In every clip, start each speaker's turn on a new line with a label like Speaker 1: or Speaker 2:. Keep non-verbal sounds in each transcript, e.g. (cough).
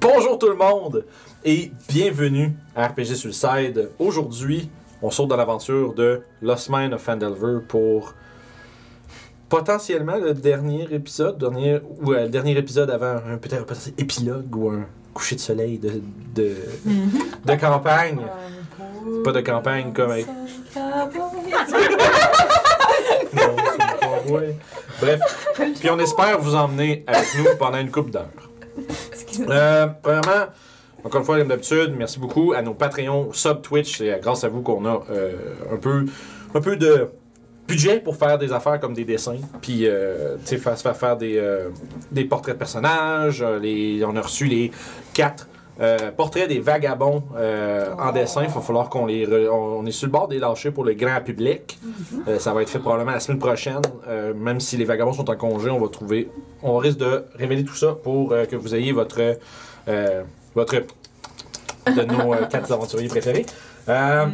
Speaker 1: Bonjour tout le monde et bienvenue à RPG Suicide. Aujourd'hui, on saute dans l'aventure de Lost Mine of Fandelver pour potentiellement le dernier épisode, dernier, ou euh, le dernier épisode avant un peut-être peut-être épilogue ou un coucher de soleil de, de, de campagne.
Speaker 2: Ah.
Speaker 1: Pas de campagne comme avec. Non, c'est pas vrai. Bref, puis on espère vous emmener avec nous pendant une coupe d'heures.
Speaker 3: Excusez-moi.
Speaker 1: Euh, premièrement, encore une fois, comme d'habitude, merci beaucoup à nos Patreons, sub Twitch. C'est grâce à vous qu'on a euh, un, peu, un peu de budget pour faire des affaires comme des dessins. Puis, euh, tu sais, faire, se faire faire des, euh, des portraits de personnages. euh, Les, on a reçu les quatre. euh, portraits des vagabonds euh, en dessin, il va falloir qu'on les. re- on, on est sur le bord des lâcher pour le grand public. Euh, ça va être fait probablement la semaine prochaine. Euh, même si les vagabonds sont en congé, on va trouver. On risque de révéler tout ça pour euh, que vous ayez votre euh, votre de nos euh, quatre aventuriers préférés. Euh,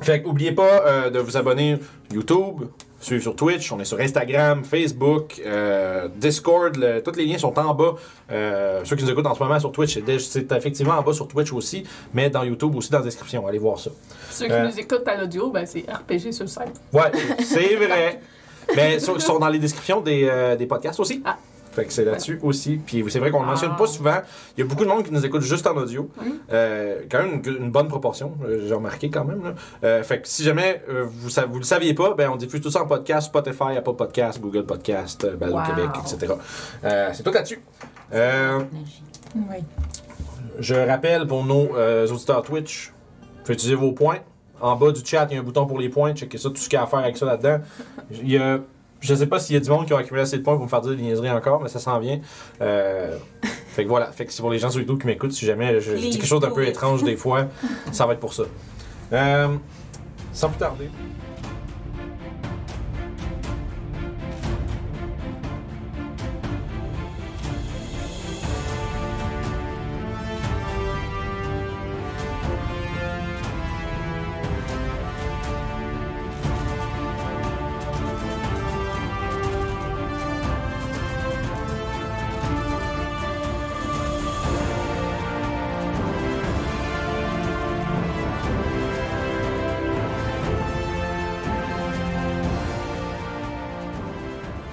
Speaker 1: Fait que oubliez pas euh, de vous abonner YouTube, suivre sur Twitch, on est sur Instagram, Facebook, euh, Discord, le- tous les liens sont en bas. Euh, ceux qui nous écoutent en ce moment sur Twitch, c'est dé- c'est effectivement en bas sur Twitch aussi, mais dans YouTube aussi dans la description. Allez voir ça.
Speaker 4: Ceux qui
Speaker 1: Euh.
Speaker 4: nous écoutent à l'audio, ben, c'est RPG sur le site.
Speaker 1: Ouais, c'est vrai. Mais ils sont dans les descriptions des, euh, des podcasts aussi.
Speaker 4: Ah.
Speaker 1: Fait que c'est là-dessus aussi. Puis c'est vrai qu'on le mentionne
Speaker 4: Ah.
Speaker 1: pas souvent. Il y a beaucoup de monde qui nous écoute juste en audio. Euh, quand même une, une bonne proportion, euh, j'ai remarqué quand même. là. Euh, fait que si jamais euh, vous, sa- vous le saviez pas, ben on diffuse tout ça en podcast, Spotify, Apple Podcast, Google Podcast, euh, Balado
Speaker 4: Wow.
Speaker 1: Québec, etc. Euh, c'est tout là-dessus. Euh,
Speaker 3: Oui.
Speaker 1: je rappelle pour nos euh, auditeurs Twitch, vous pouvez utiliser vos points. En bas du chat, il y a un bouton pour les points. Checkez ça, tout ce qu'il y a à faire avec ça là-dedans. Il y a- je sais pas s'il y a du monde qui a accumulé assez de points pour me faire dire des niaiseries encore, mais ça s'en vient. Euh, fait que voilà. Fait que c'est pour les gens sur YouTube qui m'écoutent, si jamais je, je dis quelque chose d'un peu étrange des fois, ça va être pour ça. Euh, sans plus tarder.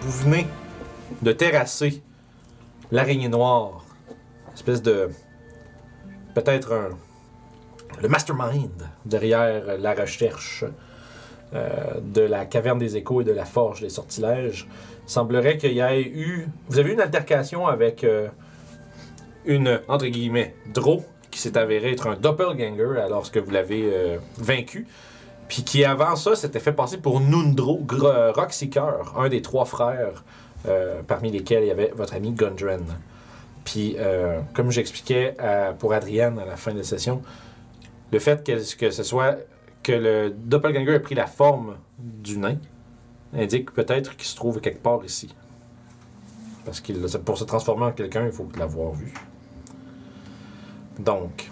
Speaker 1: vous venez de terrasser l'araignée noire, espèce de. peut-être un. le mastermind derrière la recherche euh, de la caverne des échos et de la forge des sortilèges. Il semblerait qu'il y ait eu. Vous avez eu une altercation avec euh, une, entre guillemets, Dro, qui s'est avérée être un doppelganger alors que vous l'avez euh, vaincu. Puis qui, avant ça, s'était fait passer pour Nundro Gr- Rockseeker, un des trois frères, euh, parmi lesquels il y avait votre ami Gundren. Puis, euh, comme j'expliquais à- pour Adrienne à la fin de la session, le fait que, que ce soit que le doppelganger ait pris la forme du nain indique peut-être qu'il se trouve quelque part ici. Parce que pour se transformer en quelqu'un, il faut l'avoir vu. Donc,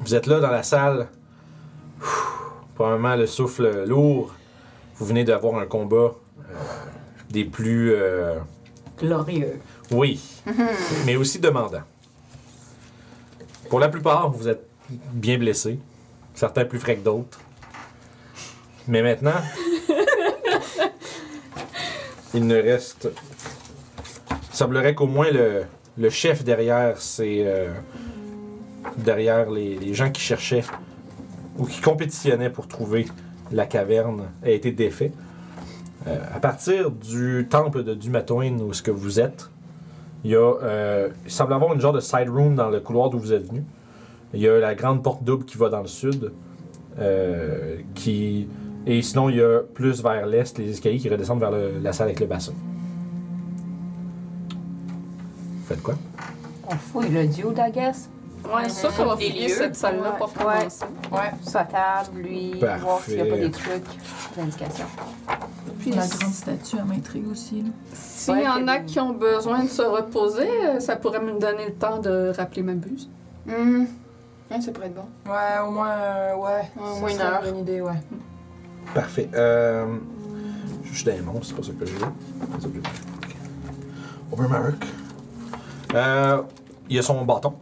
Speaker 1: vous êtes là dans la salle probablement le souffle lourd. Vous venez d'avoir un combat euh, des plus. euh,
Speaker 3: Glorieux.
Speaker 1: oui, mais aussi demandant. Pour la plupart, vous êtes bien blessés, certains plus frais que d'autres. Mais maintenant, il ne reste. Il semblerait qu'au moins le, le chef derrière ces. euh, derrière les, les gens qui cherchaient ou qui compétitionnaient pour trouver la caverne a été défait. Euh, à partir du temple de Dumatoin où ce que vous êtes, il, y a, euh, il semble avoir une genre de side room dans le couloir d'où vous êtes venu. Il y a la grande porte double qui va dans le sud. euh, qui... Et sinon, il y a plus vers l'est les escaliers qui redescendent vers le- la salle avec le bassin. Vous faites quoi?
Speaker 5: On fouille le duo, I guess.
Speaker 4: Ouais, ça, ça va
Speaker 3: Des
Speaker 4: filer
Speaker 3: lieux.
Speaker 4: cette salle-là pour
Speaker 5: Ouais.
Speaker 4: commencer.
Speaker 5: Ouais. Sa table, lui,
Speaker 1: Parfait.
Speaker 5: voir s'il n'y a pas des trucs, d'indications.
Speaker 4: Puis,
Speaker 6: La grande statue, elle m'intrigue aussi. là.
Speaker 4: s'il y en a qui ont besoin de se reposer, euh, ça pourrait me donner le temps de rappeler ma buse.
Speaker 3: Hum. ça pourrait être bon.
Speaker 6: Ouais, au moins, euh, ouais.
Speaker 3: Au
Speaker 6: Ça
Speaker 3: moins une
Speaker 6: serait
Speaker 3: heure.
Speaker 6: Une bonne idée, ouais.
Speaker 1: Parfait. Euh, je suis démon, c'est pas ça que je veux. C'est ça que je veux. Ok. Over my work. Euh, il a son bâton,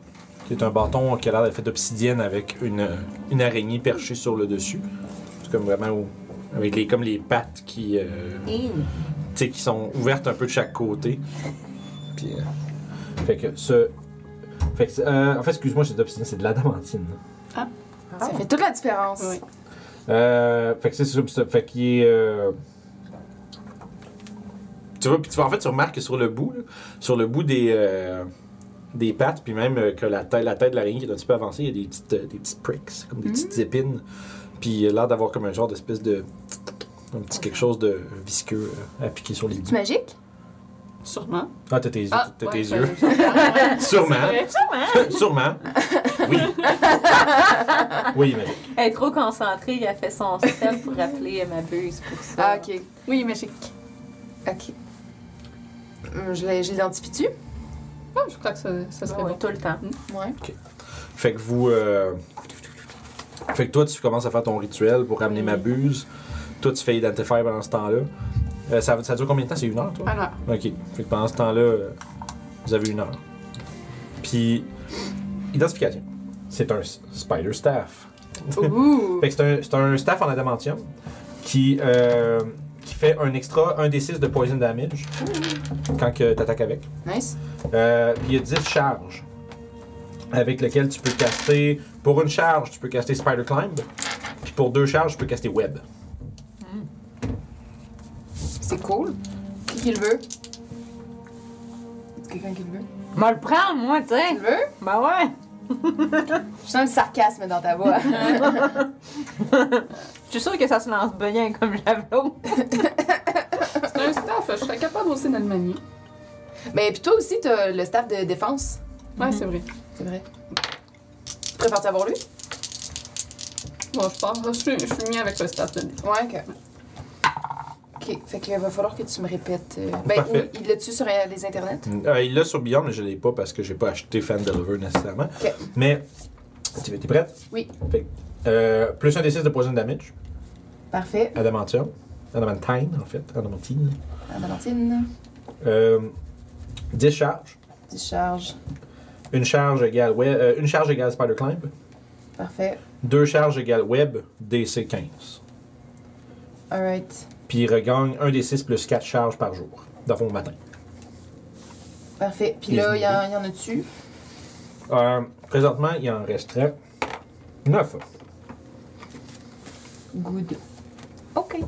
Speaker 1: qui est un bâton qui a l'air d'être fait d'obsidienne avec une, une araignée perchée sur le dessus. C'est comme vraiment au- avec les, comme les pattes qui, euh,
Speaker 6: Et
Speaker 2: Mmh.
Speaker 1: tu sais, qui sont ouvertes un peu de chaque côté. Puis, euh, fait que ce. Fait que, c'est- euh, en fait, excuse-moi, c'est d'obsidienne, c'est de l'adamantine.
Speaker 2: Ça fait toute la différence.
Speaker 4: Oui.
Speaker 1: Euh, fait que c'est ça, ça fait qu'il est. euh, Tu vois, puis tu vois, en fait, tu remarques que sur le bout, là, sur le bout des, euh, des pattes, puis même euh, que la tête, la tête de l'araignée qui est un petit peu avancée, il y a des petites, euh, des petites pricks, comme des petites épines. Puis il a l'air d'avoir comme un genre d'espèce de. Un petit quelque chose de visqueux euh, appliqué sur les
Speaker 2: C'est
Speaker 1: bouts.
Speaker 2: magique?
Speaker 4: Sûrement.
Speaker 1: Ah, t'as tes yeux.
Speaker 4: Ah,
Speaker 1: t'as
Speaker 4: ouais,
Speaker 1: tes
Speaker 4: ça-
Speaker 1: yeux. Sûrement. Sûrement. Oui. oui, mais.
Speaker 6: elle est trop concentrée, elle fait son step pour rappeler, elle m'abuse pour ça.
Speaker 2: Ah, ok.
Speaker 4: Oui, magique.
Speaker 2: Ok. Hum, Je l'ai- je l'identifie-tu?
Speaker 4: Ah, je crois que ça, ça
Speaker 6: Ça
Speaker 4: serait
Speaker 6: serait
Speaker 4: bon.
Speaker 6: tout le temps.
Speaker 2: Ouais.
Speaker 1: Fait que vous. euh, Fait que toi, tu commences à faire ton rituel pour ramener ma buse. Toi, tu fais identifier pendant ce temps-là. Euh, ça, ça dure combien de temps C'est une heure, toi
Speaker 4: Alors,
Speaker 1: Ok. Fait que pendant ce temps-là, euh, vous avez une heure. Puis. Identification. C'est un s- spider staff.
Speaker 2: Ouh!
Speaker 1: Fait que c'est un, c'est un staff en adamantium qui, euh, qui fait un extra 1 des 6 de poison damage quand tu attaques avec.
Speaker 2: Nice.
Speaker 1: Euh, puis il y a 10 charges avec lesquelles tu peux caster. Pour une charge, tu peux caster Spider Climb. Puis pour deux charges, tu peux caster Web.
Speaker 2: C'est cool. Qui qui le veut? Quelqu'un qui le veut?
Speaker 6: Va le prendre, moi, tu
Speaker 2: Tu le
Speaker 6: sais.
Speaker 2: veux?
Speaker 6: Ben ouais.
Speaker 2: Je sens le sarcasme dans
Speaker 1: (laughs)
Speaker 2: ta voix.
Speaker 6: Je suis sûre que ça se lance bien comme javelot.
Speaker 4: c'est un staff, je serais capable aussi de le manier.
Speaker 2: Mais Ben, puis toi aussi, t'as le staff de défense.
Speaker 4: Ouais, c'est vrai.
Speaker 2: C'est vrai. Tu préfères avoir lui?
Speaker 4: Bon, je pars. Je suis, je suis mis avec le staff de nez.
Speaker 2: Ouais, ok. Ok, fait qu'il va falloir que tu me répètes. euh, Ben,
Speaker 1: Parfait.
Speaker 2: ou il l'a-tu sur euh, les internets?
Speaker 1: Euh, il l'a sur Beyond, mais je l'ai pas parce que j'ai pas acheté Fan Deliver nécessairement.
Speaker 2: Ok.
Speaker 1: Mais. Tu es prête
Speaker 2: Oui.
Speaker 1: Fait que, euh, plus un des 6 de poison damage.
Speaker 2: Parfait.
Speaker 1: Adamantium. Adamantine, en fait. Adamantine.
Speaker 2: Valentine,
Speaker 1: Euh, 10 charges.
Speaker 2: discharge.
Speaker 1: Une charge égale web, euh, une charge égale Spider Climb.
Speaker 2: Parfait.
Speaker 1: Deux charges égale Web, DC 15.
Speaker 2: Alright.
Speaker 1: Puis il regagne 1 des 6 plus 4 charges par jour, dans le fond, au matin.
Speaker 2: Parfait. Puis
Speaker 1: Les
Speaker 2: là, il
Speaker 1: idées.
Speaker 2: y, en- il y en a-tu?
Speaker 1: Euh, présentement, il en resterait 9.
Speaker 2: Good.
Speaker 6: OK.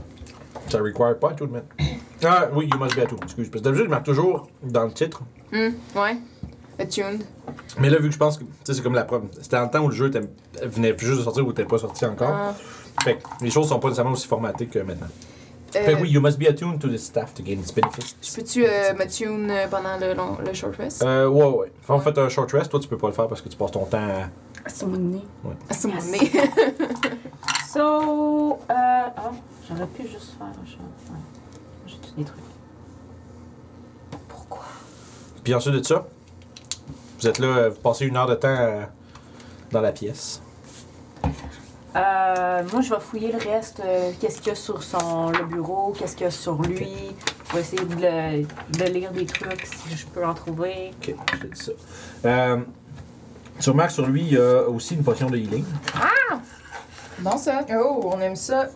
Speaker 1: Ça require pas tout de même. (coughs) Ah oui, you must be at two, excuse. Parce que d'habitude, je marque toujours dans le titre.
Speaker 2: Hum, ouais. Attuned.
Speaker 1: Mais là, vu que je pense que tu sais, c'est comme la preuve. C'était dans le temps où le jeu était- venait juste de sortir ou t'es pas sorti encore.
Speaker 2: Ah.
Speaker 1: Fait que les choses sont pas nécessairement aussi formatées que maintenant. Fait
Speaker 2: Euh,
Speaker 1: que Ben oui, you must be attuned to the staff to gain its benefits.
Speaker 2: Peux-tu euh, me tune euh, pendant le, long, le short rest?
Speaker 1: Euh, ouais, ouais. Fait en fait un short rest, toi tu peux pas le faire parce que tu passes ton temps à.
Speaker 4: Ah, C'est mon nez.
Speaker 2: Ah, C'est mon
Speaker 6: yes.
Speaker 2: nez. (laughs)
Speaker 6: So, euh. ah, j'aurais pu juste faire un chat. Ouais. J'ai tous des trucs. Pourquoi?
Speaker 1: Puis ensuite de ça, vous êtes là, euh, vous passez une heure de temps euh, dans la pièce.
Speaker 6: Euh, moi, je vais fouiller le reste. euh, qu'est-ce qu'il y a sur son, le bureau? Qu'est-ce qu'il y a sur lui? Je vais essayer de, le- de lire des trucs si je peux en trouver.
Speaker 1: Ok, je te dis ça. Euh, tu remarques sur lui, il y a aussi une potion de healing.
Speaker 2: Bon, ça. Oh, on aime ça.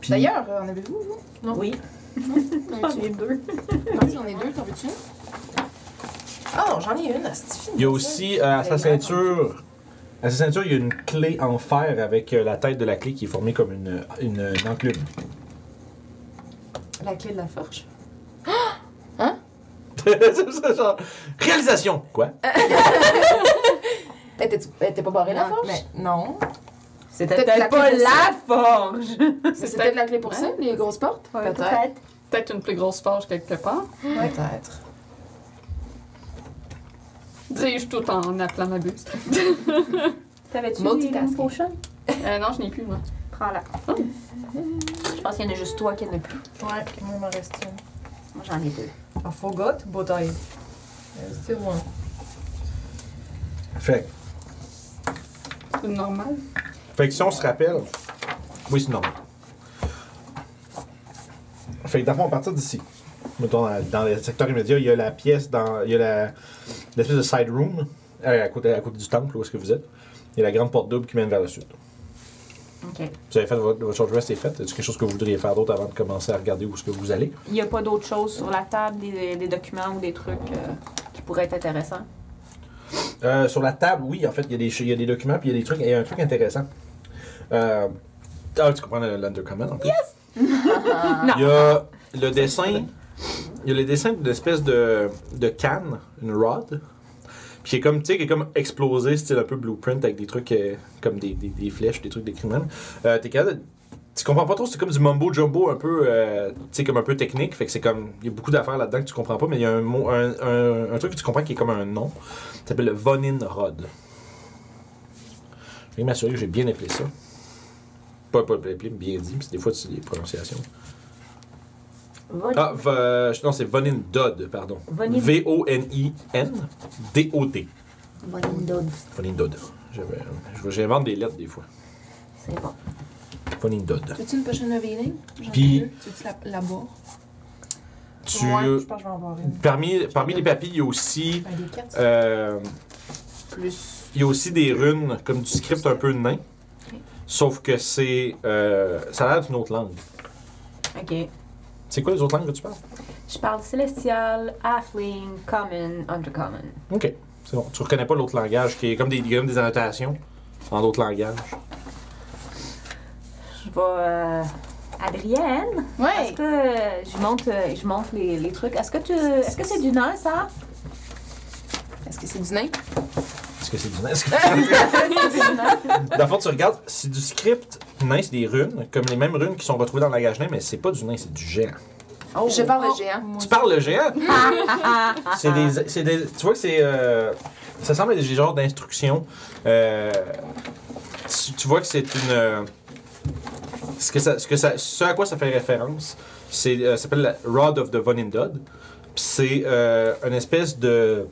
Speaker 1: Puis-
Speaker 2: D'ailleurs, euh, en avez-vous? vous?
Speaker 6: Oui. (laughs)
Speaker 2: J'en ai
Speaker 6: deux.
Speaker 2: Non, j'en ai deux, t'en veux-tu? Ah non, j'en ai une, c'est
Speaker 1: Il y a aussi euh, à sa
Speaker 2: D'ailleurs.
Speaker 1: ceinture. À sa ceinture, il y a une clé en fer avec euh, la tête de la clé qui est formée comme une, une, une enclume. (laughs)
Speaker 2: La clé de la forge.
Speaker 1: C'est ça, genre, Réalisation! Quoi?
Speaker 2: Elle était- elle était eh, pas barrée la forge? Mais non.
Speaker 6: C'était
Speaker 2: Peut-être la
Speaker 6: peut-être pas
Speaker 2: clé
Speaker 6: la
Speaker 2: (laughs)
Speaker 6: forge!
Speaker 2: C'est peut-être la clé pour ça, les grosses portes? Peut-être.
Speaker 4: Peut-être une plus grosse forge quelque part.
Speaker 2: Peut-être.
Speaker 4: Dis-je tout en appelant ma buse.
Speaker 6: T'avais-tu
Speaker 2: Multitasking.
Speaker 6: une potion?
Speaker 4: Euh, non, je n'ai plus, moi.
Speaker 6: Prends-la. Je pense qu'il y en a juste toi qui en a plus.
Speaker 7: Ouais, moi, il m'en reste une.
Speaker 6: Moi, j'en ai deux.
Speaker 7: I forgot, but I. C'est one.
Speaker 1: Fait, que-
Speaker 4: C'est normal.
Speaker 1: fait que si on se rappelle. Oui, c'est normal. Fait que d'abord, on va partir d'ici. Mettons, dans, dans le secteur immédiat, il y a la pièce, dans, il y a la, l'espèce de side room, euh, à, côté, à côté du temple où est-ce que vous êtes, et la grande porte double qui mène vers le sud.
Speaker 5: OK.
Speaker 1: Vous avez fait votre, votre short rest est faite. Est-ce quelque chose que vous voudriez faire d'autre avant de commencer à regarder où est-ce que vous allez?
Speaker 5: Il n'y a pas d'autres choses sur la table, des, des documents ou des trucs euh, qui pourraient être intéressants.
Speaker 1: Euh, sur la table, oui, en fait, il y, a des- il y a des documents, puis il y a des trucs, il y a un truc intéressant. Euh, ah, tu comprends le- l'undercommon, en plus?
Speaker 5: Non.
Speaker 1: Il y a le dessin, il y a le dessin d'une espèce de, de canne, une rod, puis qui est comme, tu sais, qui est comme explosé, style un peu blueprint, avec des trucs euh, comme des, des, des flèches, des trucs des criminels. Euh, t'es capable de- tu comprends pas trop, c'est comme du mumbo jumbo un peu, euh, tu sais, comme un peu technique, fait que c'est comme, il y a beaucoup d'affaires là-dedans que tu comprends pas, mais il y a un, mot, un, un, un truc que tu comprends qui est comme un nom, ça s'appelle le Vonin Rod. Je vais m'assurer que j'ai bien appelé ça. Pas, pas appelé, bien dit, parce que des fois, c'est des prononciations.
Speaker 5: Vol-
Speaker 1: Ah, va- non, c'est Vonin Dodd, pardon.
Speaker 5: Vonin-
Speaker 1: V-O-N-I-N D-O-D.
Speaker 5: Volindod.
Speaker 1: Vonin Dodd. J'avais- euh, je- J'invente des lettres des fois.
Speaker 5: C'est bon.
Speaker 1: Vonin Dodd.
Speaker 3: Veux-tu une potion de healing? J'en ai
Speaker 1: Puis-
Speaker 3: deux. Tu veux-tu la, la boire?
Speaker 1: Tu, euh,
Speaker 6: Ouais, je pense que je vais en boire une.
Speaker 1: parmi, parmi les papilles, il y a aussi.
Speaker 5: Ben,
Speaker 6: Un des quatre.
Speaker 1: euh,
Speaker 3: Plus.
Speaker 1: il y a aussi des runes, comme du script un peu nain. Sauf que c'est. euh, ça a l'air d'une autre langue.
Speaker 5: OK.
Speaker 1: C'est quoi les autres langues que tu parles?
Speaker 5: Je parle célestial, halfling, common, undercommon.
Speaker 1: Ok, c'est bon. Tu reconnais pas l'autre langage qui est comme des, comme des annotations en d'autres langages.
Speaker 5: Je vais... euh, Adrienne, est-ce
Speaker 3: Ouais!
Speaker 5: que euh, je monte, euh, je monte les, les trucs? Est-ce que tu, est-ce que c'est du nain, ça?
Speaker 3: Est-ce que c'est du nain?
Speaker 1: Est-ce que c'est du nain? Est-ce que-
Speaker 5: C'est du nain.
Speaker 1: Dans le fond, tu regardes, c'est du script nain, c'est des runes, comme les mêmes runes qui sont retrouvées dans le langage nain, mais c'est pas du nain, c'est du géant.
Speaker 5: Oh.
Speaker 3: Je parle de géant.
Speaker 1: Tu parles le géant?
Speaker 5: Ah, ah,
Speaker 1: C'est des, c'est des- Tu vois que c'est. euh, ça semble être des genres d'instructions. Euh, tu, tu vois que c'est une. euh, ce, que ça, ce, que ça, ce à quoi ça fait référence, c'est, euh, ça s'appelle la Rod of the Von Dod. Puis c'est euh, une espèce de,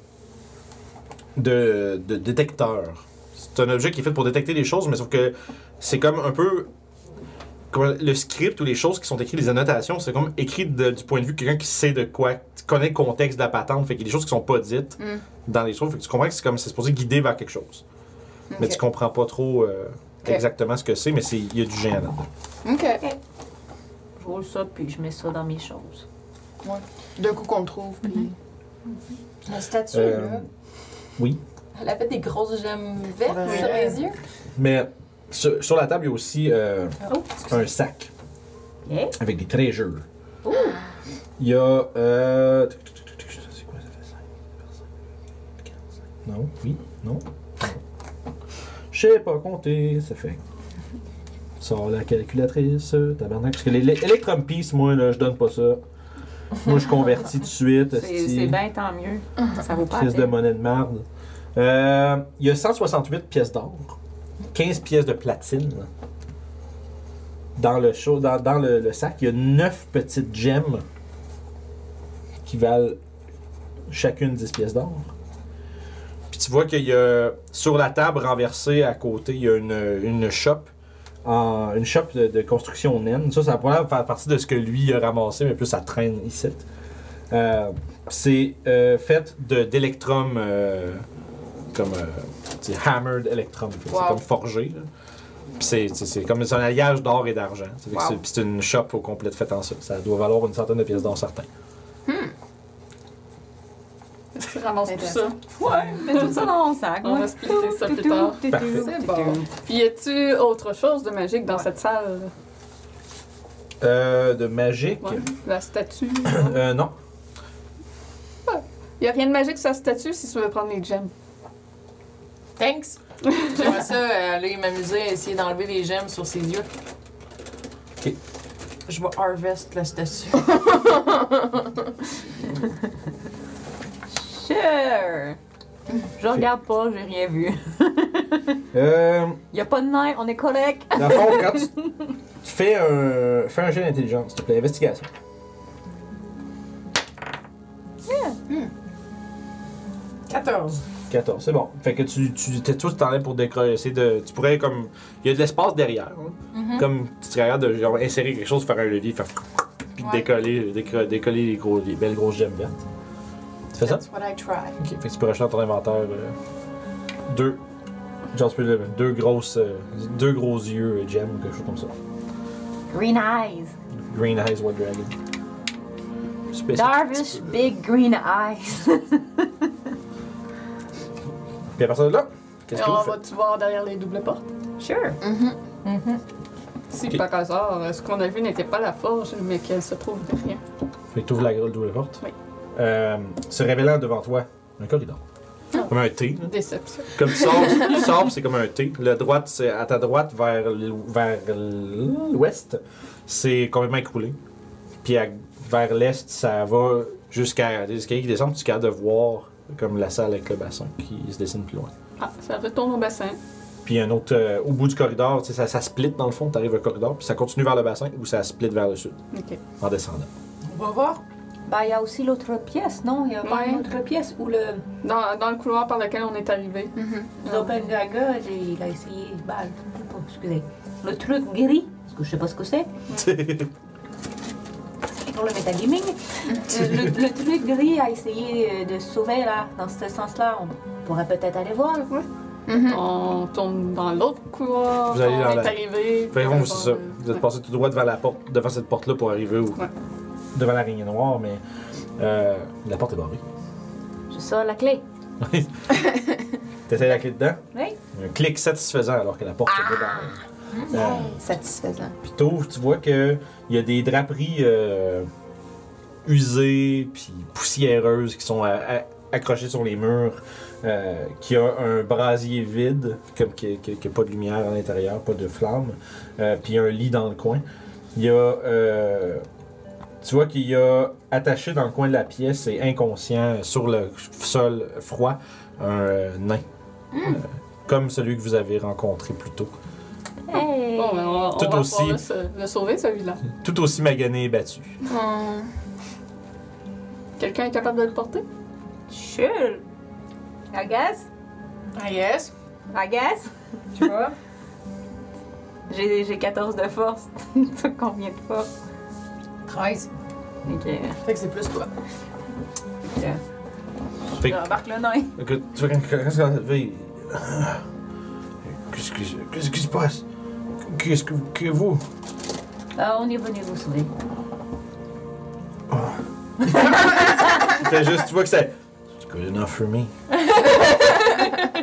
Speaker 1: de. de détecteur. C'est un objet qui est fait pour détecter les choses, mais sauf que c'est comme un peu. comme le script ou les choses qui sont écrites, les annotations, c'est comme écrit de- du point de vue de quelqu'un qui sait de quoi, qui connaît le contexte de la patente. Fait qu'il y a des choses qui sont pas dites
Speaker 3: Mm.
Speaker 1: dans les choses. Fait que tu comprends que c'est comme. C'est supposé guider vers quelque chose. Mais
Speaker 3: Ok.
Speaker 1: tu comprends pas trop euh,
Speaker 3: Ok.
Speaker 1: exactement ce que c'est, mais c'est- il y a du géant là-dedans.
Speaker 3: Ok.
Speaker 5: Je roule ça, puis je mets ça dans mes choses.
Speaker 3: D'un coup qu'on le trouve. puis-
Speaker 6: La statue,
Speaker 1: Euh,
Speaker 6: là,
Speaker 1: Oui.
Speaker 6: elle avait des grosses gemmes vertes
Speaker 3: Ouais.
Speaker 6: sur les yeux.
Speaker 1: Mais sur, sur la table, il y a aussi euh,
Speaker 5: Oh,
Speaker 1: un sac
Speaker 5: Yeah.
Speaker 1: avec des treasures.
Speaker 5: Oh.
Speaker 1: Il y a. Euh, tic, tic, tic, tic, c'est quoi ça fait 5 Non, oui, non. Je sais pas compter, ça fait. Sors la calculatrice, tabarnak. Parce que l'Electrum Peace, moi, là, je donne pas ça. Moi, je convertis tout de suite.
Speaker 5: C'est
Speaker 1: esti.
Speaker 5: c'est bien tant mieux. Ça vaut pas la
Speaker 1: Pièce de
Speaker 5: peine.
Speaker 1: monnaie de marde. Euh, Il y a 168 pièces d'or, 15 pièces de platine. Dans le, show, dans, dans le, le sac, il y a 9 petites gemmes qui valent chacune 10 pièces d'or. Puis tu vois qu'il y a sur la table renversée à côté, il y a une, une shop. en- une shop de, de construction naine. Ça, ça pourrait faire partie de ce que lui a ramassé, mais plus ça traîne ici. Euh, c'est euh, fait de d'électrum euh, comme euh, c'est hammered electrum, Fait que
Speaker 3: Wow.
Speaker 1: c'est comme forgé. là. Puis C'est, c'est, c'est comme c'est un alliage d'or et d'argent. Ça fait que
Speaker 3: Wow.
Speaker 1: c'est, puis c'est une shop au complet faite en ça. Ça doit valoir une centaine de pièces d'or certain.
Speaker 4: Tu ramasses tout ça.
Speaker 5: Ouais, mais tout ça dans mon sac.
Speaker 4: On
Speaker 5: ouais.
Speaker 4: va splitter ça plus
Speaker 5: Toutou,
Speaker 4: tard.
Speaker 5: toutou,
Speaker 1: Parfait.
Speaker 5: toutou.
Speaker 4: C'est bon. Puis y a-tu autre chose de magique dans cette salle?
Speaker 1: Euh, de magique
Speaker 4: Ouais. La statue?
Speaker 1: Euh, Non.
Speaker 4: y a rien de magique sur la statue si tu veux prendre les gemmes.
Speaker 3: Thanks! J'aimerais ça euh, aller m'amuser à essayer d'enlever les gemmes sur ses yeux.
Speaker 1: Ok.
Speaker 6: Je vais harvest la statue.
Speaker 5: Sure. Je regarde pas, j'ai rien vu.
Speaker 1: Euh,
Speaker 5: Y a pas de nain, on est correct.
Speaker 1: dans le fond, quand tu, tu fais un, fais un jeu d'intelligence, s'il te plaît, investigation.
Speaker 6: Mmh. 14.
Speaker 1: 14, c'est bon. Fait que tu, tu t'es tout t'enlèves pour décrocher. essayer de- Tu pourrais comme. Il y a de l'espace derrière. hein. Comme tu te regardes de genre, insérer quelque chose, faire un levier, faire. Puis
Speaker 6: Ouais.
Speaker 1: décoller, déco- décoller les, gros, les belles grosses gemmes vertes. Tu fais ça?
Speaker 6: That's what I try.
Speaker 1: Ok, fait que tu peux racheter dans ton inventaire euh, deux. Genre, tu peux le- deux grosses. euh, deux gros yeux euh, gem ou quelque chose comme ça.
Speaker 5: Green eyes.
Speaker 1: Green Eyes White Dragon. Spécial.
Speaker 5: Darvish Big Green Eyes.
Speaker 1: Puis à partir de là, qu'est-ce
Speaker 4: Et
Speaker 1: que
Speaker 4: on
Speaker 1: vous faites?
Speaker 4: va-tu voir derrière les doubles portes? Mm-hmm.
Speaker 5: sure.
Speaker 4: Si
Speaker 1: Ok.
Speaker 4: par hasard, ce qu'on a vu n'était pas la forge, mais qu'elle se trouve derrière.
Speaker 1: Fait que tu ouvres la grille d'où la porte.
Speaker 4: Oui.
Speaker 1: Euh, se révélant devant toi, un corridor.
Speaker 4: Ah.
Speaker 1: Comme un T. là.
Speaker 4: Déception.
Speaker 1: Comme tu sors, tu sors, c'est comme un T. La droite, c'est à ta droite, vers l'ou- vers l'ouest, c'est complètement écroulé. Puis à- vers l'est, ça va jusqu'à les escaliers qui descendent, tu es capable de voir comme la salle avec le bassin qui se dessine plus loin.
Speaker 4: Ah, ça retourne au bassin.
Speaker 1: Puis un autre, euh, au bout du corridor, tu sais, ça, ça split dans le fond, tu arrives au corridor, puis ça continue vers le bassin ou ça split vers le sud
Speaker 4: Ok.
Speaker 1: en descendant.
Speaker 6: On va voir.
Speaker 5: (laughs) Ben, il y a aussi l'autre pièce, non? Il y a pas
Speaker 4: Ouais.
Speaker 5: une autre pièce où le
Speaker 4: Dans, dans le couloir par lequel on est arrivé.
Speaker 5: Doppelganger, il a essayé. Ben, oh, excusez. Le truc gris, parce que je sais pas ce que c'est. C'est pour le metagaming. Euh, le, le truc gris a essayé euh, de se sauver, là. Dans ce sens-là, on pourrait peut-être aller voir.
Speaker 4: Mm-hmm. On tourne dans l'autre couloir.
Speaker 1: Vous allez
Speaker 4: on
Speaker 1: dans
Speaker 4: est
Speaker 1: la-
Speaker 4: arrivé.
Speaker 1: Fait que bon,
Speaker 4: On
Speaker 1: c'est ça.
Speaker 4: va-
Speaker 1: Vous êtes passé tout droit devant la porte, devant cette porte-là pour arriver au,
Speaker 4: Ouais.
Speaker 1: devant l'araignée noire, mais euh, la porte est barrée.
Speaker 5: Je sors la clé.
Speaker 1: T'essayes la clé dedans?
Speaker 5: Oui.
Speaker 1: Un clic satisfaisant alors que la porte est barrée. Euh,
Speaker 2: Satisfaisant.
Speaker 1: Puis t'ouvres, tu vois que il y a des draperies euh, usées puis poussiéreuses qui sont a- a- accrochées sur les murs, euh, qui a un brasier vide, comme qui n'a pas de lumière à l'intérieur, pas de flamme, euh, puis un lit dans le coin. Il y a, euh, tu vois qu'il y a attaché dans le coin de la pièce et inconscient sur le sol froid un euh, nain, Euh, comme celui que vous avez rencontré plus tôt.
Speaker 5: Hey!
Speaker 4: Bon, ben, on, on
Speaker 1: Tout
Speaker 4: va
Speaker 1: aussi.
Speaker 4: pouvoir le sa- le sauver, celui-là.
Speaker 1: Tout aussi magané et battu. Oh,
Speaker 4: Quelqu'un est capable de le porter?
Speaker 5: Sure. I guess.
Speaker 3: Ah yes.
Speaker 5: I guess.
Speaker 3: Tu vois?
Speaker 5: (laughs) J'ai j'ai 14 de force. (laughs) T'as combien de force?
Speaker 6: 13.
Speaker 5: Ok. Euh,
Speaker 6: Fait que c'est plus toi.
Speaker 1: Fait que-
Speaker 5: J'embarque le nain.
Speaker 1: Écoute, tu vois, quand, quand, quand ça fait- Qu'est-ce que- qu'est-ce qui se passe? Qu'est-ce que, que vous?
Speaker 5: Ah, on est venu vous sauver.
Speaker 1: Fait juste, tu vois que c'est. It's er good enough for me.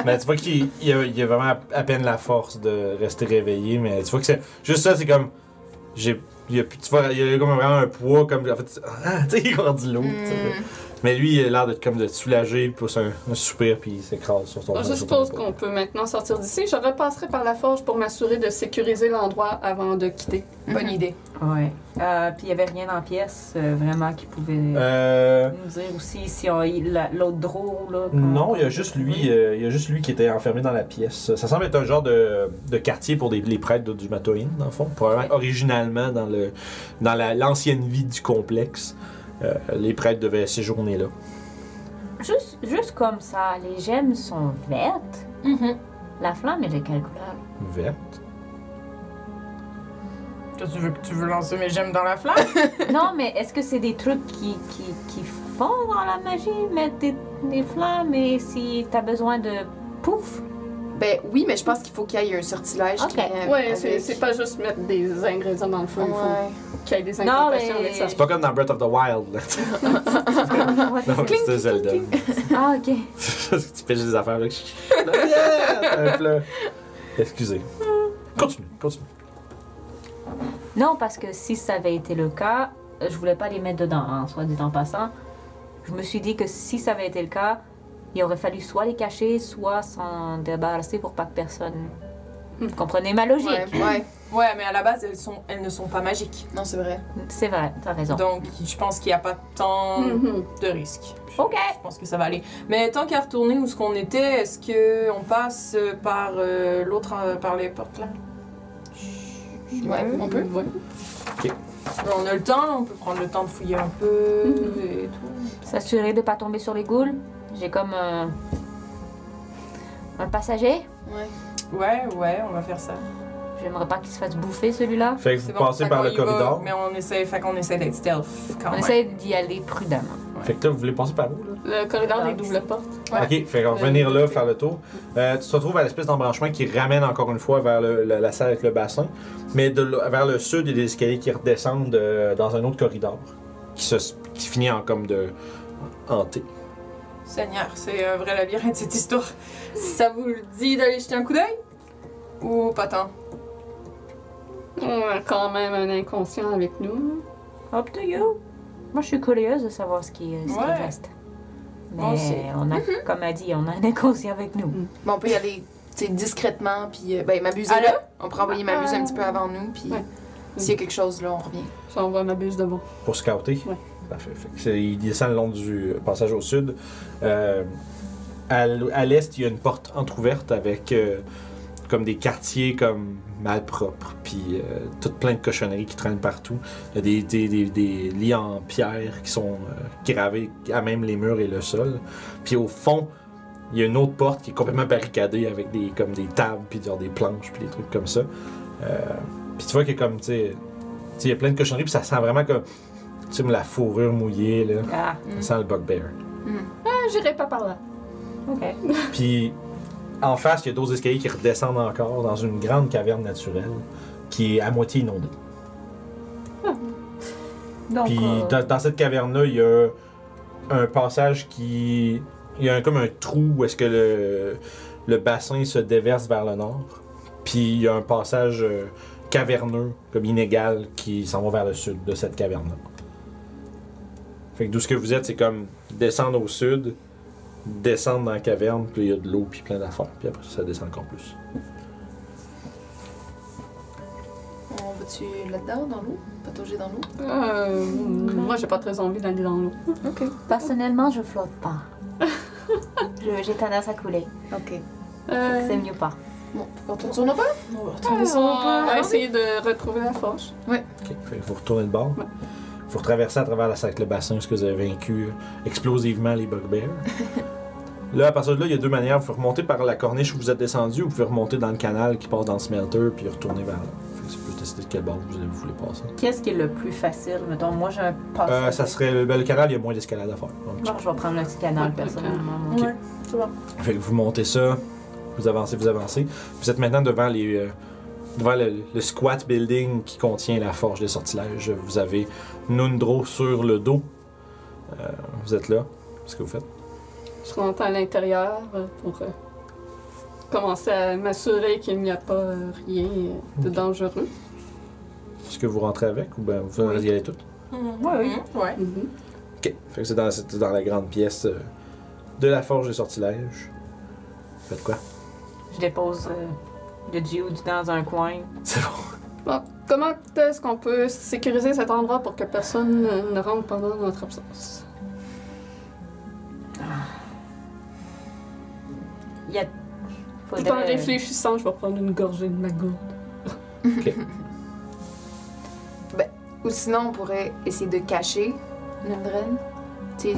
Speaker 1: mais tu vois qu'il il a, il a er vraiment à peine la force de rester réveillé, mais tu vois que c'est. Juste ça, c'est comme. J'ai. Il y a, plus- tu vois, il y a comme vraiment un poids, comme. En fait, tu- (laughs) ah, tu sais, il est rendu lourd,
Speaker 2: Hmm.
Speaker 1: tu sais.
Speaker 4: Hmm.
Speaker 1: Mais lui, il a l'air d'être comme de soulager, il pousse un, un soupir, puis il s'écrase sur ton
Speaker 4: Ah, je
Speaker 1: sur ton
Speaker 4: suppose
Speaker 1: épaule.
Speaker 4: qu'on peut maintenant sortir d'ici. Je repasserai par la forge pour m'assurer de sécuriser l'endroit avant de quitter.
Speaker 3: Bonne idée.
Speaker 5: Ouais. Euh, Puis il n'y avait rien dans la pièce euh, vraiment qui pouvait
Speaker 1: Euh.
Speaker 5: nous dire aussi si on- il- la- l'autre drôle. Là, qu'on-
Speaker 1: Non, il y a
Speaker 5: qu'on
Speaker 1: juste
Speaker 5: peut
Speaker 1: lui,
Speaker 5: trouver.
Speaker 1: euh, il y a juste lui qui était enfermé dans la pièce. Ça semble être un genre de, de quartier pour des- les prêtres de- du Matoïne, dans le fond. Probablement originalement dans le dans la- l'ancienne vie du complexe. euh, les prêtres devaient séjourner là.
Speaker 5: Juste, juste comme ça, les gemmes sont vertes. La flamme, elle est quelle couleur?
Speaker 1: Vert.
Speaker 3: Toi, tu veux, tu veux lancer mes gemmes dans la flamme?
Speaker 5: non, mais est-ce que c'est des trucs qui, qui, qui font dans la magie, mettre des, des flammes et si t'as besoin de pouf?
Speaker 2: Ben oui, mais je pense qu'il faut qu'il y ait un sortilège.
Speaker 5: Ok.
Speaker 2: qui est-
Speaker 4: Ouais, c'est,
Speaker 2: avec-
Speaker 4: c'est pas juste mettre des ingrédients dans le feu. Il faut
Speaker 2: Ouais.
Speaker 4: qu'il y ait des
Speaker 5: Non,
Speaker 4: incantations
Speaker 5: mais-
Speaker 4: avec ça.
Speaker 1: C'est pas comme dans Breath of the Wild. (laughs) Là. Non, c'était Zelda. (laughs)
Speaker 5: ah, ok.
Speaker 1: Parce que tu pêches des affaires avec. Yeah! T'as un plat. Excusez.
Speaker 6: Ah.
Speaker 1: Continue, continue.
Speaker 5: Non, parce que si ça avait été le cas, euh, je voulais pas les mettre dedans, hein, soit dit en passant. Je me suis dit que si ça avait été le cas, il aurait fallu soit les cacher, soit s'en débarrasser pour pas que personne. Vous comprenez ma logique
Speaker 2: Ouais, ouais.
Speaker 6: (laughs) Ouais, mais à la base, elles, sont, elles ne sont pas magiques.
Speaker 2: Non, c'est vrai.
Speaker 5: C'est vrai, t'as raison.
Speaker 6: Donc, je pense qu'il n'y a pas tant
Speaker 4: Mhm.
Speaker 6: de risques. Puis,
Speaker 5: Mm-hmm. Ok.
Speaker 6: Eh, Je pense que ça va aller. Mais tant qu'à retourner où ce qu'on était, est-ce que on passe par euh, l'autre, euh, par les portes là
Speaker 2: Ouais, on peut.
Speaker 4: Ouais.
Speaker 6: On a le temps, là, on peut prendre le temps de fouiller un peu et tout.
Speaker 5: S'assurer de pas tomber sur les goules. J'ai comme euh, un passager.
Speaker 2: Ouais.
Speaker 6: Ouais, ouais, on va faire ça.
Speaker 5: J'aimerais pas qu'il se fasse bouffer celui-là.
Speaker 1: Fait que vous
Speaker 6: C'est bon,
Speaker 1: passez
Speaker 6: fait
Speaker 1: par
Speaker 6: qu'on
Speaker 1: le
Speaker 6: y va,
Speaker 1: corridor. Ah
Speaker 6: mais on essaie, fait qu'on essaie d'être stealth quand
Speaker 5: On
Speaker 6: même.
Speaker 5: essaie d'y aller prudemment.
Speaker 1: Fait que là, vous voulez passer par où, là?
Speaker 4: Le corridor des doubles portes.
Speaker 2: Ouais.
Speaker 1: Ok, fait qu'on va venir là, faire le tour. Euh, tu te retrouves à l'espèce d'embranchement qui ramène encore une fois vers le- la, la salle avec le bassin, mais de l- vers le sud, il y a des escaliers qui redescendent euh, dans un autre corridor qui, se, qui finit en comme de hanté.
Speaker 6: Seigneur, c'est un vrai labyrinthe cette histoire. Ça vous le dit d'aller jeter un coup d'œil Ou pas tant
Speaker 4: On a quand même un inconscient avec nous.
Speaker 5: Up to you. Moi, je suis curieuse de savoir ce qui, euh, ce qui
Speaker 6: Ouais.
Speaker 5: reste. Mais
Speaker 6: Moi aussi.
Speaker 5: on Mm-hmm. a, comme a dit, on a un inconscient avec nous.
Speaker 2: Bon, on peut y aller tu sais, discrètement, puis euh, ben, m'abuser
Speaker 6: Allô?
Speaker 2: là. On pourrait envoyer m'abuser un petit peu avant nous, puis
Speaker 4: Ouais.
Speaker 2: s'il y a quelque chose là, on revient.
Speaker 4: Ça, on va m'abuse devant.
Speaker 1: Pour scouter?
Speaker 4: Ouais.
Speaker 1: Parfait. Fait que c'est- il descend le long du passage au sud. Euh, à l- à l'est, il y a une porte entr'ouverte avec euh, comme des quartiers comme malpropres, puis euh, toutes plein de cochonneries qui traînent partout. Il y a des, des, des- des lits en pierre qui sont euh, gravés à même les murs et le sol. Puis au fond, il y a une autre porte qui est complètement barricadée avec des, comme des tables, puis genre des planches, puis des trucs comme ça. Euh, puis tu vois que comme, tu sais, tu sais, il y a plein de cochonneries, puis ça sent vraiment comme, tu sais, la fourrure mouillée, là.
Speaker 5: Ah,
Speaker 1: Ça sent le bugbear.
Speaker 4: Ah, j'irai pas par là.
Speaker 5: ok.
Speaker 1: Puis en face, il y a d'autres escaliers qui redescendent encore dans une grande caverne naturelle qui est à moitié inondée.
Speaker 5: Donc,
Speaker 1: Puis
Speaker 5: euh,
Speaker 1: dans, dans cette caverne-là, il y a un passage qui. Il y a un- comme un trou où est-ce que le, le bassin se déverse vers le nord. Puis il y a un passage euh, caverneux, comme inégal, qui s'en va vers le sud de cette caverne-là. Fait que d'où ce que vous êtes, c'est comme descendre au sud, descendre dans la caverne, puis il y a de l'eau, puis plein d'affaires. Puis après ça, ça descend encore plus.
Speaker 2: On va-tu là-dedans, dans l'eau? Patauger dans l'eau?
Speaker 4: Euh, moi, j'ai pas très envie d'aller dans l'eau.
Speaker 2: OK.
Speaker 5: personnellement, je flotte (laughs) pas. Je- J'ai tendance à couler.
Speaker 2: OK.
Speaker 4: Euh,
Speaker 5: C'est mieux pas.
Speaker 2: Bon, on retourne pas?
Speaker 6: On va
Speaker 4: on
Speaker 6: retourner sur le
Speaker 4: on
Speaker 6: pas.
Speaker 4: va essayer de retrouver la force.
Speaker 1: Ok, fait que vous retournez le bord.
Speaker 4: Ouais.
Speaker 1: Vous retraversez à travers la sac le bassin, ce que vous avez vaincu euh, explosivement les bugbears. là, à partir de là, il y a deux manières. Vous pouvez remonter par la corniche où vous êtes descendu, ou vous pouvez remonter dans le canal qui passe dans le smelter, puis retourner vers là. Fait que c'est plus décider de quel bord vous vous voulez passer.
Speaker 5: Qu'est-ce qui est le plus facile, mettons? Moi, j'ai un passage.
Speaker 1: Euh, ça serait le, ben, le canal, il y a moins d'escalade à faire. Donc,
Speaker 5: Moi, je vais prendre le petit canal,
Speaker 4: Ouais,
Speaker 5: personnellement. moi.
Speaker 1: Ok.
Speaker 6: Ouais, c'est bon.
Speaker 1: Fait que vous montez ça, vous avancez, vous avancez. Vous êtes maintenant devant les. euh, devant le, le squat building qui contient la forge des sortilèges. Vous avez Nundro sur le dos. Euh, vous êtes là. Qu'est-ce que vous faites?
Speaker 4: Je rentre à l'intérieur euh, pour euh, commencer à m'assurer qu'il n'y a pas euh, rien de
Speaker 1: Ok.
Speaker 4: dangereux.
Speaker 1: Est-ce que vous rentrez avec ou ben vous y allez toutes?
Speaker 5: Ouais, oui.
Speaker 6: Mhm, ouais.
Speaker 4: Mhm.
Speaker 1: Ok. Fait que c'est dans, c'est dans la grande pièce euh, de la forge des sortilèges. Faites quoi?
Speaker 5: Je dépose euh, le dude dans un coin.
Speaker 1: C'est bon.
Speaker 4: Bon, comment est-ce qu'on peut sécuriser cet endroit pour que personne euh, ne rentre pendant notre absence?
Speaker 5: Il y a.
Speaker 4: Tout en réfléchissant, je vais prendre une gorgée de ma gourde.
Speaker 2: Ou sinon, on pourrait essayer de cacher Lundren. Tu sais,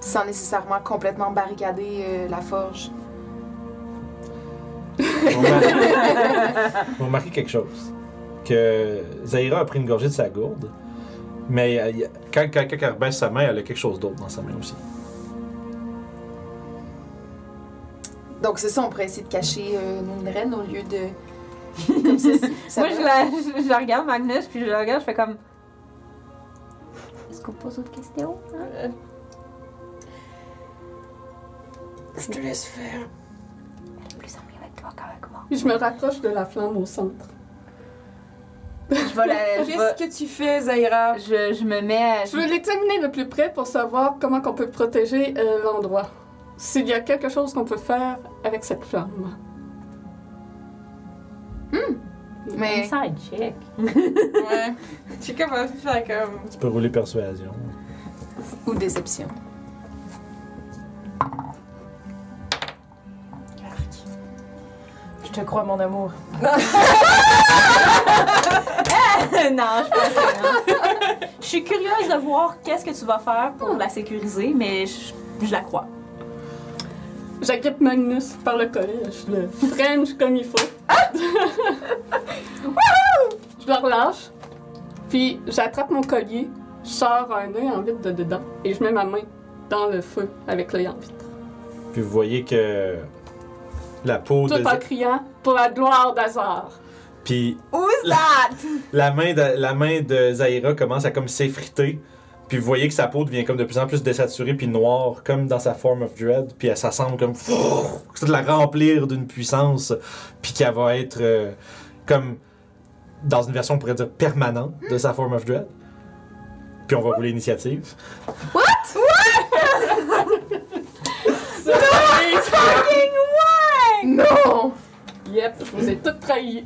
Speaker 2: sans nécessairement complètement barricader euh, la forge.
Speaker 1: Vous remarquez- vous remarquez quelque chose. Que Zaira a pris une gorgée de sa gourde, mais elle- elle- quand, quand, quand elle rebaisse sa main, elle a quelque chose d'autre dans sa main aussi.
Speaker 2: Donc, c'est ça, on pourrait essayer de cacher euh, Lundgren au lieu (laughs) de. Comme ça, c'est- ça
Speaker 5: Moi,
Speaker 2: va.
Speaker 5: je, la, (laughs) je la regarde Magnus, puis je la regarde, je fais comme. Est-ce qu'on pose autre question?
Speaker 6: Je te laisse faire.
Speaker 5: Plus en mieux avec toi qu'avec moi.
Speaker 4: Je me rapproche de la flamme au centre.
Speaker 5: Je vais la. Je,
Speaker 6: Qu'est-ce que tu fais, Zaira
Speaker 5: vais- je, je me mets. à-
Speaker 4: Je veux l'examiner de plus près pour savoir comment on peut protéger euh, l'endroit. S'il y a quelque chose qu'on peut faire avec cette flamme.
Speaker 2: Mais
Speaker 5: Inside check.
Speaker 6: Ouais. Je sais comment faire comme.
Speaker 1: Tu peux rouler persuasion.
Speaker 2: ou déception.
Speaker 6: Je te crois, mon amour.
Speaker 5: (laughs) non, je pense que non. (laughs) Je suis curieuse de voir qu'est-ce que tu vas faire pour la sécuriser, mais je, je la crois.
Speaker 4: J'agrippe Magnus par le collet, je le fringe comme il faut.
Speaker 5: Ah!
Speaker 4: (laughs) je le relâche, puis j'attrape mon collier, je sors un œil en vide de dedans et je mets ma main dans le feu avec l'œil en vitre.
Speaker 1: Puis vous voyez que la peau
Speaker 4: Tout
Speaker 1: de.
Speaker 4: en criant pour la gloire d'Azar.
Speaker 1: Puis
Speaker 2: Who's
Speaker 1: La-
Speaker 2: that?
Speaker 1: la main de, la main de Zaira commence à comme s'effriter. Puis vous voyez que sa peau devient comme de plus en plus désaturée puis noire, comme dans sa form of dread. Puis elle s'assemble comme (laughs) de la remplir d'une puissance, puis qu'elle va être euh, comme dans une version on pourrait dire permanente de sa form of dread. Puis on va rouler l'initiative.
Speaker 2: Non!
Speaker 4: Yep, je vous ai toutes trahi.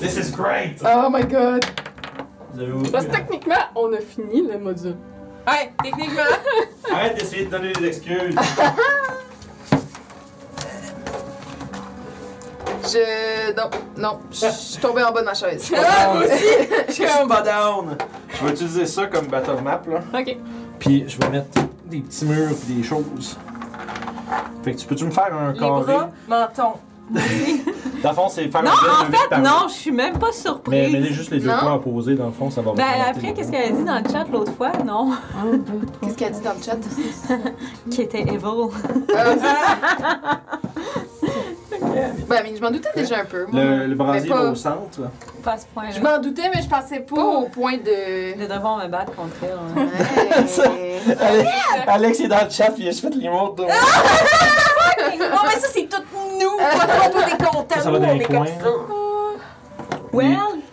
Speaker 1: This is great.
Speaker 2: Oh my god!
Speaker 1: Bah,
Speaker 4: Parce que techniquement, on a fini le module.
Speaker 6: Ouais, techniquement.
Speaker 1: Arrête d'essayer de donner des excuses.
Speaker 2: Je. Non, non, je suis tombée en bas de ma chaise.
Speaker 1: (laughs) Je suis pas down. Je vais utiliser ça comme battle map là.
Speaker 4: Ok.
Speaker 1: Puis je vais mettre des petits murs pis des choses. Fait que tu peux-tu me faire un
Speaker 6: Les
Speaker 1: carré?
Speaker 6: bras, menton.
Speaker 1: Dans le fond, c'est faire
Speaker 5: Non,
Speaker 1: un
Speaker 5: en
Speaker 1: geste de
Speaker 5: fait,
Speaker 1: par-
Speaker 5: non, je suis même pas
Speaker 1: Mais, mais
Speaker 5: surprise.
Speaker 1: les- juste les deux
Speaker 2: Non.
Speaker 1: points opposés, dans le fond, ça va
Speaker 5: Ben
Speaker 1: représenter
Speaker 5: après,
Speaker 1: les-
Speaker 5: qu'est-ce qu'elle a dit dans le chat l'autre fois, non?
Speaker 2: Qu'est-ce qu'elle dit dans (laughs) le chat?
Speaker 5: Qui était evil.
Speaker 2: Ben, mais je m'en doutais déjà un peu. moi.
Speaker 1: Le, le brasier
Speaker 2: Mais pas-
Speaker 1: va au centre.
Speaker 5: (laughs) Pas à ce point-là.
Speaker 2: Je m'en doutais, mais je pensais pas au point de.
Speaker 5: De devoir me battre contre elle. (laughs) hein.
Speaker 2: Ouais.
Speaker 1: Alex, est dans le chat, puis je fais les mots.
Speaker 6: Non,
Speaker 5: Oh,
Speaker 6: mais ça, c'est tout nous. Pas toi, toi, t'es content.
Speaker 1: Ça, ça va
Speaker 6: nous,
Speaker 1: dans
Speaker 6: on
Speaker 1: les
Speaker 6: est comme
Speaker 1: coins.
Speaker 6: ça.
Speaker 5: Well,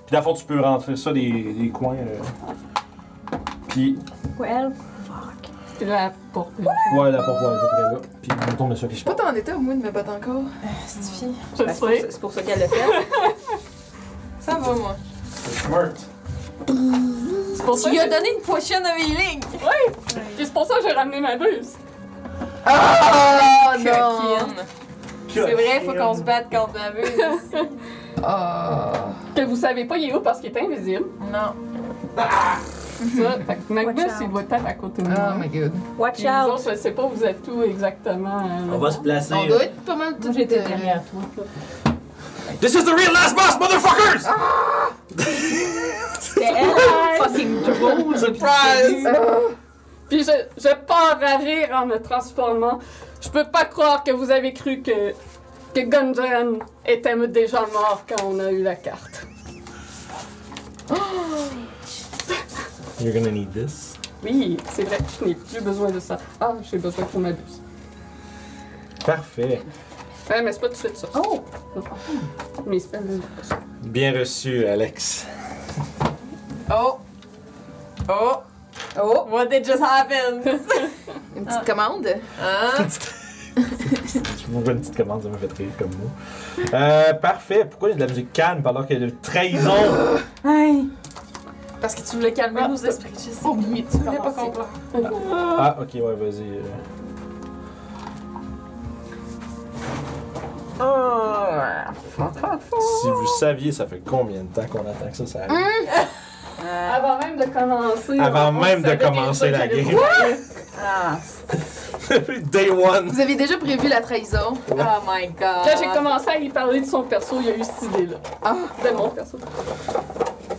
Speaker 1: Puis dans le fond, tu peux rentrer ça, les, les coins. euh. Puis,
Speaker 5: well, fuck.
Speaker 4: La porte.
Speaker 1: ouais, la porte ouais, à peu près là. Puis, on tombe sur les
Speaker 2: Je suis pas tant en état au moins de me battre encore.
Speaker 4: Je le
Speaker 5: Ben, c'est pour
Speaker 4: sais.
Speaker 5: ça- c'est pour ça qu'elle le fait.
Speaker 6: Ça va, moi.
Speaker 1: Smart.
Speaker 4: C'est pour ça
Speaker 6: Tu lui as
Speaker 4: que
Speaker 6: donné une pochette avec Link.
Speaker 4: puis c'est pour ça que j'ai ramené ma buse.
Speaker 2: Oh non!
Speaker 6: Coquine. Ah! C'est vrai, faut qu'on se batte contre la vue.
Speaker 2: Oh.
Speaker 4: Que vous savez pas, il est où parce qu'il est invisible.
Speaker 6: Non.
Speaker 4: Ça, fait que Macbeth,
Speaker 5: (laughs) Watch out. Ah,
Speaker 4: il doit être à côté de
Speaker 2: Oh
Speaker 4: moi.
Speaker 2: my god.
Speaker 5: Watch
Speaker 4: Puis vous
Speaker 5: out.
Speaker 4: autres, je sais pas vous êtes où exactement. euh,
Speaker 1: On va se placer.
Speaker 2: On doit être pas mal
Speaker 5: Moi,
Speaker 2: toutes
Speaker 5: j'étais
Speaker 2: euh,
Speaker 5: derrière toi.
Speaker 1: This is the real last boss, motherfuckers!
Speaker 5: C'était elle, fucking drôle.
Speaker 1: Surprise!
Speaker 4: Puis je, je pars à rire en me transformant. Je peux pas croire que vous avez cru que, que Gunjan était déjà mort quand on a eu la carte.
Speaker 1: You're gonna need this.
Speaker 4: Oui, c'est vrai, je n'ai plus besoin de ça. Ah, j'ai besoin qu'on m'abuse.
Speaker 1: Parfait.
Speaker 4: Ouais, mais c'est pas tout de suite ça. Oh! Mais c'est pas le-
Speaker 1: Bien reçu, Alex.
Speaker 6: Oh. Oh.
Speaker 2: Oh,
Speaker 6: What did just (laughs) happen?
Speaker 2: une petite commande.
Speaker 6: Hein?
Speaker 1: Je vous vois une petite commande, ça m'a fait rire comme mot. Euh, parfait. Pourquoi il y a de la musique calme alors qu'il y a de trahison?
Speaker 5: Hey.
Speaker 6: Parce que tu voulais calmer nos esprits, je sais. Oui, tu voulais pas
Speaker 4: commencer.
Speaker 6: comprendre.
Speaker 1: Ah, ok, ouais, vas-y. euh.
Speaker 5: Oh.
Speaker 1: Si vous saviez, ça fait combien de temps qu'on attend que ça, ça arrive?
Speaker 5: Euh,
Speaker 4: Avant même de commencer.
Speaker 1: Avant
Speaker 4: Mmh, on- on
Speaker 1: même de
Speaker 4: savait déjà
Speaker 1: commencer la
Speaker 4: qu'il allait
Speaker 1: game.
Speaker 5: ah,
Speaker 1: (laughs) Day one!
Speaker 2: Vous avez déjà prévu la trahison.
Speaker 6: Oh my god.
Speaker 4: Là, j'ai commencé à lui parler de son perso, il y a eu cette idée-là.
Speaker 2: Ah.
Speaker 4: De mon perso.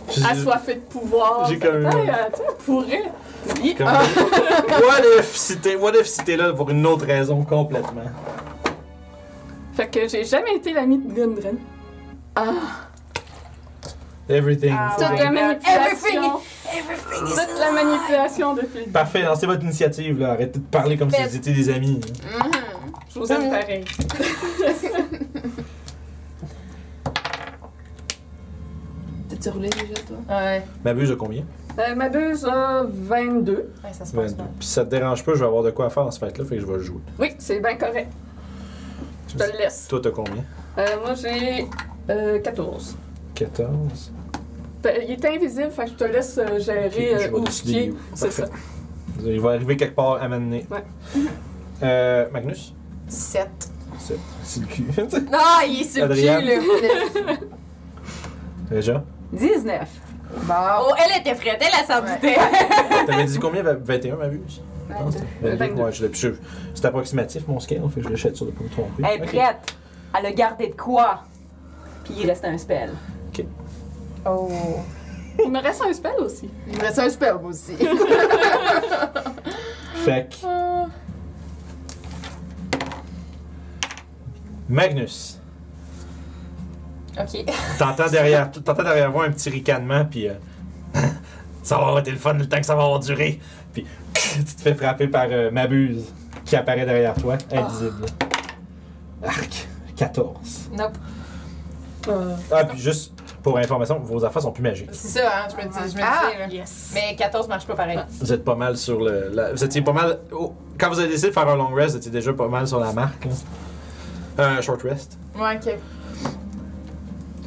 Speaker 1: J'ai-
Speaker 4: Assoiffé de pouvoir.
Speaker 1: J'ai comme-
Speaker 4: Ah, euh, tu sais, on pourrait. Oui.
Speaker 1: comme- What if si t'es- what if si t'es là pour une autre raison complètement?
Speaker 4: Fait que j'ai jamais été l'ami de Gundren.
Speaker 1: Everything.
Speaker 6: Ah,
Speaker 4: Toute
Speaker 6: ouais.
Speaker 4: la
Speaker 6: God.
Speaker 4: manipulation.
Speaker 6: Everything-
Speaker 4: Toute la manipulation depuis. le-
Speaker 1: Parfait, lancez votre initiative là. Arrêtez de parler comme si
Speaker 6: Fait.
Speaker 1: vous étiez des amis.
Speaker 2: Mhm.
Speaker 4: Je vous aime pareil.
Speaker 2: T'as-tu roulé déjà, toi?
Speaker 6: Ouais.
Speaker 1: Ma buse de combien?
Speaker 4: Euh, ma buse a 22.
Speaker 6: Ouais, ça se passe
Speaker 1: 22.
Speaker 6: mal.
Speaker 1: Ben, Puis si ça te dérange pas, je vais avoir de quoi faire en ce fait là, fait que je vais le jouer.
Speaker 4: Oui, c'est bien correct. Je te le laisse.
Speaker 1: Toi, t'as combien?
Speaker 4: Euh, moi, j'ai euh, 14.
Speaker 1: 14.
Speaker 4: Fait- Il est invisible, fait que je te laisse euh,
Speaker 1: Ok,
Speaker 4: gérer
Speaker 1: je
Speaker 4: euh,
Speaker 1: vais
Speaker 4: où
Speaker 1: décider
Speaker 4: je suis.
Speaker 1: où.
Speaker 4: C'est ça.
Speaker 1: Parfait. Il va arriver quelque part à m'amener.
Speaker 4: Ouais.
Speaker 1: (laughs) Euh, Magnus?
Speaker 2: 7.
Speaker 1: C'est c'est le cul. (laughs)
Speaker 6: Non, Ah, il est sur le
Speaker 1: Adrienne.
Speaker 6: cul, (laughs) là.
Speaker 1: Déjà?
Speaker 5: 19.
Speaker 2: Bon.
Speaker 6: Oh, elle était prête, elle a sa
Speaker 2: Ouais.
Speaker 6: bouteille.
Speaker 1: T'avais dit combien? va- 21, ma buse? Je pense.
Speaker 4: 22.
Speaker 1: Ouais, je l'ai puis je- C'est approximatif, mon scale, fait que je l'achète sur le point de tromper.
Speaker 4: Eh,
Speaker 5: Elle est
Speaker 1: Ok.
Speaker 5: prête. Elle a gardé de quoi? Puis il reste un spell.
Speaker 2: Oh.
Speaker 4: Il me reste un spell aussi.
Speaker 2: Il me reste un spell, moi
Speaker 6: (laughs)
Speaker 2: aussi.
Speaker 1: Fait que- Magnus,
Speaker 3: Ok. (laughs)
Speaker 1: t'entends derrière, t'entends derrière moi un petit ricanement, puis euh, (laughs) ça va avoir été le fun le temps que ça va avoir duré. Puis (laughs) tu te fais frapper par euh, Mabuse qui apparaît derrière toi,
Speaker 3: Ah.
Speaker 1: invisible. Arc, 14.
Speaker 3: Nope.
Speaker 1: Ah, puis juste pour information, vos affaires sont plus magiques.
Speaker 3: C'est ça, hein, je me dis. Je me
Speaker 2: Ah,
Speaker 3: disais, là.
Speaker 4: Yes.
Speaker 3: Mais 14 marche pas pareil.
Speaker 1: Vous êtes pas mal sur le. la- vous étiez pas mal. oh, quand vous avez décidé de faire un long rest, vous étiez déjà pas mal sur la marque. là. Un short rest.
Speaker 3: Ouais, ok.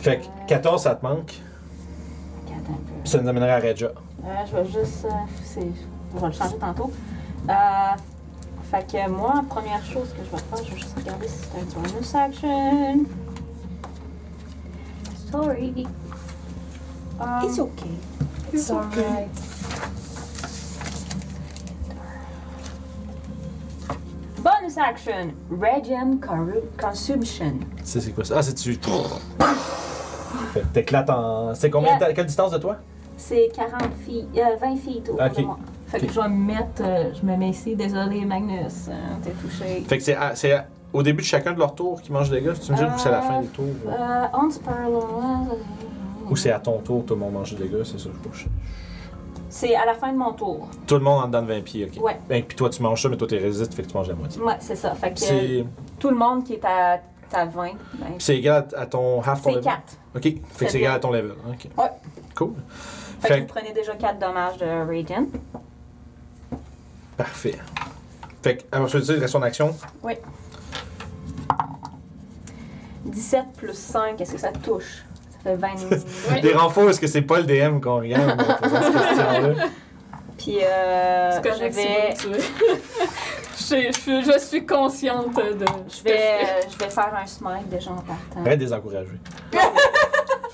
Speaker 1: Fait que 14, ça te manque.
Speaker 5: Regarde un peu.
Speaker 1: Puis ça nous amènerait à Reja.
Speaker 5: Euh, je vais juste. euh, c'est- on va le changer tantôt. Euh, fait que moi, première chose que je vais faire, je vais juste regarder si c'est un bonus action. Sorry. Um, It's okay.
Speaker 2: It's okay.
Speaker 5: Bonus action. Regen corru- consumption.
Speaker 1: C'est c'est quoi ça? Ah, c'est tu. Fait que t'éclates en. C'est combien? de ta- Quelle distance de toi?
Speaker 5: C'est 40 filles, euh, 20 filles autour
Speaker 1: Ok.
Speaker 5: de moi. Fait que
Speaker 1: Ok.
Speaker 5: je vais me mettre, euh, je me mets ici, désolé Magnus, hein, t'es touché.
Speaker 1: Fait que c'est à- c'est à- au début de chacun de leur tour qui mange des gars. Tu me dis
Speaker 5: Euh,
Speaker 1: que c'est à la fin du tour. ou-
Speaker 5: Euh, on se parle, hein.
Speaker 1: Ou c'est à ton tour, tout le monde mange des gars, c'est ça. je crois.
Speaker 5: C'est à la fin de mon tour.
Speaker 1: Tout le monde en dedans de 20 pieds, ok.
Speaker 5: Ouais.
Speaker 1: Ben, puis toi, tu manges ça, mais toi, t'es résiste, fait que tu manges la moitié.
Speaker 5: Ouais, c'est ça. Fait
Speaker 1: Puis
Speaker 5: que euh,
Speaker 1: C'est
Speaker 5: tout le monde qui est à, à 20, ben,
Speaker 1: puis c'est égal à à ton half ton
Speaker 5: c'est
Speaker 1: level.
Speaker 5: 4.
Speaker 1: Ok. Fait que c'est
Speaker 5: C'est
Speaker 1: égal
Speaker 5: bien.
Speaker 1: à ton level. Ok.
Speaker 5: Ouais.
Speaker 1: Cool.
Speaker 5: Fait, que
Speaker 1: Fait
Speaker 5: vous prenez déjà 4 dommages de Radiant.
Speaker 1: que- parfait. Fait que, avant de il reste son action.
Speaker 5: 17 plus 5, est-ce que ça touche? Ça fait 20.
Speaker 1: Des renforts, est-ce que c'est pas le DM qu'on regarde pour cette
Speaker 5: (laughs)
Speaker 1: question-là?
Speaker 5: Puis euh,
Speaker 4: C'est
Speaker 5: je
Speaker 4: correct,
Speaker 5: vais...
Speaker 4: c'est bon, tu veux. (laughs) je, suis- je suis- je suis consciente de.
Speaker 5: Je
Speaker 4: (laughs)
Speaker 5: vais, je vais faire un smite déjà en partant.
Speaker 1: Arrête de les encourager.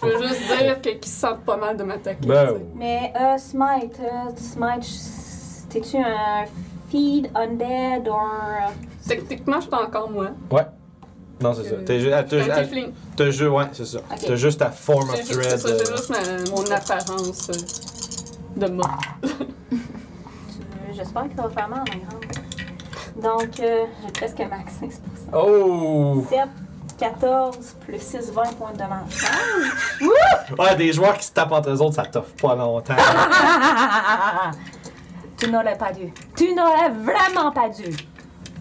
Speaker 4: Je veux juste dire que- qu'ils se sentent pas mal de m'attaquer.
Speaker 1: Ben,
Speaker 4: tu sais.
Speaker 5: Mais euh, smite, euh, smite, je- t'es-tu un feed undead euh, ou un-
Speaker 4: Techniquement, je suis encore moi.
Speaker 1: non, c'est ça.
Speaker 4: Euh,
Speaker 1: T'es ju- ah,
Speaker 4: Je suis
Speaker 1: t'as ju-
Speaker 4: un
Speaker 1: ah,
Speaker 4: tiefling.
Speaker 1: T'as juste, ouais, c'est ça.
Speaker 5: Ok.
Speaker 1: T'as juste ta form
Speaker 4: C'est
Speaker 1: of
Speaker 4: juste ça,
Speaker 1: dread.
Speaker 4: c'est
Speaker 1: euh,
Speaker 4: juste ma- mon apparence euh, de mort.
Speaker 5: tu- J'espère que ça va faire mal, ma grande. Donc, euh, j'ai presque max 5%.
Speaker 1: Oh!
Speaker 5: 7, 14 plus 6, 20 points de dommage.
Speaker 1: Ah, des joueurs qui se tapent entre eux autres, ça t'offre pas
Speaker 5: (laughs)
Speaker 1: longtemps. Ah,
Speaker 5: tu n'aurais pas dû. Tu n'aurais vraiment pas dû.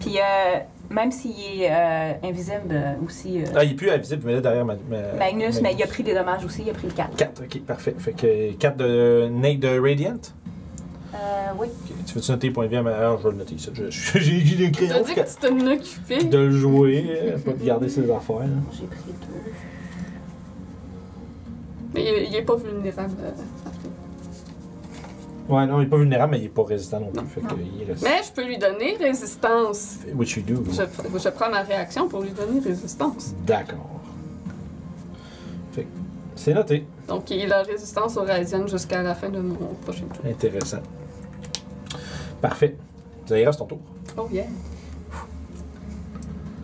Speaker 5: Puis, euh, même s'il est euh, invisible euh, aussi, euh,
Speaker 1: ah, il est plus invisible, mais là derrière ma, ma-
Speaker 5: Magnus, mais il a pris des dommages aussi, il a pris le 4.
Speaker 1: 4, ok, parfait. Fait que 4 de Nate de Radiant.
Speaker 5: Euh, oui.
Speaker 1: Ok, Tu veux-tu noter les points de vie à ma- Ah, je vais le noter ici. Je- (laughs) je- J'ai j'ai des
Speaker 4: T'as
Speaker 1: crayons
Speaker 4: dit que tu t'en occupais.
Speaker 1: de le jouer, euh, pas de garder ses affaires. hein.
Speaker 5: J'ai pris 2.
Speaker 4: Mais il est- il est pas vulnérable. euh.
Speaker 1: Ouais, non, il est pas vulnérable, mais il est pas résistant non plus. Fait que il reste.
Speaker 4: Mais je peux lui donner résistance.
Speaker 1: Which you do.
Speaker 4: Je, pr- je prends ma réaction pour lui donner résistance.
Speaker 1: D'accord. Fait que c'est noté.
Speaker 4: Donc, il a résistance au Radiant jusqu'à la fin de mon prochain tour.
Speaker 1: Intéressant. Parfait. Zaira, c'est ton tour.
Speaker 4: Oh yeah!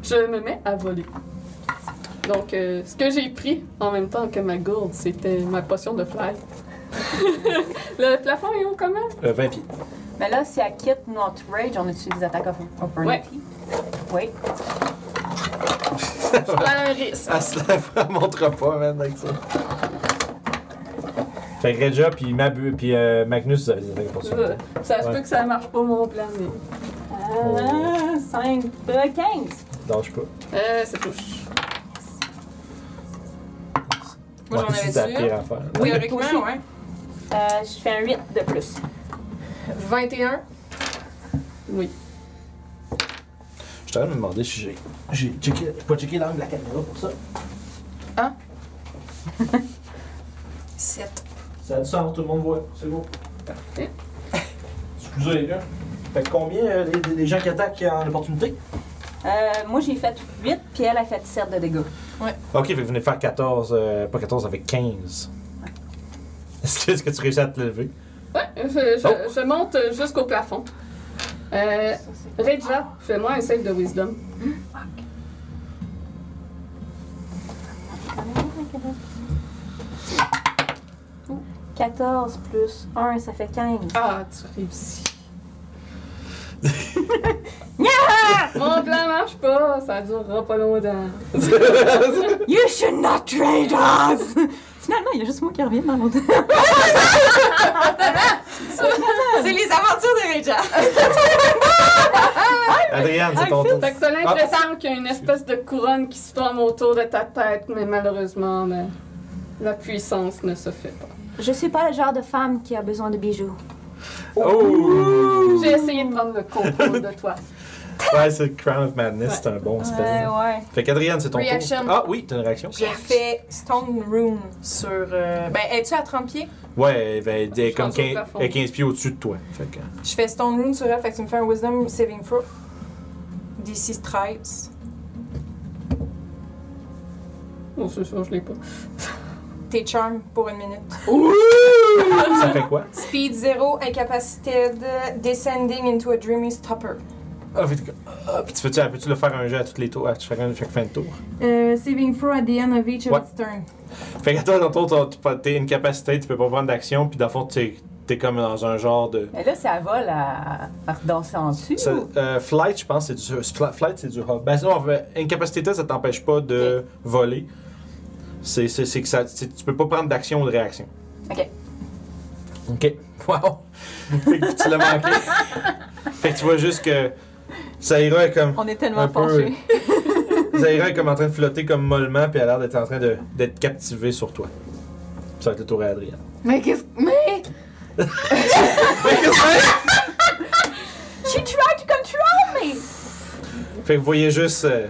Speaker 4: Je me mets à voler. Donc, euh, ce que j'ai pris en même temps que ma gourde, c'était ma potion de fly. (laughs) Le plafond est haut comment?
Speaker 1: Euh, 20 pieds.
Speaker 5: Mais là, si elle quitte notre rage, on utilise des attaques opp- opportunity. Oui.
Speaker 4: Je prends un risque.
Speaker 1: Elle (laughs) se lève, elle Ah, montre pas, man, avec ça. Fait que Regia puis, Mabu, puis euh, Magnus, vous avez des attaques
Speaker 4: Euh,
Speaker 1: opportunités.
Speaker 4: Ça se
Speaker 1: Ouais.
Speaker 4: peut que ça marche pas mon plan, mais.
Speaker 5: Euh, 5, 15.
Speaker 1: Lâche pas.
Speaker 4: Euh, ça touche.
Speaker 6: Moi, j'en
Speaker 1: Ouais,
Speaker 6: avais
Speaker 1: c'est la
Speaker 6: sûr.
Speaker 1: pire affaire.
Speaker 6: Théoriquement, ouais.
Speaker 5: Euh, je fais un 8 de plus.
Speaker 6: 21.
Speaker 4: Oui.
Speaker 1: Je t'aurais me demandé si j'ai. J'ai checké. J'ai pas checké l'angle de la caméra pour ça.
Speaker 6: 7.
Speaker 1: Ça a du sens, tout le monde voit. C'est beau.
Speaker 4: Parfait.
Speaker 1: Excusez les gars. Fait que combien euh, les, les- les gens qui attaquent en opportunité?
Speaker 5: Euh, moi, j'ai fait 8, puis elle a fait 7 de dégâts.
Speaker 1: Ok, fait que vous venez faire 14, euh, pas 14, avec 15. Est-ce que, est-ce que tu réussis à te lever?
Speaker 4: Ouais, je, je- je monte jusqu'au plafond. Euh, Reja, fais-moi un save de wisdom.
Speaker 5: 14 plus 1, ça fait 15.
Speaker 4: Ah, tu (laughs) réussis. Mon plan marche pas, ça durera pas longtemps.
Speaker 5: You should not trade us! Finalement, il y a juste moi qui reviens dans mon
Speaker 6: C'est les aventures de Reja.
Speaker 1: Adrienne, c'est ton tour.
Speaker 4: Fait que t'as l'impression qu'il y a une espèce de couronne qui se forme autour de ta tête, mais malheureusement, ben, la puissance ne se fait pas.
Speaker 5: Je suis pas le genre de femme qui a besoin de bijoux.
Speaker 1: Oh!
Speaker 4: J'ai essayé de prendre le contrôle de (laughs) toi.
Speaker 1: Ouais, c'est Crown of Madness, c'est un bon espèce. de-
Speaker 5: ouais.
Speaker 1: Fait qu'Adrienne, c'est ton
Speaker 6: Reaction.
Speaker 1: tour. Ah oui, t'as une réaction?
Speaker 6: J'ai fait Stone Room sur. euh, Ben, es-tu à 30 pieds?
Speaker 1: Ouais, ben, elle est
Speaker 4: Je
Speaker 1: comme
Speaker 4: pense au
Speaker 1: 15,
Speaker 4: plafond.
Speaker 1: elle est 15 pieds au-dessus de toi. Fait que.
Speaker 6: Je fais Stone Room sur elle, fait que tu me fais un Wisdom Saving Throw. DC Stripes.
Speaker 4: Oh, c'est sûr, je l'ai pas.
Speaker 6: T'es charm pour une minute.
Speaker 1: Ça fait quoi?
Speaker 6: Speed 0, incapacité de descending into a dreamy stopper.
Speaker 1: Ah, fait que- ah, puis tu veux-tu, peux-tu le faire un jeu à toutes les tours, à chacun- chaque fin de tour?
Speaker 6: Euh, saving throw at the end of each
Speaker 1: Ouais.
Speaker 6: of its turn.
Speaker 1: Fait que toi, dans ton tour, t'as- t'as- t'es incapacité, tu peux pas prendre d'action, puis dans le fond, t'es t'es comme dans un genre de.
Speaker 5: Mais là, ça va à, à redanser en dessus.
Speaker 1: Ça-
Speaker 5: ou-
Speaker 1: euh, flight, je pense, c'est du fla- flight, c'est du hub. Ben sinon, en fait, incapacité, test, ça t'empêche pas de voler. C'est c'est- c'est que ça, c'est- tu peux pas prendre d'action ou de réaction.
Speaker 5: Ok.
Speaker 1: Ok. (laughs) Wow. fait que tu l'as
Speaker 5: (laughs)
Speaker 1: manqué. fait que tu vois juste que Zaira est comme
Speaker 5: On est tellement
Speaker 1: un peu-
Speaker 5: penchés.
Speaker 1: (laughs) Zaira est comme en train de flotter comme mollement, puis elle a l'air d'être en train de- d'être captivée sur toi. Ça va être le tour à Adrien.
Speaker 2: Mais qu'est-ce que. Mais.
Speaker 5: She tried to control me!
Speaker 1: Fait que vous voyez juste. euh,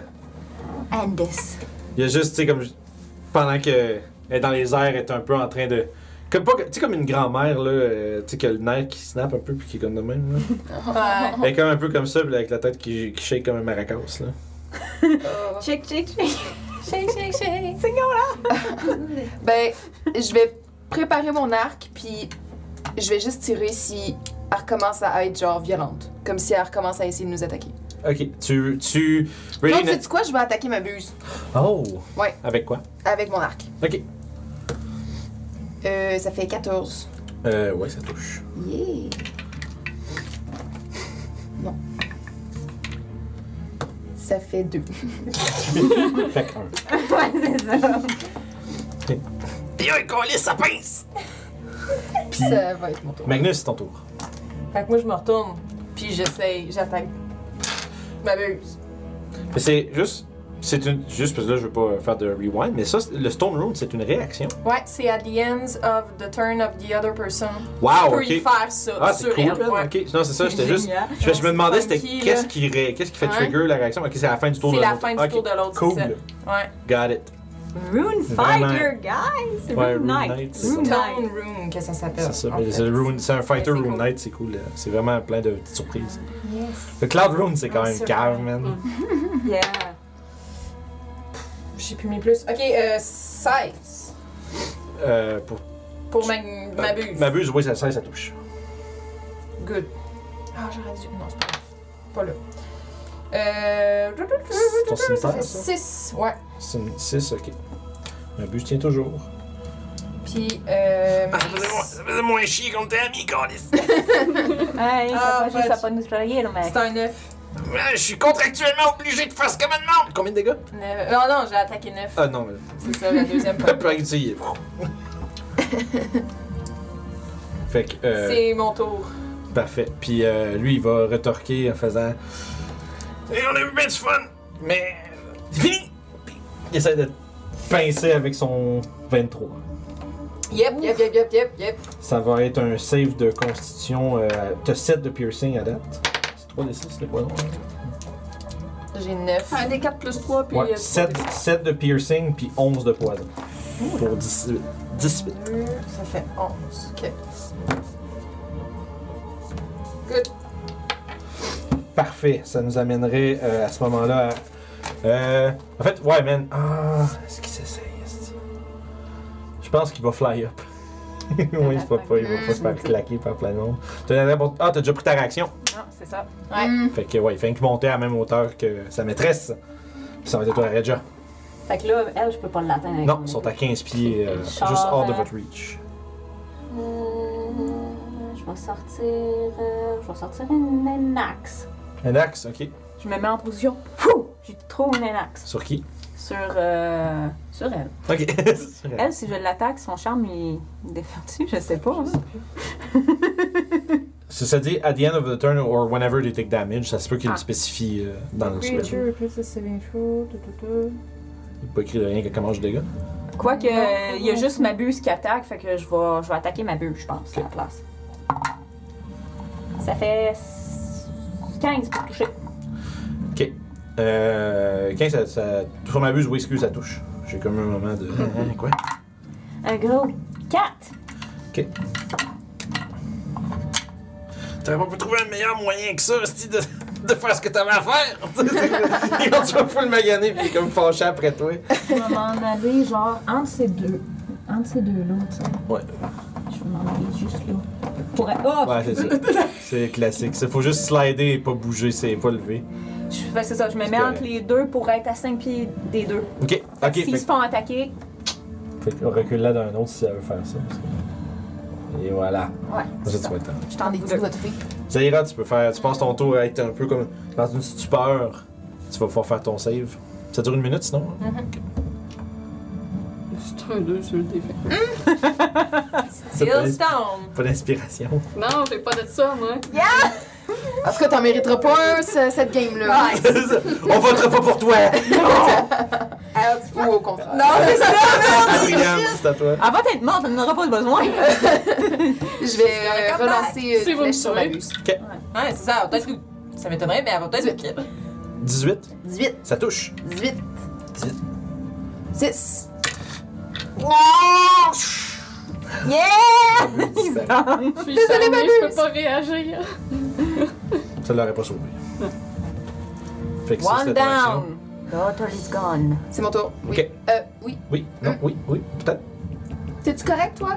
Speaker 5: And this.
Speaker 1: Il y a juste, tu sais, comme. je- Pendant que. Elle est dans les airs, elle est un peu en train de. Comme pas. que- Tu sais, comme une grand-mère, là. euh, tu sais, qui a le nerf qui snap un peu, puis qui est comme de même, là.
Speaker 6: Ouais.
Speaker 1: Elle est comme un peu comme ça, puis avec la tête qui, qui shake comme un maracas, là.
Speaker 5: Check, check, check.
Speaker 6: Shake, shake, shake.
Speaker 2: Ben, je vais préparer mon arc, puis je vais juste tirer si elle recommence à être genre violente. Comme si elle recommence à essayer de nous attaquer.
Speaker 1: Ok, tu. Tu.
Speaker 2: Donc,
Speaker 1: Really na-
Speaker 2: sais-tu quoi? Je vais attaquer ma buse
Speaker 1: Oh!
Speaker 2: Ouais.
Speaker 1: Avec quoi?
Speaker 2: avec mon arc.
Speaker 1: Ok.
Speaker 2: Euh, ça fait 14.
Speaker 1: Euh, ouais, ça touche.
Speaker 2: Yeah! Non. Ça fait 2.
Speaker 1: Fait que un.
Speaker 5: ouais, c'est ça.
Speaker 1: Et un colis, ça pince!
Speaker 2: Ça va être mon tour.
Speaker 1: Magnus, c'est ton tour.
Speaker 6: Fait que moi, je me retourne, puis j'essaye, j'attaque. M'abuse.
Speaker 1: Mais c'est juste. C'est une. Juste parce que là, je veux pas faire de rewind, mais ça, c'est- le Stone Room, c'est une réaction.
Speaker 6: Ouais, c'est at the end of the turn of the other person. Tu
Speaker 1: Wow!
Speaker 6: peux
Speaker 1: Ok.
Speaker 6: y faire ça
Speaker 1: Ah, c'est
Speaker 6: sur
Speaker 1: cool,
Speaker 6: elle.
Speaker 1: man.
Speaker 6: ouais.
Speaker 1: Ok. Non, c'est ça, j'étais juste.
Speaker 5: Génial.
Speaker 1: Je, je me demandais c'était
Speaker 6: Funky,
Speaker 1: qu'est-ce
Speaker 6: là.
Speaker 1: qui, ré- qu'est-ce qui fait
Speaker 6: Ouais.
Speaker 1: trigger la réaction. Ok, c'est à la fin du tour
Speaker 6: C'est
Speaker 1: de
Speaker 6: la
Speaker 1: l'autre.
Speaker 6: fin du
Speaker 1: Ok,
Speaker 6: tour de l'autre,
Speaker 1: Cool.
Speaker 6: c'est ça. Ouais.
Speaker 1: Got it.
Speaker 6: Ah,
Speaker 5: Rune
Speaker 1: Vraiment.
Speaker 5: Fighter, guys!
Speaker 1: Ouais, Rune
Speaker 5: Rune
Speaker 1: Knight,
Speaker 5: Knight.
Speaker 1: c'est
Speaker 5: Rune
Speaker 6: Stone
Speaker 5: Knight.
Speaker 6: Room, que ça
Speaker 1: C'est
Speaker 6: s'appelle.
Speaker 1: ça.
Speaker 6: en
Speaker 1: mais
Speaker 6: fait.
Speaker 1: c'est, le rune- c'est un fighter
Speaker 6: Ouais, c'est
Speaker 1: Rune
Speaker 6: cool.
Speaker 1: Knight, c'est cool. là. C'est vraiment plein de petites surprises.
Speaker 5: Yes.
Speaker 1: Le Cloud Rune, c'est quand
Speaker 6: Ouais,
Speaker 1: même
Speaker 6: c'est
Speaker 1: cave,
Speaker 6: vrai. Mm.
Speaker 1: man.
Speaker 5: Yeah.
Speaker 6: J'ai plus mis plus. Ok, euh, 16
Speaker 1: Euh, pour...
Speaker 6: pour ma,
Speaker 1: Euh,
Speaker 6: ma buse.
Speaker 1: M'abuse, oui, ça, ça, ça touche.
Speaker 6: Good. Ah, j'aurais dû. Non, c'est pas grave. Pas là. Euh.
Speaker 1: C'est ton
Speaker 6: Ça
Speaker 1: cimetière,
Speaker 6: fait
Speaker 1: ça.
Speaker 6: 6. Ouais.
Speaker 1: C'est une 6, ok. M'abuse tient toujours.
Speaker 6: Puis, euh.
Speaker 1: Ah, faisait moins chier contre tes amis, Colis.
Speaker 5: Hey,
Speaker 6: Ah,
Speaker 5: papa,
Speaker 6: ouais.
Speaker 5: juste à pas nous trahir, le mec.
Speaker 6: C'est un 9.
Speaker 1: Ah, Je suis contractuellement obligé de faire ce que me demande. Combien de dégâts
Speaker 6: Non, non, j'ai attaqué 9.
Speaker 1: Ah non, mais.
Speaker 6: C'est ça, la deuxième fois.
Speaker 1: Pas pas utile. (laughs) Fait que. euh,
Speaker 6: C'est mon tour.
Speaker 1: Parfait. Puis euh, lui, il va retorquer en faisant. Et on a eu bien du fun, mais. C'est fini! Puis il essaie de pincer avec son 23.
Speaker 6: Yep, yep, yep, yep, yep, yep.
Speaker 1: Ça va être un save de constitution. Euh, T'as 7 de piercing à date. C'est 3 des 6, c'est quoi non?
Speaker 6: J'ai 9.
Speaker 4: Un des 4 plus 3, puis. euh,
Speaker 1: Ouais, 7, 7 de piercing, puis 11 de poison. Pour 18. 18.
Speaker 6: Ça fait 11. Ok. Good.
Speaker 1: Parfait. Ça nous amènerait euh, à ce moment-là à. Euh, en fait, ouais, man. Ah, est-ce qu'il s'essaye? est-ce que- Je pense qu'il va fly up. (laughs) oui, il va pas, il va pas se (laughs) faire claquer par plein de monde. T'as n'importe- Ah, t'as déjà pris ta réaction.
Speaker 5: Non, c'est ça. Mm.
Speaker 6: Ouais.
Speaker 1: Fait que, ouais, il fait qu'il montait à la même hauteur que sa maîtresse. Puis ça va être à toi, Regia.
Speaker 5: Fait que là, elle, je peux pas l'atteindre. avec
Speaker 1: Non,
Speaker 5: mon
Speaker 1: ils sont
Speaker 5: épée.
Speaker 1: à 15 pieds, euh,
Speaker 5: Le
Speaker 1: juste
Speaker 5: char,
Speaker 1: hors de
Speaker 5: euh,
Speaker 1: votre reach.
Speaker 5: Euh, je vais sortir. euh, je vais sortir une Enax.
Speaker 1: Un axe, ok.
Speaker 5: Je me mets en position. Fou! J'ai trop une Enax.
Speaker 1: Sur qui
Speaker 5: Sur, euh, sur elle.
Speaker 1: Ok. (laughs) Sur elle.
Speaker 5: Elle, si je l'attaque, son charme il il défend dessus, je sais pas. hein.
Speaker 1: Ça, ça dit at the end of the turn or whenever they take damage, ça se peut qu'il le
Speaker 5: Ah.
Speaker 1: spécifie euh, dans le spell.
Speaker 6: Creature repeats a saving throw. tout, tout, tout.
Speaker 1: Il n'est pas écrit de rien que comment je dégâts.
Speaker 5: Quoique, euh, il y a juste ma buse qui attaque, fait que je vais, je vais attaquer ma buse, je pense, à la place. Ça fait s- 15 pour toucher.
Speaker 1: Ok. Euh, 15, ça, ça. Sur ma buse, oui, excuse, ça touche. J'ai comme un moment de. (laughs) Hein, quoi
Speaker 5: Un gros 4.
Speaker 1: T'aurais pas pu trouver un meilleur moyen que ça, Sti, de, de faire ce que t'avais à (laughs) faire! Et on tu vas full maganer, pis il est comme fâché après toi.
Speaker 8: Je vais m'en aller genre entre ces deux. Entre ces deux-là, tu sais.
Speaker 1: Ouais.
Speaker 8: Je vais m'en aller juste là. Pour être-
Speaker 5: Ah!
Speaker 8: Oh!
Speaker 1: Ouais, c'est ça. C'est classique. Ça faut juste slider et pas bouger, c'est pas levé.
Speaker 5: Je fais c'est ça, je me
Speaker 1: C'est
Speaker 5: mets
Speaker 1: correct.
Speaker 5: entre les deux pour être à 5 pieds des deux.
Speaker 1: Ok, ok.
Speaker 5: S'ils
Speaker 1: Fait,
Speaker 5: se font attaquer,
Speaker 1: fait qu'on recule là d'un autre si ça veut faire ça. parce que- Et voilà.
Speaker 5: ouais.
Speaker 1: Ça,
Speaker 5: c'est
Speaker 1: tu
Speaker 5: ça.
Speaker 1: vas être en-
Speaker 5: Je
Speaker 2: T'en
Speaker 5: t'en ai
Speaker 2: es-tu de votre fille?
Speaker 1: Zaira, tu peux faire. Tu passes ton tour à être un peu comme dans une stupeur. Tu vas pouvoir faire ton save. Ça dure une minute sinon? hein?
Speaker 4: C'est un 2 sur le défi.
Speaker 1: Pas d'ins-
Speaker 6: Stillstone.
Speaker 1: Pas d'inspiration.
Speaker 4: Non, j'ai pas de ça, (laughs) moi.
Speaker 2: En tout cas, t'en mériteras pas un, ce- cette game-là. (laughs)
Speaker 1: C'est ça. (laughs) On votera pas pour toi!
Speaker 2: Ou au contraire.
Speaker 6: Non, c'est ça!
Speaker 1: (laughs) Adrien, c'est à toi.
Speaker 5: Elle va être morte, elle n'aura pas de besoin.
Speaker 2: Je vais
Speaker 6: Jusqu'à la
Speaker 2: relancer euh,
Speaker 4: Si
Speaker 2: une
Speaker 4: vous me
Speaker 2: flèche sur ma
Speaker 4: sauvez.
Speaker 2: buse.
Speaker 6: (laughs) Ouais, c'est ça, elle va peut-être nous- Ça m'étonnerait, mais elle va peut-être nous quitter.
Speaker 1: 18,
Speaker 2: 18,
Speaker 1: ça touche.
Speaker 2: 18, 6.
Speaker 5: Yeah!
Speaker 4: Je suis charmée, je peux pas réagir.
Speaker 1: Ça l'aurait pas sauvé. Fait que ça,
Speaker 5: One
Speaker 1: c'était ton action.
Speaker 5: down. L'autre is gone.
Speaker 2: C'est mon tour. Oui.
Speaker 1: Ok.
Speaker 2: Euh, oui.
Speaker 1: Oui, non, oui, oui, peut-être.
Speaker 2: T'es-tu correct, toi?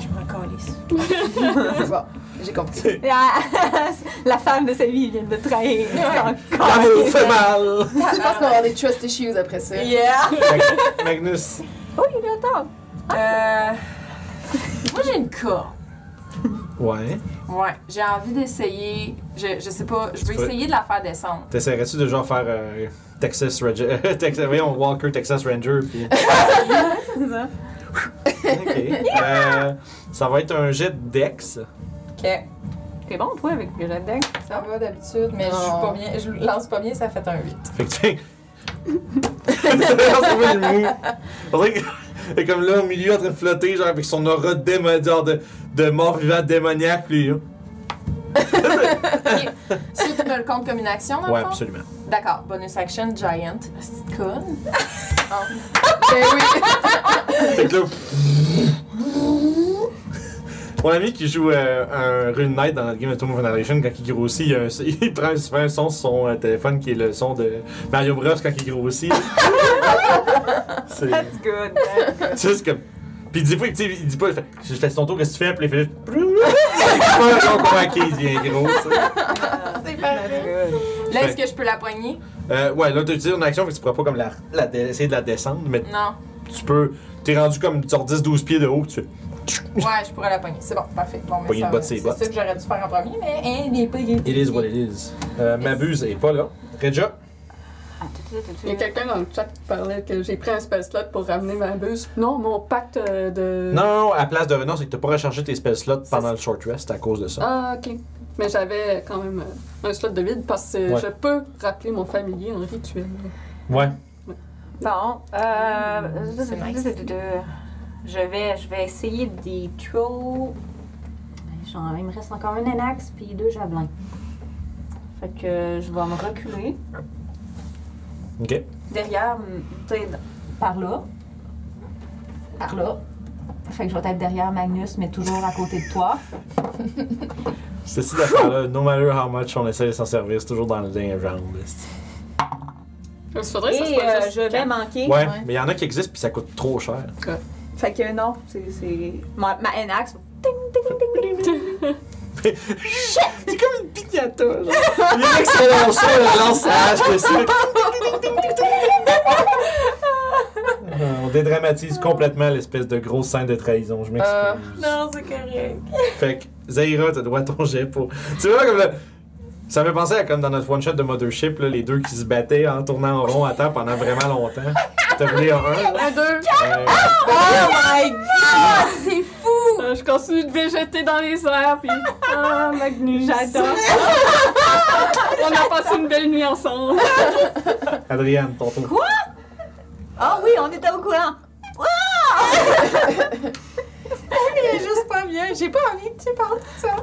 Speaker 8: Je me calisse.
Speaker 2: C'est bon. J'ai compris.
Speaker 5: La, (laughs) la femme de sa vie vient de le trahir. C'est (laughs) encore-
Speaker 1: L'amour fait mal!
Speaker 2: Je pense qu'on va avoir des trust issues après ça.
Speaker 6: Yeah!
Speaker 1: Mag- Magnus,
Speaker 5: Oh, il est en temps.
Speaker 6: Euh. (laughs) Moi, j'ai une corde.
Speaker 1: ouais.
Speaker 3: Ouais, j'ai envie d'essayer. Je, je sais pas, je veux
Speaker 1: Tu peux-
Speaker 3: essayer de la faire descendre.
Speaker 1: T'essaierais-tu de genre faire euh, Texas Ranger. (laughs) Texas, voyons, Walker Texas Ranger, puis. ok. Euh, ça va être un jet de Dex.
Speaker 6: Ok.
Speaker 5: T'es bon, toi, avec le jet de deck?
Speaker 6: Ça va d'habitude, mais je, suis
Speaker 3: Ah.
Speaker 2: Non.
Speaker 6: pas bien, je lance pas bien, ça fait un 8.
Speaker 3: (laughs)
Speaker 1: Fait que tu. Ça balance un peu le mou. (laughs) On dirait que- elle est comme là au milieu en train de flotter, genre avec son aura démo- genre de, de mort vivant démoniaque, lui. hein.
Speaker 3: Ça, tu me le comptes comme une action, dans
Speaker 1: Ouais,
Speaker 3: le fond?
Speaker 1: absolument.
Speaker 3: D'accord, bonus action, giant. C'est
Speaker 6: (laughs)
Speaker 3: con.
Speaker 6: Ah.
Speaker 3: (laughs)
Speaker 2: Ben oui.
Speaker 1: Fait que là. (laughs) Mon ami qui joue euh, un Rune Knight dans notre game de Tomb of Annihilation, quand il grossit, il, y a un- (laughs) il prend, il se fait un son sur son euh, téléphone qui est le son de Mario Bros quand il grossit. C'est
Speaker 5: That's good. (laughs) man.
Speaker 1: c'est juste comme. Puis il dit pas, tu sais, il dit pas, il fait, je fais son tour, qu'est-ce que tu fais? Puis il fait juste. (laughs) Il fait un son convaincu, il devient gros, tu sais.
Speaker 2: C'est
Speaker 5: That's
Speaker 2: parfait.
Speaker 5: good.
Speaker 3: Là, est-ce que je peux la poigner?
Speaker 1: Euh, ouais, là, tu utilisé une action, fait que tu pourras pas comme la, la dé- essayer de la descendre, mais
Speaker 3: Non.
Speaker 1: tu peux. T'es rendu comme genre 10-12 pieds de haut, tu fais.
Speaker 3: Ouais, je pourrais la poigner. C'est bon, parfait. Bon, mais
Speaker 1: Poigner
Speaker 3: ça,
Speaker 1: de botte,
Speaker 3: c'est
Speaker 1: c'est botte.
Speaker 3: ça que j'aurais dû faire en premier, mais hein, il est pas il est-
Speaker 1: It is what it is. Euh, Mabuse est pas là. Reja,
Speaker 5: Ah,
Speaker 4: Il y a quelqu'un dans le chat qui parlait que j'ai pris un spell slot pour ramener ma buse. Non, mon pacte euh, de.
Speaker 1: Non, non, non, à place de Renan, c'est que t'as pas rechargé tes spell slots pendant le short rest à cause de ça.
Speaker 4: Ah, ok. Mais j'avais quand même euh, un slot de vide parce que euh,
Speaker 1: Ouais.
Speaker 4: je peux rappeler mon familier en rituel.
Speaker 1: Ouais.
Speaker 5: Bon, euh,
Speaker 3: C'est nice.
Speaker 5: je vais, je vais essayer des tuiles. J'en- Il me reste encore un anax puis deux javelins. Fait que euh, je vais me reculer
Speaker 1: Ok.
Speaker 5: derrière, m- tu sais, d- par là, par là. Fait que je vais être derrière Magnus, mais toujours à côté de toi.
Speaker 1: Ceci d'affaire-là, no matter how much on essaie de s'en servir, c'est toujours dans le dernier round. esti.
Speaker 4: Il faudrait
Speaker 5: Et
Speaker 4: que ça soit
Speaker 5: euh,
Speaker 4: juste
Speaker 5: je vais
Speaker 4: quatre.
Speaker 5: manquer.
Speaker 1: Ouais, mais il y en a qui existent puis ça coûte trop cher.
Speaker 5: Fait que non, c'est- c'est. Ma, ma NX. Ding, ding, ding, ding,
Speaker 6: (laughs)
Speaker 5: ding.
Speaker 1: (laughs) C'est comme une piñata, genre. Il y en a qui se lancent sur la lance à hache dessus. Ah, On dédramatise complètement l'espèce de grosse scène de trahison. Je m'excuse.
Speaker 2: Euh,
Speaker 6: Non, c'est correct.
Speaker 1: Fait que, Zaira, t'as droit à ton jet pour. C'est vraiment comme le. Ça me fait penser à comme dans notre one-shot de Mothership, là, les deux qui se battaient en tournant en rond à terre pendant vraiment longtemps. T'as voulu un.
Speaker 4: Un, deux.
Speaker 1: euh,
Speaker 6: Oh my
Speaker 5: C'est fou!
Speaker 4: Euh, je continue de végéter dans les airs, (laughs) puis. Ah, Magnus, j'adore. (laughs) On a passé une belle nuit ensemble.
Speaker 1: Adriane, ton tour.
Speaker 5: Ah oui, on était au courant!
Speaker 6: (laughs) god, juste pas bien. J'ai pas envie que tu parles.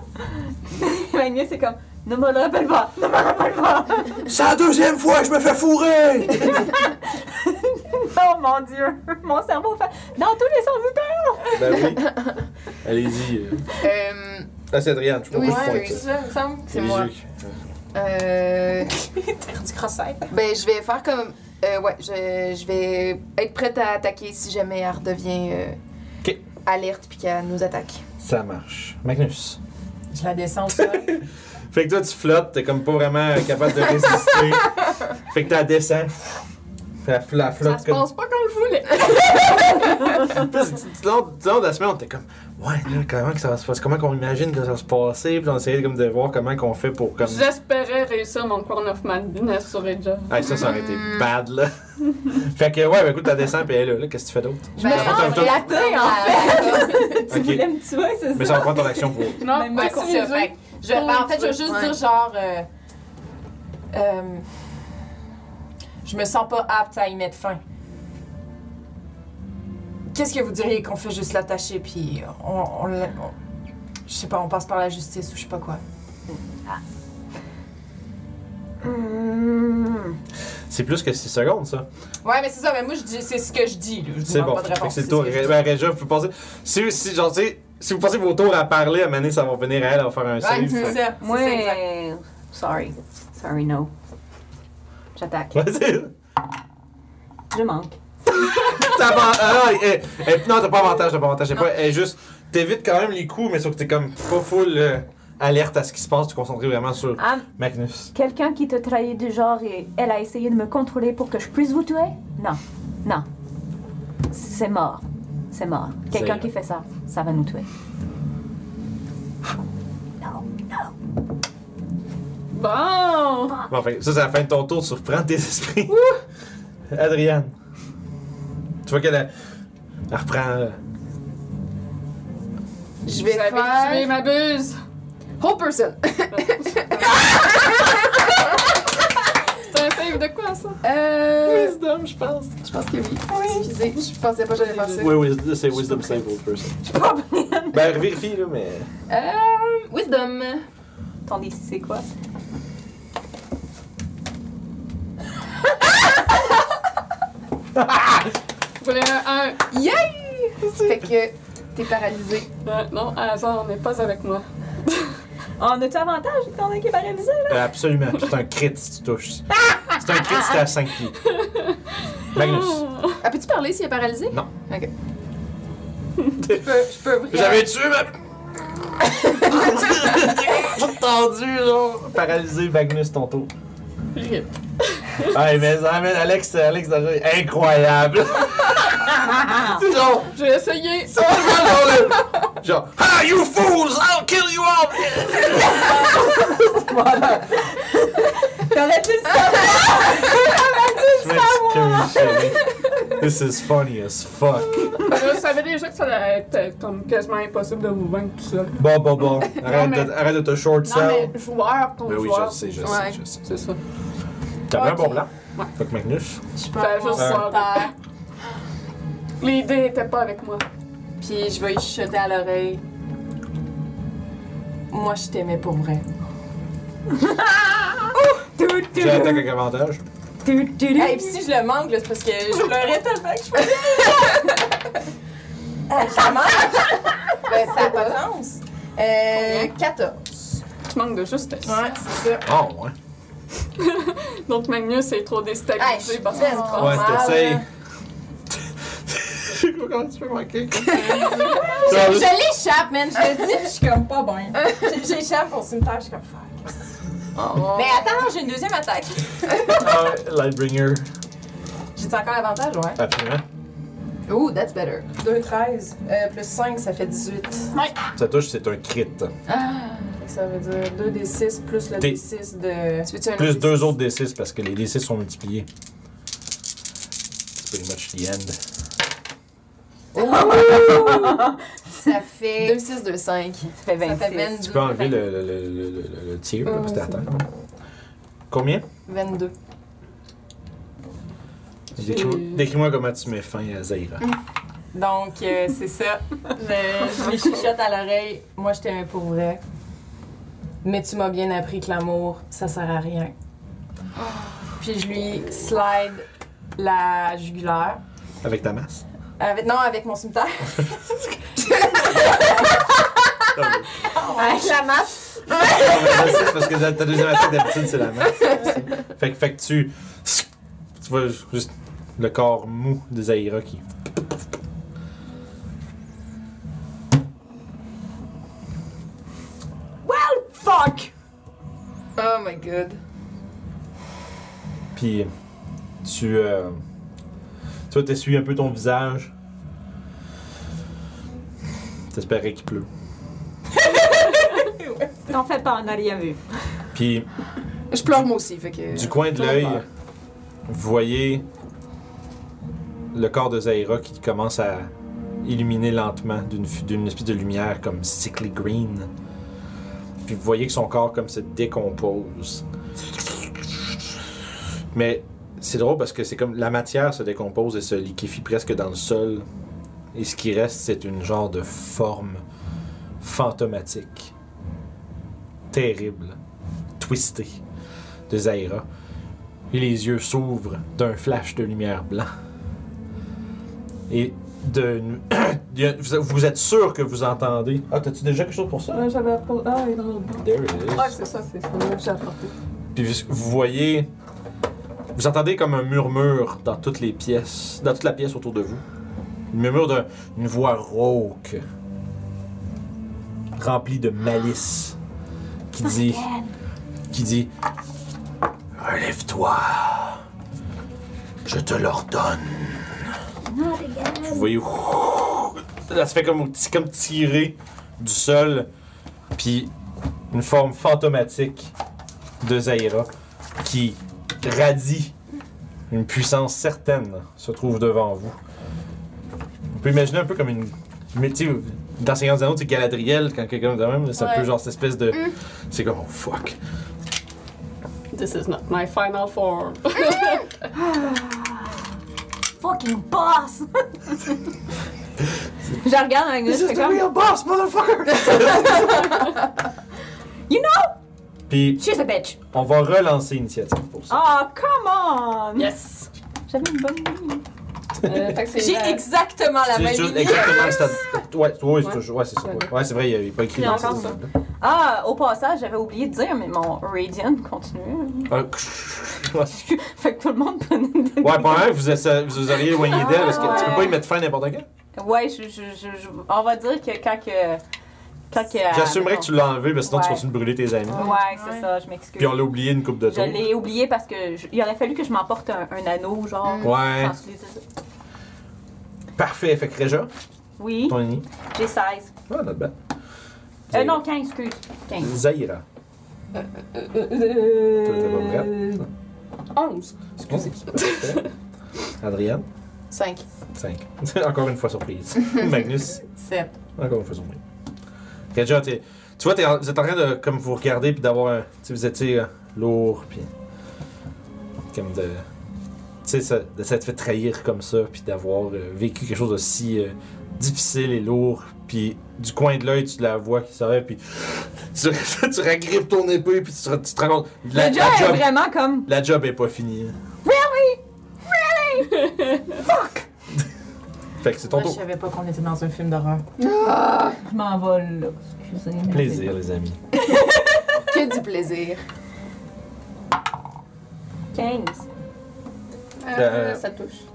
Speaker 5: Magnus, c'est comme, ne me le rappelle pas! Ne me le rappelle pas!
Speaker 1: C'est la deuxième fois que je me fais fourrer!
Speaker 5: (laughs) Oh mon dieu! Mon cerveau fait dans tous les sens du terme!
Speaker 1: ben oui. Allez-y. euh.
Speaker 2: euh,
Speaker 1: Ah, c'est Adriane, je suis pas
Speaker 2: Oui,
Speaker 1: obligé de
Speaker 2: c'est-
Speaker 1: pointer.
Speaker 6: Ça me semble.
Speaker 2: c'est
Speaker 1: Les
Speaker 2: moi.
Speaker 1: yeux qui-
Speaker 2: Euh,
Speaker 6: Faire du cross-eyed.
Speaker 2: ben, je vais faire comme. euh, ouais, je, je vais être prête à attaquer si jamais elle redevient euh,
Speaker 1: Ok.
Speaker 2: alerte puis qu'elle nous attaque.
Speaker 1: Ça marche. Magnus.
Speaker 3: Je la descends au sol.
Speaker 1: (laughs) Fait que toi, tu flottes, t'es comme pas vraiment capable de résister. fait que t'as descends. La, la flotte comme.
Speaker 4: pas comme je voulais.
Speaker 1: Puis, (laughs) tout au long- tout au long de la semaine, on était comme, ouais, là, comment que ça va se passer? Comment qu'on imagine que ça va se passer? Puis on essayait comme, de voir comment qu'on fait pour comme.
Speaker 4: J'espérais réussir mon corn of madness sur Edja.
Speaker 1: Ah, ça, ça aurait été bad, là. (laughs) fait que, ouais, ben écoute, t'as descendu, puis elle, là, là, qu'est-ce que tu fais d'autre?
Speaker 2: Ben,
Speaker 1: Ça prend ton-
Speaker 5: Flatter, en fait! tu
Speaker 1: Ok.
Speaker 5: voulais me tuer, c'est
Speaker 1: Mais
Speaker 5: ça?
Speaker 1: ça va prendre ton action pour.
Speaker 4: Non,
Speaker 3: Ouais,
Speaker 4: pas
Speaker 3: Ben, c'est ça.
Speaker 6: hein.
Speaker 3: Fait que je- ben, en fait, je veux juste
Speaker 2: Ouais.
Speaker 3: dire, genre. euh, euh, je me sens pas apte à y mettre fin. Qu'est-ce que vous diriez qu'on fait juste l'attacher, puis on. on l'a- on- je sais pas, on passe par la justice ou je sais pas quoi.
Speaker 5: Hmm.
Speaker 1: C'est plus que 6 secondes, ça.
Speaker 3: Ouais, mais c'est ça, mais moi, je dis, c'est ce que je dis. là. Je
Speaker 1: C'est
Speaker 3: demande
Speaker 1: bon.
Speaker 3: pas de
Speaker 1: Fait que
Speaker 3: réponse.
Speaker 1: c'est le
Speaker 3: c'est
Speaker 1: tour.
Speaker 3: ce que je dis.
Speaker 1: Ben, Réja, vous pouvez passer. Si, si, genre, tu sais, si vous passez vos tours à parler, à Mané, ça va venir à elle, elle va faire un
Speaker 3: Ouais,
Speaker 1: save.
Speaker 3: c'est
Speaker 1: Fait-
Speaker 3: ça. c'est
Speaker 5: Moi,
Speaker 3: ça, exact.
Speaker 5: sorry. Sorry, no. J'attaque.
Speaker 1: Ouais, c'est.
Speaker 5: Je manque.
Speaker 1: T'as avan- ah, eh, eh, non, t'as pas avantage, t'as pas avantage. t'as Pas, eh, juste, t'évites quand même les coups, mais sauf que t'es comme pas full euh, alerte à ce qui se passe, tu te concentres vraiment sur
Speaker 5: Ah,
Speaker 1: Magnus.
Speaker 5: quelqu'un qui te trahit du genre et elle a essayé de me contrôler pour que je puisse vous tuer? Non. Non. C'est mort. C'est mort. Quelqu'un
Speaker 1: C'est-
Speaker 5: qui fait ça, ça va nous tuer. Non, non.
Speaker 4: Bon!
Speaker 1: Bon, fait, que ça, c'est la fin de ton tour, tu reprends tes esprits. Adriane. Tu vois qu'elle elle- elle reprend. euh,
Speaker 2: Je
Speaker 4: Vous
Speaker 2: vais
Speaker 4: avez tué
Speaker 2: faire.
Speaker 4: ma buse!
Speaker 2: Whole person!
Speaker 4: C'est un save de quoi, ça?
Speaker 2: Euh,
Speaker 1: Wisdom, je pense.
Speaker 2: je pense que oui. Excusez, je pensais pas que j'allais faire ça.
Speaker 1: Oui, oui, c'est Wisdom Save Old Person.
Speaker 5: Je suis pas
Speaker 1: Ben, vérifie, là, mais.
Speaker 2: Euh, wisdom.
Speaker 5: Attendez, c'est quoi?
Speaker 4: Je voulais un
Speaker 2: Yay! Fait que t'es paralysé.
Speaker 4: 1. Ben, non, à hasard, n'est pas avec moi.
Speaker 5: Oh, On a-tu avantage quand on est paralysé?
Speaker 1: Euh, absolument, c'est un crit si tu touches. C'est un crit si t'es à 5 pieds. Magnus.
Speaker 2: Ah, peux-tu parler s'il est paralysé?
Speaker 1: Non.
Speaker 2: Ok.
Speaker 1: Je peux, J'avais tué ma. Tout tendu, genre. Paralysé, Magnus, ton tour.
Speaker 4: Rip.
Speaker 1: Ouais, mais ça amène Alex, Alex, dans le jeu, incroyable. C'est genre,
Speaker 4: J'ai essayé!
Speaker 1: c'est vraiment genre le. Genre, ah, you fools, I'll kill you all.
Speaker 5: T'aurais-tu le
Speaker 1: Je m'excuse, chérie. This is funny as fuck.
Speaker 4: Je savais déjà que ça allait être euh, comme quasiment impossible de vous vaincre tout seul.
Speaker 1: Bon, bon, bon. Arrête,
Speaker 4: mais-
Speaker 1: de, arrête de te short
Speaker 4: Non,
Speaker 1: sell.
Speaker 4: mais joueur contre
Speaker 1: Ben oui,
Speaker 4: joueur.
Speaker 1: je sais, je
Speaker 2: Ouais.
Speaker 1: sais, je sais.
Speaker 4: C'est ça.
Speaker 1: T'as un bon
Speaker 2: Ok.
Speaker 1: plan. Fait que Magnus.
Speaker 6: Je
Speaker 4: Fallait
Speaker 6: peux
Speaker 4: juste
Speaker 1: Ouais.
Speaker 4: ça. L'idée n'était pas avec moi.
Speaker 6: Puis je vais lui chuter à l'oreille. Moi, je t'aimais pour vrai.
Speaker 1: J'ai attaque avec avantage.
Speaker 6: Hey, pis si je le manque, là, c'est parce que (laughs) je pleurais tellement que je faisais hey, Je le Euh, manque! Ben, ça a pas de sens. Euh, 14.
Speaker 4: Tu manques de justesse.
Speaker 6: Ouais, c'est ça.
Speaker 1: Oh, ouais.
Speaker 4: Donc Magnus est trop
Speaker 6: Hey, je
Speaker 4: déstabilisé
Speaker 6: suis
Speaker 4: par
Speaker 6: belle,
Speaker 4: ça.
Speaker 6: trop
Speaker 1: Ouais,
Speaker 6: mal, hein.
Speaker 1: t'essayes.
Speaker 6: là.
Speaker 1: Je sais pas (laughs) comment tu peux
Speaker 6: (laughs)
Speaker 1: manquer.
Speaker 6: Je l'échappe, man. Je le dis, pis je suis comme pas bien. (laughs) Je- J'échappe au cimetière, je suis comme fuck. Mais attends, j'ai une deuxième attaque.
Speaker 1: Ah, Lightbringer.
Speaker 6: J'ai encore l'avantage, ouais.
Speaker 1: Absolument.
Speaker 2: Ooh, that's better.
Speaker 3: 2, 13. Euh, plus 5, ça fait 18.
Speaker 1: Ça touche, c'est un crit.
Speaker 3: Fait que Ça veut dire 2 des 6 plus le
Speaker 1: T'es-
Speaker 3: des 6 de.
Speaker 2: Tu veux-tu un
Speaker 1: Plus
Speaker 2: autre
Speaker 1: deux
Speaker 2: D6?
Speaker 1: autres D6 parce que les D6 sont multipliés. C'est pretty much the end.
Speaker 6: Ça fait.
Speaker 2: 2, 6, 2, 5.
Speaker 5: Ça fait
Speaker 6: Ça fait
Speaker 5: 26.
Speaker 6: 22.
Speaker 1: Tu peux enlever le, le, le, le, le- le tir, là, parce que t'es à terre. Combien
Speaker 2: 22.
Speaker 1: Décris- Décris-moi comment tu mets fin à Zaira.
Speaker 6: Hum.
Speaker 3: Donc, euh, c'est (laughs) ça. Le- je lui chuchote à l'oreille. Moi, je t'aimais pour vrai. Mais tu m'as bien appris que l'amour, ça sert à rien. Puis je lui slide la jugulaire.
Speaker 1: Avec ta masse.
Speaker 3: Avec- non, avec mon cimetière.
Speaker 6: Avec la map.
Speaker 1: Non, mais je sais, c'est parce que ta deuxième attaque d'habitude, c'est la masse. Fait, que- fait que tu. Tu vois juste le corps mou de Zaira qui.
Speaker 2: Oh my god.
Speaker 1: Puis tu. euh, tu vois, t'essuies un peu ton visage. T'espérais qu'il pleut.
Speaker 5: T'en fais pas, on n'a rien vu.
Speaker 1: Puis
Speaker 2: Je pleure moi aussi, fait que.
Speaker 1: du coin de l'œil, vous voyez le corps de Zaira qui commence à illuminer lentement d'une fu- d'une espèce de lumière comme sickly green. Puis vous voyez que son corps comme se décompose. Mais c'est drôle parce que c'est comme la matière se décompose et se liquéfie presque dans le sol. Et ce qui reste, c'est une genre de forme fantomatique, terrible, twistée de Zaira. Et les yeux s'ouvrent d'un flash de lumière blanc. Et (coughs) d'une- il y a- vous- vous êtes sûr que vous entendez. Ah, t'as-tu déjà quelque chose pour ça?
Speaker 4: J'avais apporté. Ah, il est
Speaker 1: There it is.
Speaker 4: Ouais, c'est ça, c'est ça que j'ai apporté.
Speaker 1: Puis vous- vous voyez. Vous entendez comme un murmure dans toutes les pièces, dans toute la pièce autour de vous. Le murmure d'une voix rauque, remplie de malice, qui dit. qui dit. Relève-toi. Je te l'ordonne. Vous voyez. ouh, Là, Ah, ça fait comme, comme tirer du sol. Puis une forme fantomatique de Zaira qui radie une puissance certaine se trouve devant vous. On peut imaginer un peu comme une. Mais tu sais, dans Seigneur des Anneaux, c'est Galadriel, quand quelqu'un de même, c'est un peu genre cette espèce de. C'est comme, oh fuck.
Speaker 4: This is not my final form.
Speaker 5: Fucking (laughs) boss! Je la regarde avec
Speaker 1: This
Speaker 5: nous,
Speaker 1: is
Speaker 5: c'est
Speaker 1: the
Speaker 5: comme.
Speaker 1: real boss, motherfucker!
Speaker 5: You know,
Speaker 1: Puis,
Speaker 5: she's a bitch!
Speaker 1: on va relancer l'initiative pour ça.
Speaker 5: Oh, come on!
Speaker 4: Yes!
Speaker 5: J'avais une bonne idée.
Speaker 4: Euh, fait que c'est
Speaker 6: J'ai
Speaker 4: la-
Speaker 6: exactement la
Speaker 1: C'est
Speaker 6: même
Speaker 1: sur-
Speaker 6: ligne.
Speaker 1: exactement le stade. Ouais, ouais, c'est
Speaker 4: Ouais.
Speaker 1: toujours- ouais, c'est ça. Ouais, Ouais, c'est vrai, il n'y a pas écrit
Speaker 5: Il y a
Speaker 1: dans
Speaker 5: encore
Speaker 1: ça.
Speaker 5: Ah, au passage, j'avais oublié de dire, mais mon Radiant continue. (laughs) fait que tout le monde prenait des.
Speaker 1: Euh, (laughs) Ouais, pas un, vous, essa- vous auriez éloigné d'elle parce que tu peux pas y mettre fin n'importe quand.
Speaker 5: Ouais, je, je, je, je- on va dire que quand que. Quand que
Speaker 1: J'assumerais que tu l'as enlevé, mais sinon tu
Speaker 5: euh, Ouais.
Speaker 1: continues de brûler tes amis.
Speaker 5: Ouais, c'est ça, je m'excuse.
Speaker 1: Puis on l'a oublié une coupe de
Speaker 5: Je
Speaker 1: tour.
Speaker 5: l'ai oublié parce que je- il aurait fallu que je m'emporte un, un anneau, genre.
Speaker 1: Ouais.
Speaker 5: sans celui-
Speaker 1: Parfait. Fait que Réja,
Speaker 5: Oui,
Speaker 1: ton ennemi.
Speaker 5: j'ai 16.
Speaker 1: Ah, not bad.
Speaker 5: Euh,
Speaker 1: Zaira.
Speaker 5: non, 15, excuse. 15.
Speaker 1: Zaira.
Speaker 4: Euh,
Speaker 1: T'étais
Speaker 4: 11.
Speaker 1: Excusez. Adrienne,
Speaker 2: 5.
Speaker 1: 5. (laughs) Encore une fois
Speaker 5: (laughs)
Speaker 1: surprise. Magnus,
Speaker 3: 7.
Speaker 1: encore une fois surprise. Réja, t'es- tu vois, t'es en- vous êtes en train de comme vous regarder puis d'avoir un. Tu sais, vous étiez euh, lourd puis. Comme de. Tu sais, ça- de s'être fait trahir comme ça puis d'avoir euh, vécu quelque chose d'aussi euh, difficile et lourd. Puis du coin de l'œil, tu la vois qui s'arrête puis. (laughs) Tu, tu ragripes ton épée puis tu, te- tu te rends compte. La,
Speaker 5: Le
Speaker 1: la
Speaker 5: jeu est
Speaker 1: job,
Speaker 5: vraiment comme.
Speaker 1: la job est pas finie. hein.
Speaker 5: Really?
Speaker 1: (laughs) Fait que c'est ton
Speaker 3: Moi, je
Speaker 1: tour.
Speaker 3: savais pas qu'on était dans un film d'horreur.
Speaker 8: Je m'envole là, excusez. mais-
Speaker 1: Plaisir, les amis.
Speaker 2: (laughs) Que du plaisir.
Speaker 5: 15.
Speaker 1: Euh,
Speaker 4: Ça touche.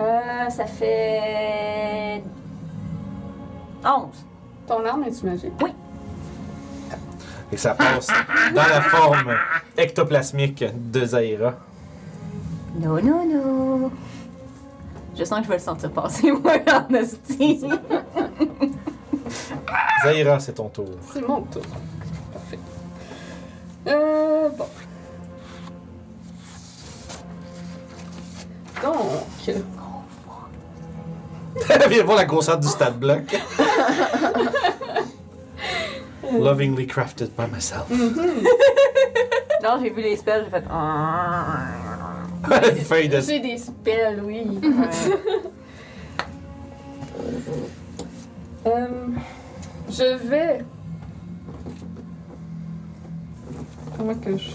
Speaker 5: Euh, ça fait. 11.
Speaker 4: Ton arme est-tu magique?
Speaker 1: Et ça passe dans la forme ectoplasmique de Zaira.
Speaker 5: Non, non, non. Je sens que je vais le sentir passer, (laughs) moi, en hostie.
Speaker 1: Zaira, c'est ton tour. (laughs)
Speaker 4: C'est mon tour. Parfait. Euh, bon. Donc,
Speaker 1: Viens voir la grosseur du stade (laughs) bloc. Lovingly crafted by myself.
Speaker 5: non, j'ai vu les spells, (laughs) j'ai fait. Ben,
Speaker 1: Une (laughs) feuille de.
Speaker 4: j'ai des spells, oui. Euh, je vais. Comment que je.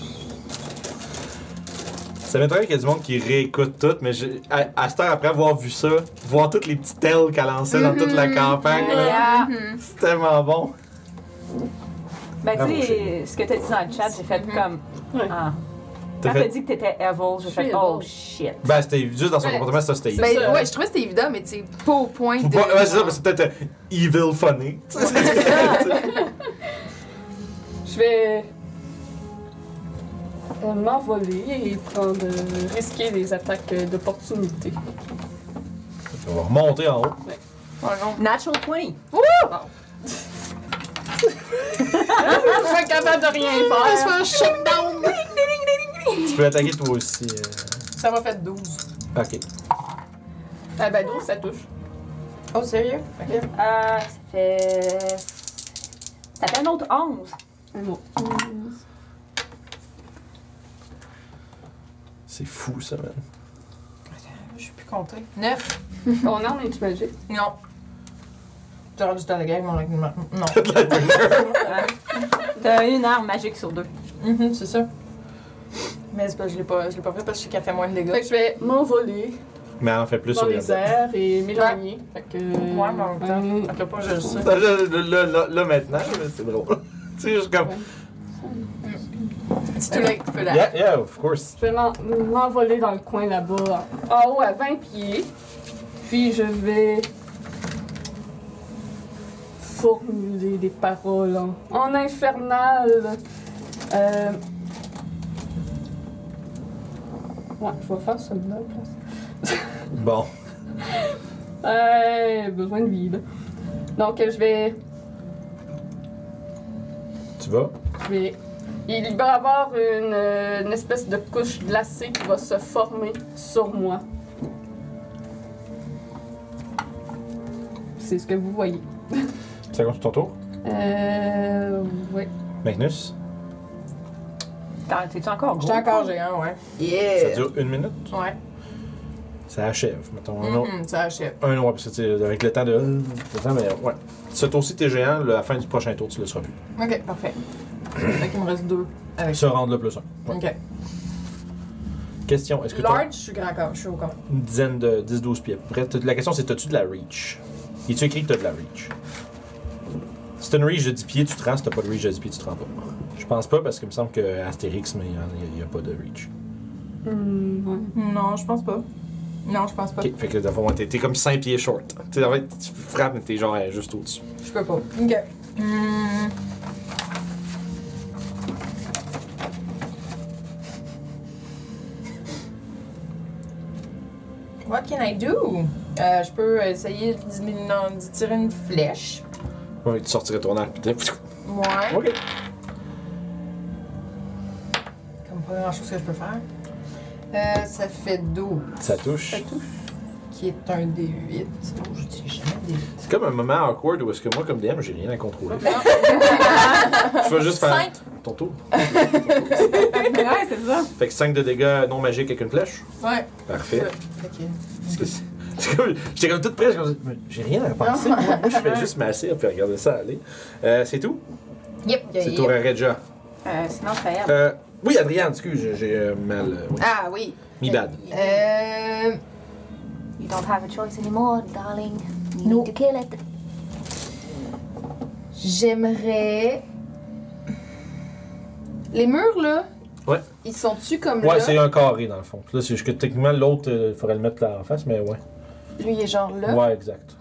Speaker 1: Ça m'étonne qu'il y ait du monde qui réécoute tout, mais je- à, à cette heure, après avoir vu ça, voir toutes les petites ailes qu'elle lançait dans toute la campagne, là,
Speaker 6: Yeah.
Speaker 1: c'est tellement bon.
Speaker 5: Ben,
Speaker 1: Ah,
Speaker 5: tu
Speaker 1: mon
Speaker 5: sais, ce que t'as dit dans le chat, j'ai fait comme.
Speaker 4: Ouais.
Speaker 5: Ah. Quand
Speaker 1: T'as
Speaker 5: t'as
Speaker 1: fait-
Speaker 5: dit que t'étais evil, j'ai
Speaker 4: Je suis
Speaker 5: fait oh
Speaker 4: evil.
Speaker 5: shit.
Speaker 1: Ben, c'était juste dans son
Speaker 2: Ouais.
Speaker 1: comportement, ça, c'était.
Speaker 2: Ben,
Speaker 4: ça.
Speaker 2: ouais, je trouvais que c'était évident, mais tu sais, pas au point
Speaker 1: Faut
Speaker 2: de.
Speaker 1: pas- ouais, c'est ça, mais c'est peut-être euh, evil funny.
Speaker 4: Je vais. euh, m'envoler et prendre. euh, risquer des attaques euh, d'opportunité.
Speaker 1: (laughs) On va remonter en haut.
Speaker 5: Natural 20.
Speaker 4: Je suis capable de rien faire.
Speaker 1: Tu peux attaquer toi aussi. euh.
Speaker 3: Ça m'a fait 12.
Speaker 1: Ok.
Speaker 4: Ah ben, donc, ça touche.
Speaker 3: Oh, sérieux?
Speaker 5: Ah, ça fait. Ça fait un autre 11.
Speaker 4: Non.
Speaker 1: C'est fou, ça, man.
Speaker 3: Je suis plus comptée. 9.
Speaker 4: On en est magique.
Speaker 3: Non. J'ai rendu dans la game, mon argument. Non.
Speaker 5: T'as une arme magique sur deux.
Speaker 3: Mhm, c'est ça. Mais c'est pas, je l'ai pas, je l'ai pas fait parce que je sais qu'elle fait moins de
Speaker 4: Fait
Speaker 3: dégâts.
Speaker 4: que je vais m'envoler
Speaker 1: Mais elle en fait plus
Speaker 4: dans
Speaker 1: sur
Speaker 4: les airs et m'éloigner. Fait que. euh,
Speaker 3: Ouais, mais en même temps. Après pas, je le sais.
Speaker 1: Là, là, là, là, là, maintenant, là, c'est drôle. (laughs) c'est juste comme.
Speaker 2: C'est tout là que tu peux la-
Speaker 1: Yeah, yeah, of course.
Speaker 4: Je vais m'en- m'envoler dans le coin là-bas, en haut à 20 pieds. Puis je vais formuler des paroles en, en infernal. Euh, Ouais, je vais faire celui-là. je pense.
Speaker 1: Bon.
Speaker 4: Euh, besoin de vide. Donc je vais,
Speaker 1: Tu vas?
Speaker 4: je vais- Il va y avoir une, une espèce de couche glacée qui va se former sur moi. C'est ce que vous voyez.
Speaker 1: Ça compte sur ton tour?
Speaker 4: Euh. Ouais.
Speaker 1: Magnus?
Speaker 5: T'en- T'es-tu encore gros?
Speaker 3: J'étais encore géant, ouais.
Speaker 1: Ça
Speaker 2: Yeah!
Speaker 1: dure une minute?
Speaker 3: Ouais.
Speaker 1: Ça achève. Mettons un autre.
Speaker 3: Mhm, ça achève.
Speaker 2: Mm-hmm.
Speaker 1: Un autre, parce que tu sais, avec le temps de. Le temps, mais ouais. Ce tour-ci, t'es géant, le- à la fin du prochain tour, tu le seras plus.
Speaker 3: Ok, parfait. fait qu'il me reste deux. Avec
Speaker 1: Se rendre le plus un. Ouais.
Speaker 3: Ok.
Speaker 1: Question, est-ce que tu as
Speaker 3: Large, je suis grand comme. Je suis haut comme.
Speaker 1: une dizaine de 10-12 pieds à peu près? T'as- La question, c'est as-tu de la reach? Et tu écrit que t'as de la reach? Si t'as une reach de 10 pieds, tu te rends. Si t'as pas de reach de 10 pieds, tu te rends pas. Je pense pas, parce qu'il me semble que Astérix, mais il n'y a, pas de reach.
Speaker 4: Hum, ouais.
Speaker 3: Non, je pense pas. Non, je pense pas.
Speaker 1: Ok, fait que d'abord, t'es t'es comme 5 pieds short. Tu sais, en fait, tu frappes, mais t'es genre euh, juste au-dessus.
Speaker 3: Je peux pas. Ok. Hmm. What can I do? Euh, je peux essayer d'y- non, d'y tirer une flèche.
Speaker 1: Ouais, tu sortirais ton arc, puis t'es-
Speaker 3: Ouais.
Speaker 1: Ok.
Speaker 3: Comme pas grand chose que je peux faire. Euh, ça fait 12,
Speaker 1: Ça touche.
Speaker 3: qui est un D8. Oh, j'utilise jamais le D8.
Speaker 1: C'est comme un moment awkward où est-ce que moi, comme DM, j'ai rien à contrôler. Je vais juste faire ton tour.
Speaker 5: Ouais, c'est ça.
Speaker 1: Fait que 5 de dégâts non magiques avec une flèche.
Speaker 3: Ouais.
Speaker 1: Parfait.
Speaker 3: Ok.
Speaker 1: Parce que c'est- c'est comme- J'étais comme toute prête, comme, mais j'ai rien à penser. Moi, Moi, je fais juste m'asseoir puis regarder ça aller. Euh, c'est tout?
Speaker 3: Yep.
Speaker 2: Ben,
Speaker 1: C'est tour à Regia.
Speaker 5: Euh, sinon, c'est elle.
Speaker 1: Euh, oui, Adrienne, excuse, j'ai euh, mal. euh, oui.
Speaker 2: Ah oui!
Speaker 1: Mi bad.
Speaker 2: Euh.
Speaker 5: You don't have a choice anymore, darling. You
Speaker 2: No.
Speaker 5: need to kill it.
Speaker 2: J'aimerais. Les murs, là.
Speaker 1: Ouais.
Speaker 2: Ils sont-tu comme
Speaker 1: Ouais, c'est
Speaker 2: là?
Speaker 1: un carré dans le fond. Là, c'est juste que techniquement, l'autre, il faudrait le mettre là en face, mais ouais.
Speaker 2: Lui, il est genre là.
Speaker 1: Ouais, exact.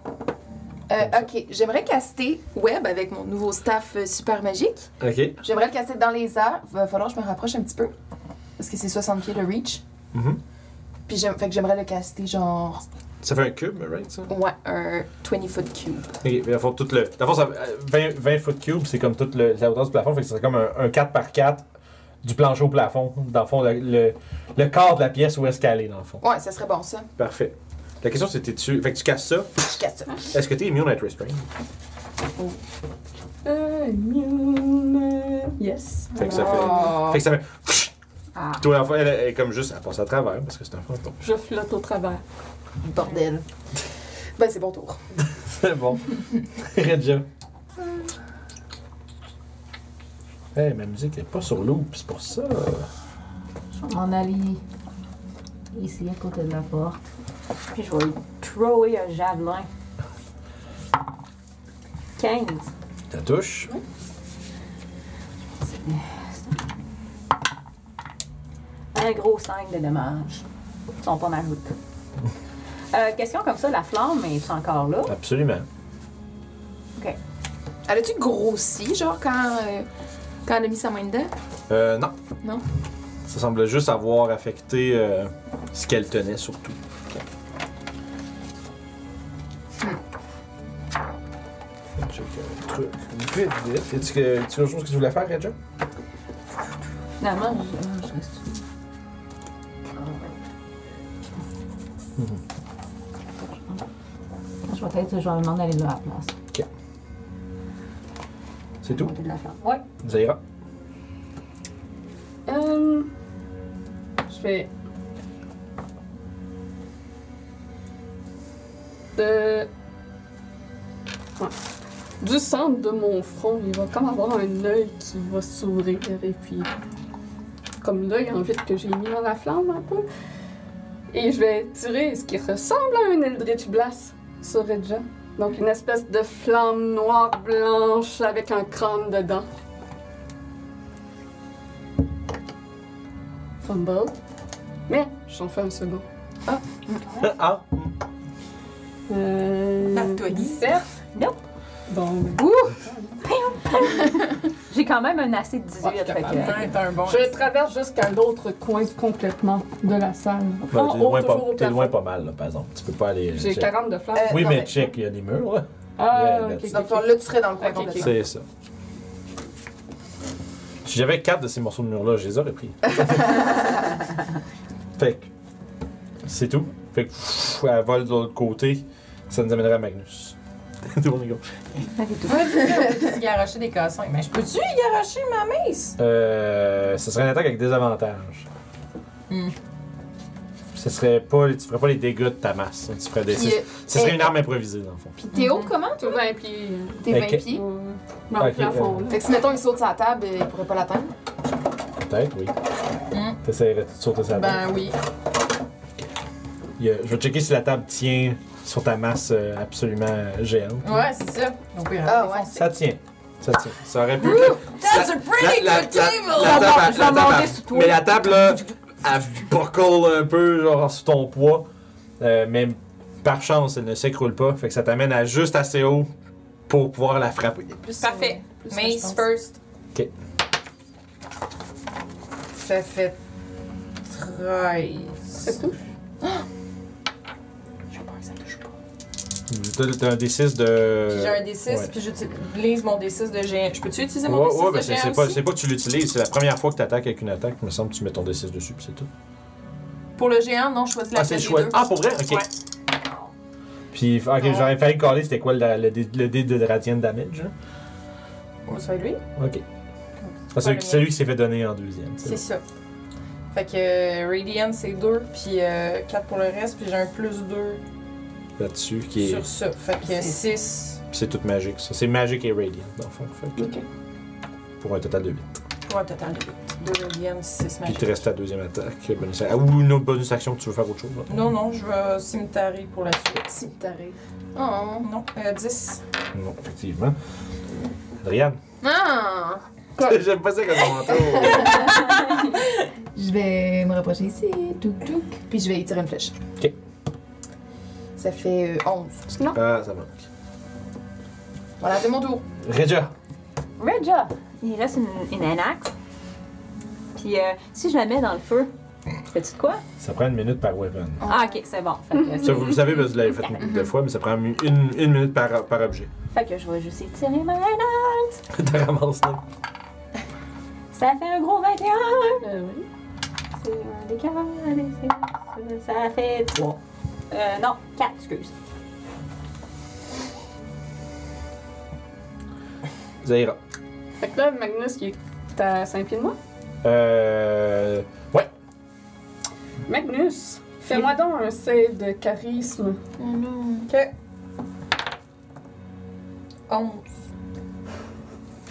Speaker 2: Euh, ok, j'aimerais caster Web avec mon nouveau staff euh, super magique.
Speaker 1: Ok.
Speaker 2: J'aimerais le caster dans les airs. Va falloir que je me rapproche un petit peu. Parce que c'est 60 pieds le reach.
Speaker 1: Mhm.
Speaker 2: Puis j'aime- fait que j'aimerais le caster genre.
Speaker 1: Ça fait un cube, right, ça?
Speaker 2: Ouais, un 20 foot cube.
Speaker 1: Ok, mais à fond, tout le. D'abord, ça- 20, 20 foot cube, c'est comme toute le- la hauteur du plafond, fait que c'est comme un, un 4 par 4 du plancher au plafond. Dans le fond, le, le, le quart de la pièce où est-ce qu'elle est, dans le fond.
Speaker 2: Ouais, ça serait bon ça.
Speaker 1: Parfait. La question, c'était tu. Fait que tu casses ça.
Speaker 2: Je casse ça.
Speaker 1: Est-ce que t'es immune à Trace Brain?
Speaker 4: Euh, Yes.
Speaker 1: Fait que ça fait.
Speaker 2: Oh,
Speaker 1: Fait que ça fait.
Speaker 5: Ah,
Speaker 1: Puis Toi, l'enfant, elle, elle est comme juste. Elle passe à travers parce que c'est un fantôme.
Speaker 4: Je flotte au travers.
Speaker 2: Bordel. Ben, c'est bon tour.
Speaker 1: (laughs) C'est bon. Redja. Hey, ma musique est pas sur loop, c'est pour ça.
Speaker 8: On allait ici à côté de la porte.
Speaker 5: Puis je vais lui thrower un javelin. 15.
Speaker 1: Ta touche.
Speaker 5: Un gros 5 de dommages. Ils sont pas mal route. Euh, question comme ça, la flamme est encore là.
Speaker 1: Absolument.
Speaker 2: Elle a-tu grossi, genre, quand, euh, quand elle a mis sa main dedans?
Speaker 1: Euh, non.
Speaker 2: Non?
Speaker 1: Ça semble juste avoir affecté euh, ce qu'elle tenait surtout. Fait que j'ai un truc. Vite, vite. Est-ce que tu quelque chose que tu voulais faire, Redja?
Speaker 5: Finalement, je, ah, je reste.
Speaker 8: Je vais peut-être, je vais demander d'aller là à la place.
Speaker 1: C'est tout.
Speaker 5: Monter de la flamme. Ouais.
Speaker 1: Zaira.
Speaker 4: Euh, je vais. De- Ouais. Du centre de mon front, il va comme avoir un œil qui va s'ouvrir et puis. Comme l'œil en vide que j'ai mis dans la flamme un peu. Et je vais tirer ce qui ressemble à un Eldritch Blast sur Edja. Donc une espèce de flamme noire blanche avec un crâne dedans. Fumble. Mais j'en fais un second.
Speaker 1: (laughs) ah!
Speaker 4: Euh...
Speaker 6: Tape-toi
Speaker 4: 17?
Speaker 5: Nope.
Speaker 4: Bon, ben,
Speaker 5: J'ai quand même un assez de 18.
Speaker 4: Ouais, je suis
Speaker 5: fait
Speaker 4: capable.
Speaker 5: que-
Speaker 6: T'es un bon.
Speaker 4: je traverse jusqu'à l'autre coin complètement de la salle.
Speaker 1: Ben,
Speaker 4: En
Speaker 1: t'es
Speaker 4: haut,
Speaker 1: loin, pas,
Speaker 4: toujours au
Speaker 1: t'es loin
Speaker 4: plafond.
Speaker 1: pas mal, là, par exemple. Tu peux pas aller.
Speaker 4: J'ai
Speaker 1: check.
Speaker 4: 40 de flammes.
Speaker 2: Euh,
Speaker 1: Oui,
Speaker 2: Non,
Speaker 1: mais
Speaker 2: mais-
Speaker 1: check, il y a des murs, là.
Speaker 4: ah,
Speaker 1: yeah,
Speaker 4: ok,
Speaker 1: that's-
Speaker 4: ok,
Speaker 2: Donc, genre,
Speaker 4: ok.
Speaker 2: là, tu serais dans le coin
Speaker 4: Ok,
Speaker 2: complètement.
Speaker 1: C'est ça. Si j'avais quatre de ces morceaux de mur-là, je les aurais pris. fait que. C'est tout. Fait que. pff, Elle vole de l'autre côté. Ça nous amènerait à Magnus. tout le monde est comme,
Speaker 6: Ouais, c'est ça, on peut se garocher des cassins. Mais je peux-tu y garocher ma mace?
Speaker 1: Euh. Ce serait une attaque avec des avantages.
Speaker 6: Hmm.
Speaker 1: Ce serait pas. Tu ferais pas les dégâts de ta masse. hein. Tu ferais des.
Speaker 2: Puis,
Speaker 1: Ce
Speaker 2: euh,
Speaker 1: serait une arme improvisée, dans le fond.
Speaker 2: puis t'es haut comment,
Speaker 4: Tu
Speaker 2: toi?
Speaker 4: veux un pied euh,
Speaker 2: T'es 20
Speaker 1: Ok.
Speaker 2: pieds.
Speaker 4: euh, dans le
Speaker 1: Ok,
Speaker 4: plafond,
Speaker 1: euh,
Speaker 4: là.
Speaker 2: Fait que si, mettons, il saute sur la table, euh, il pourrait pas l'atteindre.
Speaker 1: Peut-être, oui.
Speaker 6: Hmm.
Speaker 1: T'essaierais de sauter sa table.
Speaker 6: Ben oui.
Speaker 1: Il y a- Je vais checker si la table tient sur ta masse euh, absolument géante.
Speaker 6: Ouais, c'est ça. Donc, oui,
Speaker 2: Ah, ouais.
Speaker 1: Ça tient. Ça tient. Ça aurait pu.
Speaker 6: That's a pretty
Speaker 1: La- la-
Speaker 6: good
Speaker 1: la-
Speaker 6: table!
Speaker 1: la table,
Speaker 5: Je vais
Speaker 1: la table,
Speaker 5: monter
Speaker 1: elle-
Speaker 5: sur toi.
Speaker 1: Mais la table, là, elle buckle un peu genre, sous ton poids. Euh, mais par chance, elle ne s'écroule pas. Fait que ça t'amène à juste assez haut pour pouvoir la frapper.
Speaker 6: Parfait.
Speaker 2: Plus, je
Speaker 6: Mace
Speaker 2: pense.
Speaker 6: first.
Speaker 1: Ok.
Speaker 6: Ça fait 13.
Speaker 2: J'ai peur que ça touche pas.
Speaker 1: Euh, T'as t'as un D6
Speaker 6: Puis j'ai un
Speaker 1: de.
Speaker 6: D6,
Speaker 1: ouais.
Speaker 6: puis j'utilise mon D6 de géant. Je peux-tu utiliser
Speaker 1: Ouais,
Speaker 6: mon D6
Speaker 1: ouais,
Speaker 6: de
Speaker 1: ben c'est
Speaker 6: géant
Speaker 1: c'est pas,
Speaker 6: aussi?
Speaker 1: c'est pas que tu l'utilises, c'est la première fois que tu attaques avec une attaque. Il me semble que tu mets ton D6 dessus, puis c'est tout.
Speaker 6: Pour le géant, non, je choisis la
Speaker 1: Ah, c'est
Speaker 6: des
Speaker 1: chouette.
Speaker 6: deux.
Speaker 1: Ah, pour vrai? Ok.
Speaker 6: Ouais. Ah.
Speaker 1: Puis, ok,
Speaker 6: Ouais.
Speaker 1: j'aurais failli coller c'était quoi le, le, dé- le dé de Radiant Damage. hein?
Speaker 6: C'est lui?
Speaker 1: Ok. Ah, celui,
Speaker 6: le
Speaker 1: qui-
Speaker 6: mien.
Speaker 1: celui qui s'est fait donner en deuxième.
Speaker 6: C'est
Speaker 1: c'est
Speaker 6: ça. Fait que euh, Radiant, c'est 2, puis 4 pour le reste, puis j'ai un plus 2
Speaker 1: Là-dessus, qui est.
Speaker 6: sur ça. Fait que 6.
Speaker 1: Puis C'est tout magique, ça. C'est magique et radiant, dans le fond. Fait que-
Speaker 6: Ok. Mm.
Speaker 1: Pour un total de 8.
Speaker 6: Pour un total de 2 Radiant, 6
Speaker 1: Puis, il te
Speaker 6: magiques.
Speaker 1: reste ta deuxième attaque. bonus a- Ou une autre bonus action que tu veux faire autre chose. là.
Speaker 6: Non, non, je vais cimetarer pour la suite.
Speaker 2: Si t'arrêtes. Oh.
Speaker 6: Non, euh, 10.
Speaker 1: Non, effectivement. Adriane.
Speaker 2: Ah!
Speaker 1: (laughs) J'aime pas
Speaker 6: (laughs)
Speaker 1: ça comme commentaire.
Speaker 8: Je vais me rapprocher ici, touc touc.
Speaker 2: Puis je vais y tirer une flèche.
Speaker 1: Ok.
Speaker 2: Ça fait euh, 11.
Speaker 1: ah, ça manque.
Speaker 2: Voilà, c'est mon tour.
Speaker 1: Regia.
Speaker 5: Regia, il reste une, une annexe. Puis euh, si je la mets dans le feu, Fais-tu de quoi?
Speaker 1: Ça prend une minute par weapon.
Speaker 5: Ah, ok, c'est bon. Fait que,
Speaker 1: Ça, vous le savez, parce que vous l'avez fait une couple de fois, mais ça prend une, une minute par, par objet. (laughs)
Speaker 5: fait que je vais juste étirer ma haine.
Speaker 1: T'as ramassé là.
Speaker 5: Ça fait un gros 21.
Speaker 4: Euh, oui.
Speaker 5: C'est un des quatre, un des six, Ça fait 3. Euh, non, 4, excuse.
Speaker 1: Zahira.
Speaker 4: Fait que là, Magnus, qui est à 5 pieds de moi.
Speaker 1: Euh. Ouais. (laughs)
Speaker 4: Magnus, fais-moi donc un save de charisme.
Speaker 6: Ok. 11.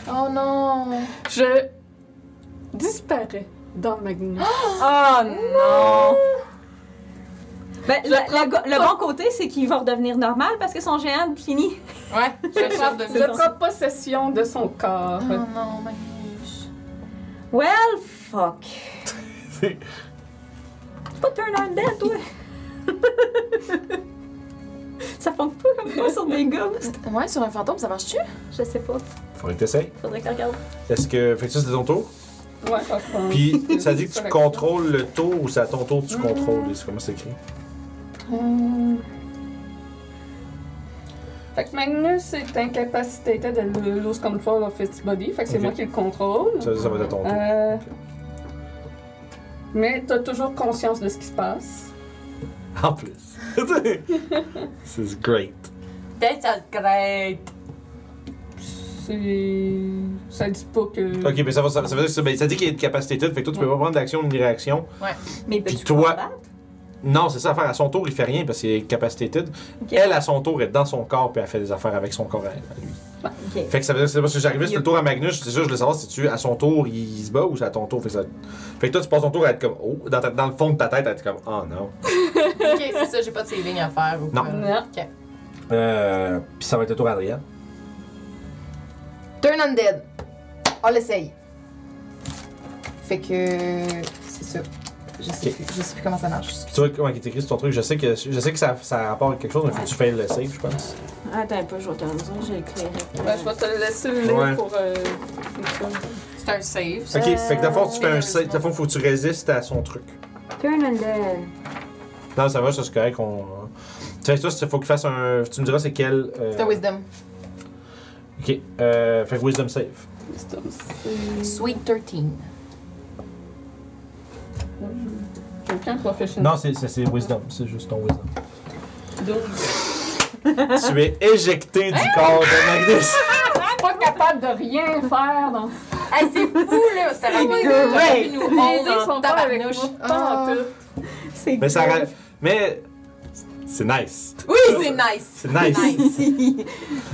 Speaker 2: Oh non!
Speaker 4: Je disparais dans Magnus.
Speaker 5: Oh non! Ben, le, le go- le bon côté, c'est qu'il va redevenir normal parce que son géant finit.
Speaker 6: Ouais, je frappe de
Speaker 4: Je prends possession de son corps.
Speaker 2: Oh non, Magnus.
Speaker 5: Well, fuck.
Speaker 1: C'est-
Speaker 5: Pas turn on dead, (laughs) toi! ça fonctionne pas comme ça sur des gars.
Speaker 2: Ouais, sur un fantôme, ça marche-tu?
Speaker 5: Je sais pas.
Speaker 1: Faudrait que t'essayes.
Speaker 5: Faudrait que tu regardes.
Speaker 1: Est-ce que. Fait que ça, c'est ton tour.
Speaker 4: Ouais, enfin,
Speaker 1: Puis,
Speaker 4: (laughs)
Speaker 1: ça dit que tu contrôles le tour ou c'est à ton tour que tu contrôles. C'est comment c'est écrit?
Speaker 4: Hum. Fait que Magnus est incapacité de lose control of its body. Fait que c'est
Speaker 1: Ok.
Speaker 4: moi qui le contrôle.
Speaker 1: Ça, ça va être à ton tour.
Speaker 4: Euh, Mais t'as toujours conscience de ce qui se passe.
Speaker 1: En plus. (laughs) c'est great.
Speaker 6: That's great.
Speaker 4: C'est. Ça dit pas que.
Speaker 1: Ok, mais ça, va, ça, ça veut dire que ça, ben, ça dit qu'il y a une capacité toute, fait que toi, tu peux pas prendre d'action ni réaction.
Speaker 5: Mais
Speaker 1: Puis
Speaker 5: peux-tu
Speaker 1: toi-
Speaker 5: combattre?
Speaker 1: Non, c'est ça, à faire à son tour, il fait rien parce qu'il a une capacité toute.
Speaker 5: Ok.
Speaker 1: Elle, à son tour, est dans son corps, puis elle fait des affaires avec son corps à, à lui.
Speaker 5: Ah, Ok.
Speaker 1: Fait que ça veut dire que c'est parce que j'arrivais, c'était le tour à Magnus, c'est ça, je voulais savoir si tu, à son tour, il, il se bat ou c'est à ton tour. Fait que, ça- fait que toi, tu passes ton tour à être comme, oh, dans, ta- dans le fond de ta tête, à être comme, oh non.
Speaker 6: Ok, c'est ça, j'ai pas de saving à faire ou
Speaker 1: Non.
Speaker 6: quoi.
Speaker 4: Non.
Speaker 1: Euh, puis ça va être le tour à Adrien.
Speaker 2: Turn undead. On l'essaye. Fait que. C'est ça. Je sais,
Speaker 1: Ok. Euh.
Speaker 2: plus, je sais plus comment ça marche.
Speaker 1: Tu vois comment il est écrit sur ton truc, je sais que, je sais que ça, ça a rapport avec quelque chose, mais faut que tu fasses le save, je pense.
Speaker 5: Euh, Attends un peu, je vais te le dire, j'ai éclairé.
Speaker 4: Ben, je vais te le laisser le lire
Speaker 1: Ouais.
Speaker 4: pour. Euh...
Speaker 6: C'est un save. ça.
Speaker 1: Ok, fait que d'abord, tu fais un save,
Speaker 6: malheureusement.
Speaker 1: d'abord, faut que tu résistes à son truc.
Speaker 5: Turn and then.
Speaker 1: Non, ça va, ça c'est correct. On... Tu sais, toi, il faut qu'il fasse un. Tu me diras c'est quel. euh,
Speaker 2: C'est un wisdom.
Speaker 1: Ok. Euh, fait que Wisdom Save.
Speaker 4: Wisdom save.
Speaker 2: Sweet 13.
Speaker 4: J'ai aucun
Speaker 5: Mm.
Speaker 4: professionnel.
Speaker 1: Non, c'est- c'est c'est Wisdom. C'est juste ton Wisdom.
Speaker 4: Je
Speaker 5: Ah.
Speaker 1: tu es éjecté du corps de
Speaker 5: (laughs)
Speaker 1: Magnus.
Speaker 4: suis pas capable de rien faire dans
Speaker 6: Hey, c'est fou, (laughs) là. Ça aurait pu- ça aurait pu nous
Speaker 4: Les dés
Speaker 6: rendre en
Speaker 4: sont pas avec moi.
Speaker 6: tabarnouche.
Speaker 4: Pas
Speaker 2: Ah.
Speaker 4: en tout.
Speaker 5: C'est
Speaker 1: Mais ça. ra- Mais. C'est nice.
Speaker 6: Oui, c'est nice.
Speaker 1: C'est nice.
Speaker 5: Ici.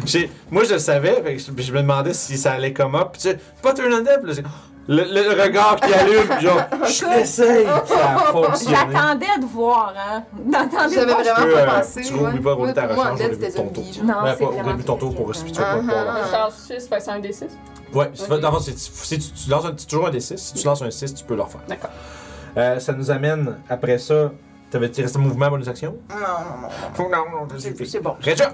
Speaker 1: J'ai- Moi, je le savais. Fait que je, je me demandais si ça allait comme up. Puis tu sais, pas turn on dead. puis là, j'ai- Le, le- le regard qui allume, puis
Speaker 5: (laughs)
Speaker 1: genre, je l'essaye! Ça a fonctionné.
Speaker 5: J'attendais de voir, hein. D'entendre
Speaker 2: J'avais
Speaker 5: pas.
Speaker 2: vraiment
Speaker 1: peux, euh,
Speaker 2: pas pensé.
Speaker 1: tu roules pas, roule
Speaker 2: Ouais,
Speaker 1: ta
Speaker 2: pour moi,
Speaker 1: recharge au
Speaker 2: undead,
Speaker 1: début de
Speaker 2: c'était
Speaker 1: ton
Speaker 2: une
Speaker 1: tour.
Speaker 2: vie,
Speaker 5: Non,
Speaker 1: Ouais,
Speaker 5: c'est
Speaker 1: pas- au
Speaker 5: vraiment Uh-huh.
Speaker 1: début de ton tour pour
Speaker 5: spécial.
Speaker 1: restituer pas
Speaker 2: Ah, ah, ah.
Speaker 4: Charge 6, fais ça un D6.
Speaker 1: Ouais, puis tu vas-
Speaker 4: Ok.
Speaker 1: dans le fond, c'est- si tu, tu lances un, tu- toujours un D6, si tu lances un 6, tu peux le refaire.
Speaker 4: D'accord.
Speaker 1: Euh, ça nous amène, après ça, t'avais tu restes mouvement bonus action?
Speaker 2: Non, Ah, non,
Speaker 1: Non,
Speaker 2: non.
Speaker 1: non, non,
Speaker 2: C'est bon.
Speaker 1: Reja!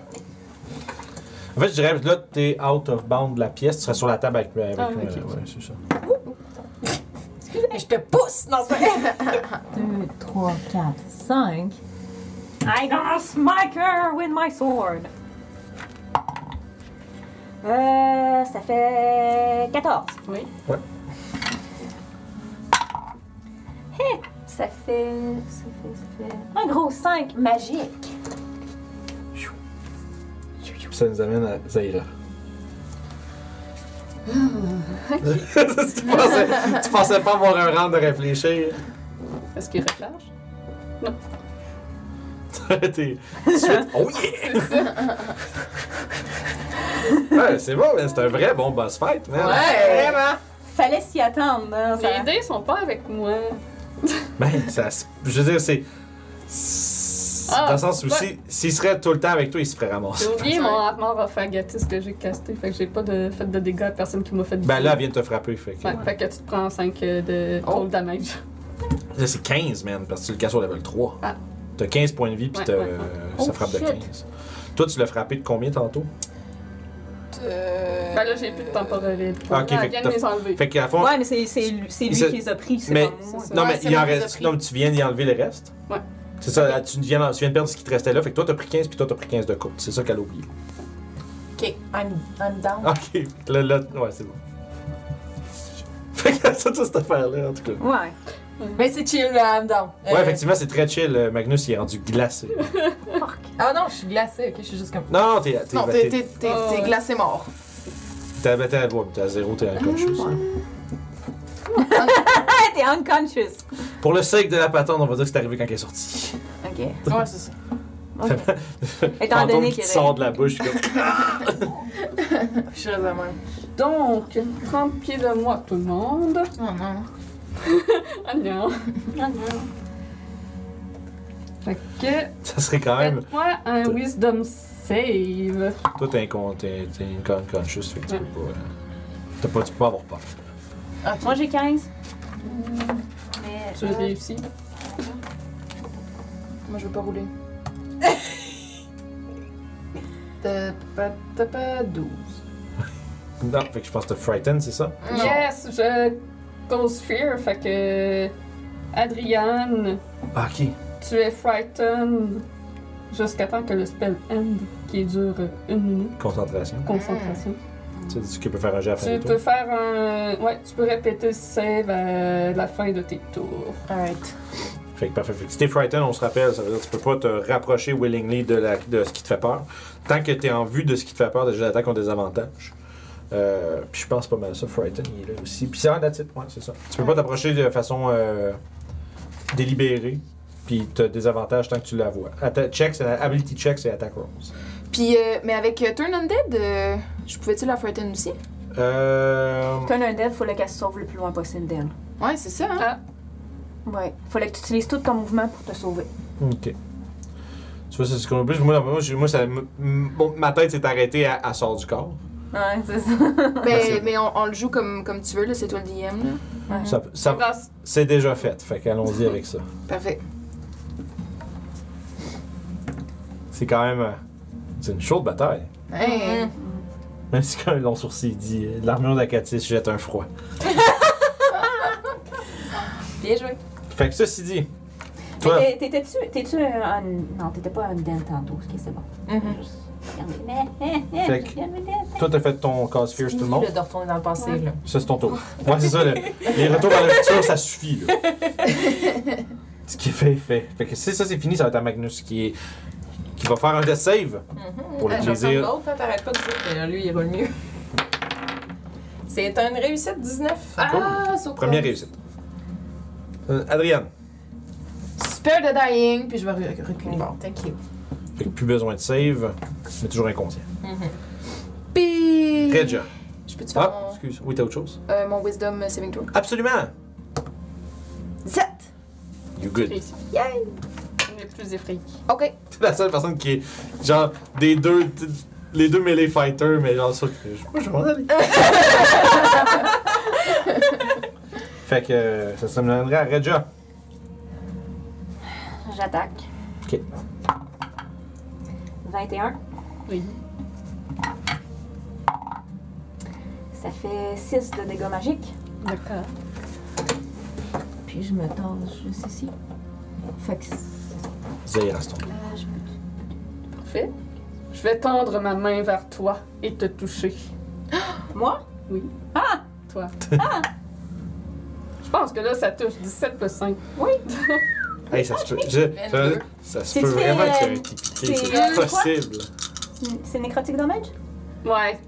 Speaker 1: En fait, je dirais, là, t'es out of bound de la pièce, tu serais sur la table avec, avec
Speaker 4: Ah,
Speaker 1: euh,
Speaker 4: ok, ok.
Speaker 1: ouais, c'est ça.
Speaker 6: Hey, Je te pousse. Non, c'est pas vrai.
Speaker 8: 2, 3, 4, 5.
Speaker 5: I gonna smack her with my sword. Euh, ça fait 14.
Speaker 4: Oui.
Speaker 1: Ouais.
Speaker 5: Hé, ça fait, ça fait, ça fait un gros 5 magique.
Speaker 1: Puis ça nous amène à Zaira.
Speaker 4: Ah,
Speaker 1: (laughs) tu, pensais, tu pensais pas avoir un rang de réfléchir.
Speaker 4: Est-ce qu'il recharge?
Speaker 1: (laughs) T'es tout de suite, oh
Speaker 4: (laughs)
Speaker 1: yeah! (laughs) ouais, c'est bon, mais c'est un vrai bon boss fight, man.
Speaker 2: Ouais.
Speaker 6: Vraiment.
Speaker 5: Fallait s'y attendre. hein, ça-
Speaker 4: Les dés sont pas avec moi.
Speaker 1: Ben, ça, se- je veux dire, c'est. c'est-
Speaker 4: Ah,
Speaker 1: dans le sens où
Speaker 4: ouais.
Speaker 1: si- s'il serait tout le temps avec toi, il se ferait ramasser.
Speaker 4: J'ai oublié mon armor of agatis que j'ai casté, fait que j'ai pas de fait de dégâts à personne qui m'a fait de
Speaker 1: Ben là, elle vient de te frapper, fait que.
Speaker 4: Ouais, Fait que tu te prends 5 de
Speaker 1: Oh.
Speaker 4: cold damage.
Speaker 1: Là, c'est 15, man, parce que tu le casses au level 3.
Speaker 4: Ah.
Speaker 1: T'as 15 points de vie, puis
Speaker 4: Ouais,
Speaker 1: t'as-
Speaker 4: ouais, ouais.
Speaker 1: ça
Speaker 5: Oh,
Speaker 1: frappe de
Speaker 5: shit.
Speaker 1: 15. Toi, tu l'as frappé de combien tantôt
Speaker 6: euh,
Speaker 4: Ben là, j'ai plus de temporalité.
Speaker 1: Ah, ok,
Speaker 4: Elle
Speaker 1: fait
Speaker 4: vient
Speaker 1: que
Speaker 4: de les enlever.
Speaker 1: Fait qu'à fond,
Speaker 5: Ouais, mais c'est c'est lui c'est lui
Speaker 1: Ça-
Speaker 5: qui les a pris, c'est
Speaker 1: mais-
Speaker 5: pas moi.
Speaker 4: c'est ça.
Speaker 1: non,
Speaker 6: Ouais,
Speaker 1: mais
Speaker 6: c'est
Speaker 1: il en
Speaker 6: moi qui les ai
Speaker 1: reste.
Speaker 6: pris.
Speaker 1: Non, mais tu viens d'y enlever le reste.
Speaker 4: Ouais.
Speaker 1: C'est ça, là, tu viens, tu viens de perdre ce qui te restait là. Fait que toi, t'as pris 15 puis toi, t'as pris 15 de coupe. C'est ça qu'elle a oublié. (laughs)
Speaker 6: Ok, I'm, I'm down.
Speaker 1: Ok, là, là, ouais, c'est bon. (laughs) Fait que ça, toute cette affaire-là, en tout cas.
Speaker 5: Ouais.
Speaker 6: Mais c'est chill, là, I'm down.
Speaker 1: Ouais,
Speaker 6: Euh,
Speaker 1: effectivement, c'est très chill. euh, Magnus, il est rendu glacé.
Speaker 6: Ah non, je suis glacée, ok, je suis juste comme.
Speaker 1: Non, non, t'es. t'es-
Speaker 2: Non, t'es,
Speaker 1: t'es-
Speaker 2: t'es, t'es,
Speaker 4: Oh,
Speaker 2: t'es
Speaker 4: ouais.
Speaker 2: glacé mort.
Speaker 1: T'as ouais, t'es à zéro, t'es unconscious.
Speaker 5: Ah, t'es unconscious.
Speaker 1: Pour le sake de la patente, on va dire que c'est arrivé quand elle est sortie.
Speaker 5: Ok.
Speaker 6: Ouais, c'est ça.
Speaker 5: Étant
Speaker 1: Fantôme
Speaker 5: donné
Speaker 1: qui
Speaker 5: qu'il
Speaker 1: te
Speaker 5: est.
Speaker 1: sort de la bouche, je suis comme.
Speaker 6: Je suis restée de même.
Speaker 4: Donc, 30 pieds de moi, tout le monde.
Speaker 6: Oh non.
Speaker 4: Ah non. Fait que,
Speaker 1: Ça serait quand même.
Speaker 4: faites-moi un wisdom save.
Speaker 1: Toi, t'es incon... t'es- t'es unconscious, fait que tu
Speaker 4: Ouais.
Speaker 1: peux pas. euh, T'as pas, tu peux pas avoir peur.
Speaker 5: Moi j'ai 15. Mais.
Speaker 4: Tu réussis.
Speaker 2: Moi, je veux pas rouler. T'as pas, t'as pas 12.
Speaker 1: Non, fait que je pense que t'es frightened, c'est ça?
Speaker 4: Yes, je cause fear. Fait que, Adriane,
Speaker 1: Ah, ok.
Speaker 4: tu es frightened jusqu'à temps que le spell end, qui dure une minute.
Speaker 1: Concentration.
Speaker 4: Concentration.
Speaker 1: Tu sais, tu peux faire un jet à la fin
Speaker 4: Tu
Speaker 1: des
Speaker 4: peux
Speaker 1: tours.
Speaker 4: faire un. Ouais, tu peux répéter le save à la fin de tes tours.
Speaker 6: Alright.
Speaker 1: Fait que parfait. Fait que si t'es frightened, on se rappelle, ça veut dire que tu peux pas te rapprocher willingly de, la, de ce qui te fait peur. Tant que t'es en vue de ce qui te fait peur, déjà l'attaque ont des avantages. Euh, puis je pense pas mal ça, Frightened, il est là aussi. Puis c'est en titre, ouais, c'est ça. Tu peux pas t'approcher de façon euh, délibérée, puis t'as des avantages tant que tu la vois. Atta- check, c'est ability check, c'est attack rolls.
Speaker 2: Puis, euh, mais avec euh, Turn Undead, euh, je pouvais-tu la frighten aussi?
Speaker 1: Euh,
Speaker 5: Quand un dead, faut qu'elle se sauve le plus loin possible d'elle.
Speaker 2: Ouais, c'est ça, hein?
Speaker 5: Ouais. Fallait que tu utilises tout ton mouvement pour te sauver.
Speaker 1: Ok. Tu vois, c'est ce qu'on oublie. Moi, moi, j'ai- moi, ça, m- m- bon, ma tête s'est arrêtée à, à sort du corps.
Speaker 5: Ouais, c'est ça.
Speaker 1: Merci.
Speaker 5: (laughs)
Speaker 2: Mais, Ben, mais on, on le joue comme, comme tu veux, là, c'est toi le DM. Là.
Speaker 1: Ça- ça-
Speaker 4: Grâce-
Speaker 1: c'est déjà fait, fait qu'allons-y avec ça.
Speaker 2: Parfait.
Speaker 1: C'est quand même. euh, C'est une chaude bataille.
Speaker 2: Hey.
Speaker 1: Même si quand un long sourcil dit euh, l'armure d'Acatis jette un froid.
Speaker 6: Bien joué.
Speaker 1: Fait que ceci dit. Toi,
Speaker 5: Mais t'es- T'étais-tu. T'es-tu un. Non, t'étais pas un dead tantôt, ce qui est c'est bon.
Speaker 6: Mhm.
Speaker 5: Juste regarder. (laughs) Mais, eh, eh,
Speaker 1: Fait que-
Speaker 5: regarde mes dents.
Speaker 1: toi t'as fait ton cause fierce tout le monde.
Speaker 6: Là, de retourner dans le passé, là.
Speaker 1: Ça c'est ton tour. Ouais, c'est ça. le- les retours vers le futur, ça suffit. là. Ce qui est fait, est fait. Fait que si ça c'est fini, ça va être à Magnus qui est. qui va faire un death save. Pour le
Speaker 6: Ah,
Speaker 1: plaisir.
Speaker 6: j'entends l'autre, hein, T'arrêtes pas de dire que lui, il roule mieux. C'est une réussite 19.
Speaker 2: Ah, so
Speaker 1: Première réussite. Euh, Adriane.
Speaker 2: Spare the dying, puis je vais re- reculer.
Speaker 6: Bon, thank you.
Speaker 1: Fait que plus besoin de save, mais toujours inconscient.
Speaker 2: Puis.
Speaker 1: Regia.
Speaker 2: Je peux-tu faire
Speaker 1: Ah, excuse. Oui, t'as autre chose?
Speaker 2: mon, euh, mon wisdom saving throw?
Speaker 1: Absolument!
Speaker 2: 7!
Speaker 1: You good.
Speaker 4: Réussi. On est plus effrayés.
Speaker 1: (laughs)
Speaker 2: Ok.
Speaker 1: T'es la seule personne qui est, genre, des deux, t- les deux melee fighters, mais genre, ça, je sais pas, je vais m'en aller. fait que euh, ça me donnerait à Regia.
Speaker 5: J'attaque.
Speaker 1: Ok.
Speaker 5: 21.
Speaker 4: Oui.
Speaker 5: Ça fait 6 de dégâts magiques.
Speaker 4: D'accord.
Speaker 8: Puis je me tente juste ici.
Speaker 5: Fait que. c'est-
Speaker 1: Zayra, c'est ton tour.
Speaker 5: Ah, je peux-
Speaker 4: Parfait. Je vais tendre ma main vers toi et te (gasps) toucher.
Speaker 5: Moi?
Speaker 4: Oui. Ah! Toi. Ah! Je pense que là, ça touche 17 plus 5.
Speaker 1: Hey, ça se peut. je- ça, ça se
Speaker 5: Si
Speaker 1: peut
Speaker 5: tu fais,
Speaker 1: vraiment que tu
Speaker 5: euh,
Speaker 1: aies piqué.
Speaker 5: c'est,
Speaker 1: C'est
Speaker 5: euh, quoi?
Speaker 1: possible.
Speaker 5: Mm, C'est nécrotique damage?
Speaker 4: Ouais,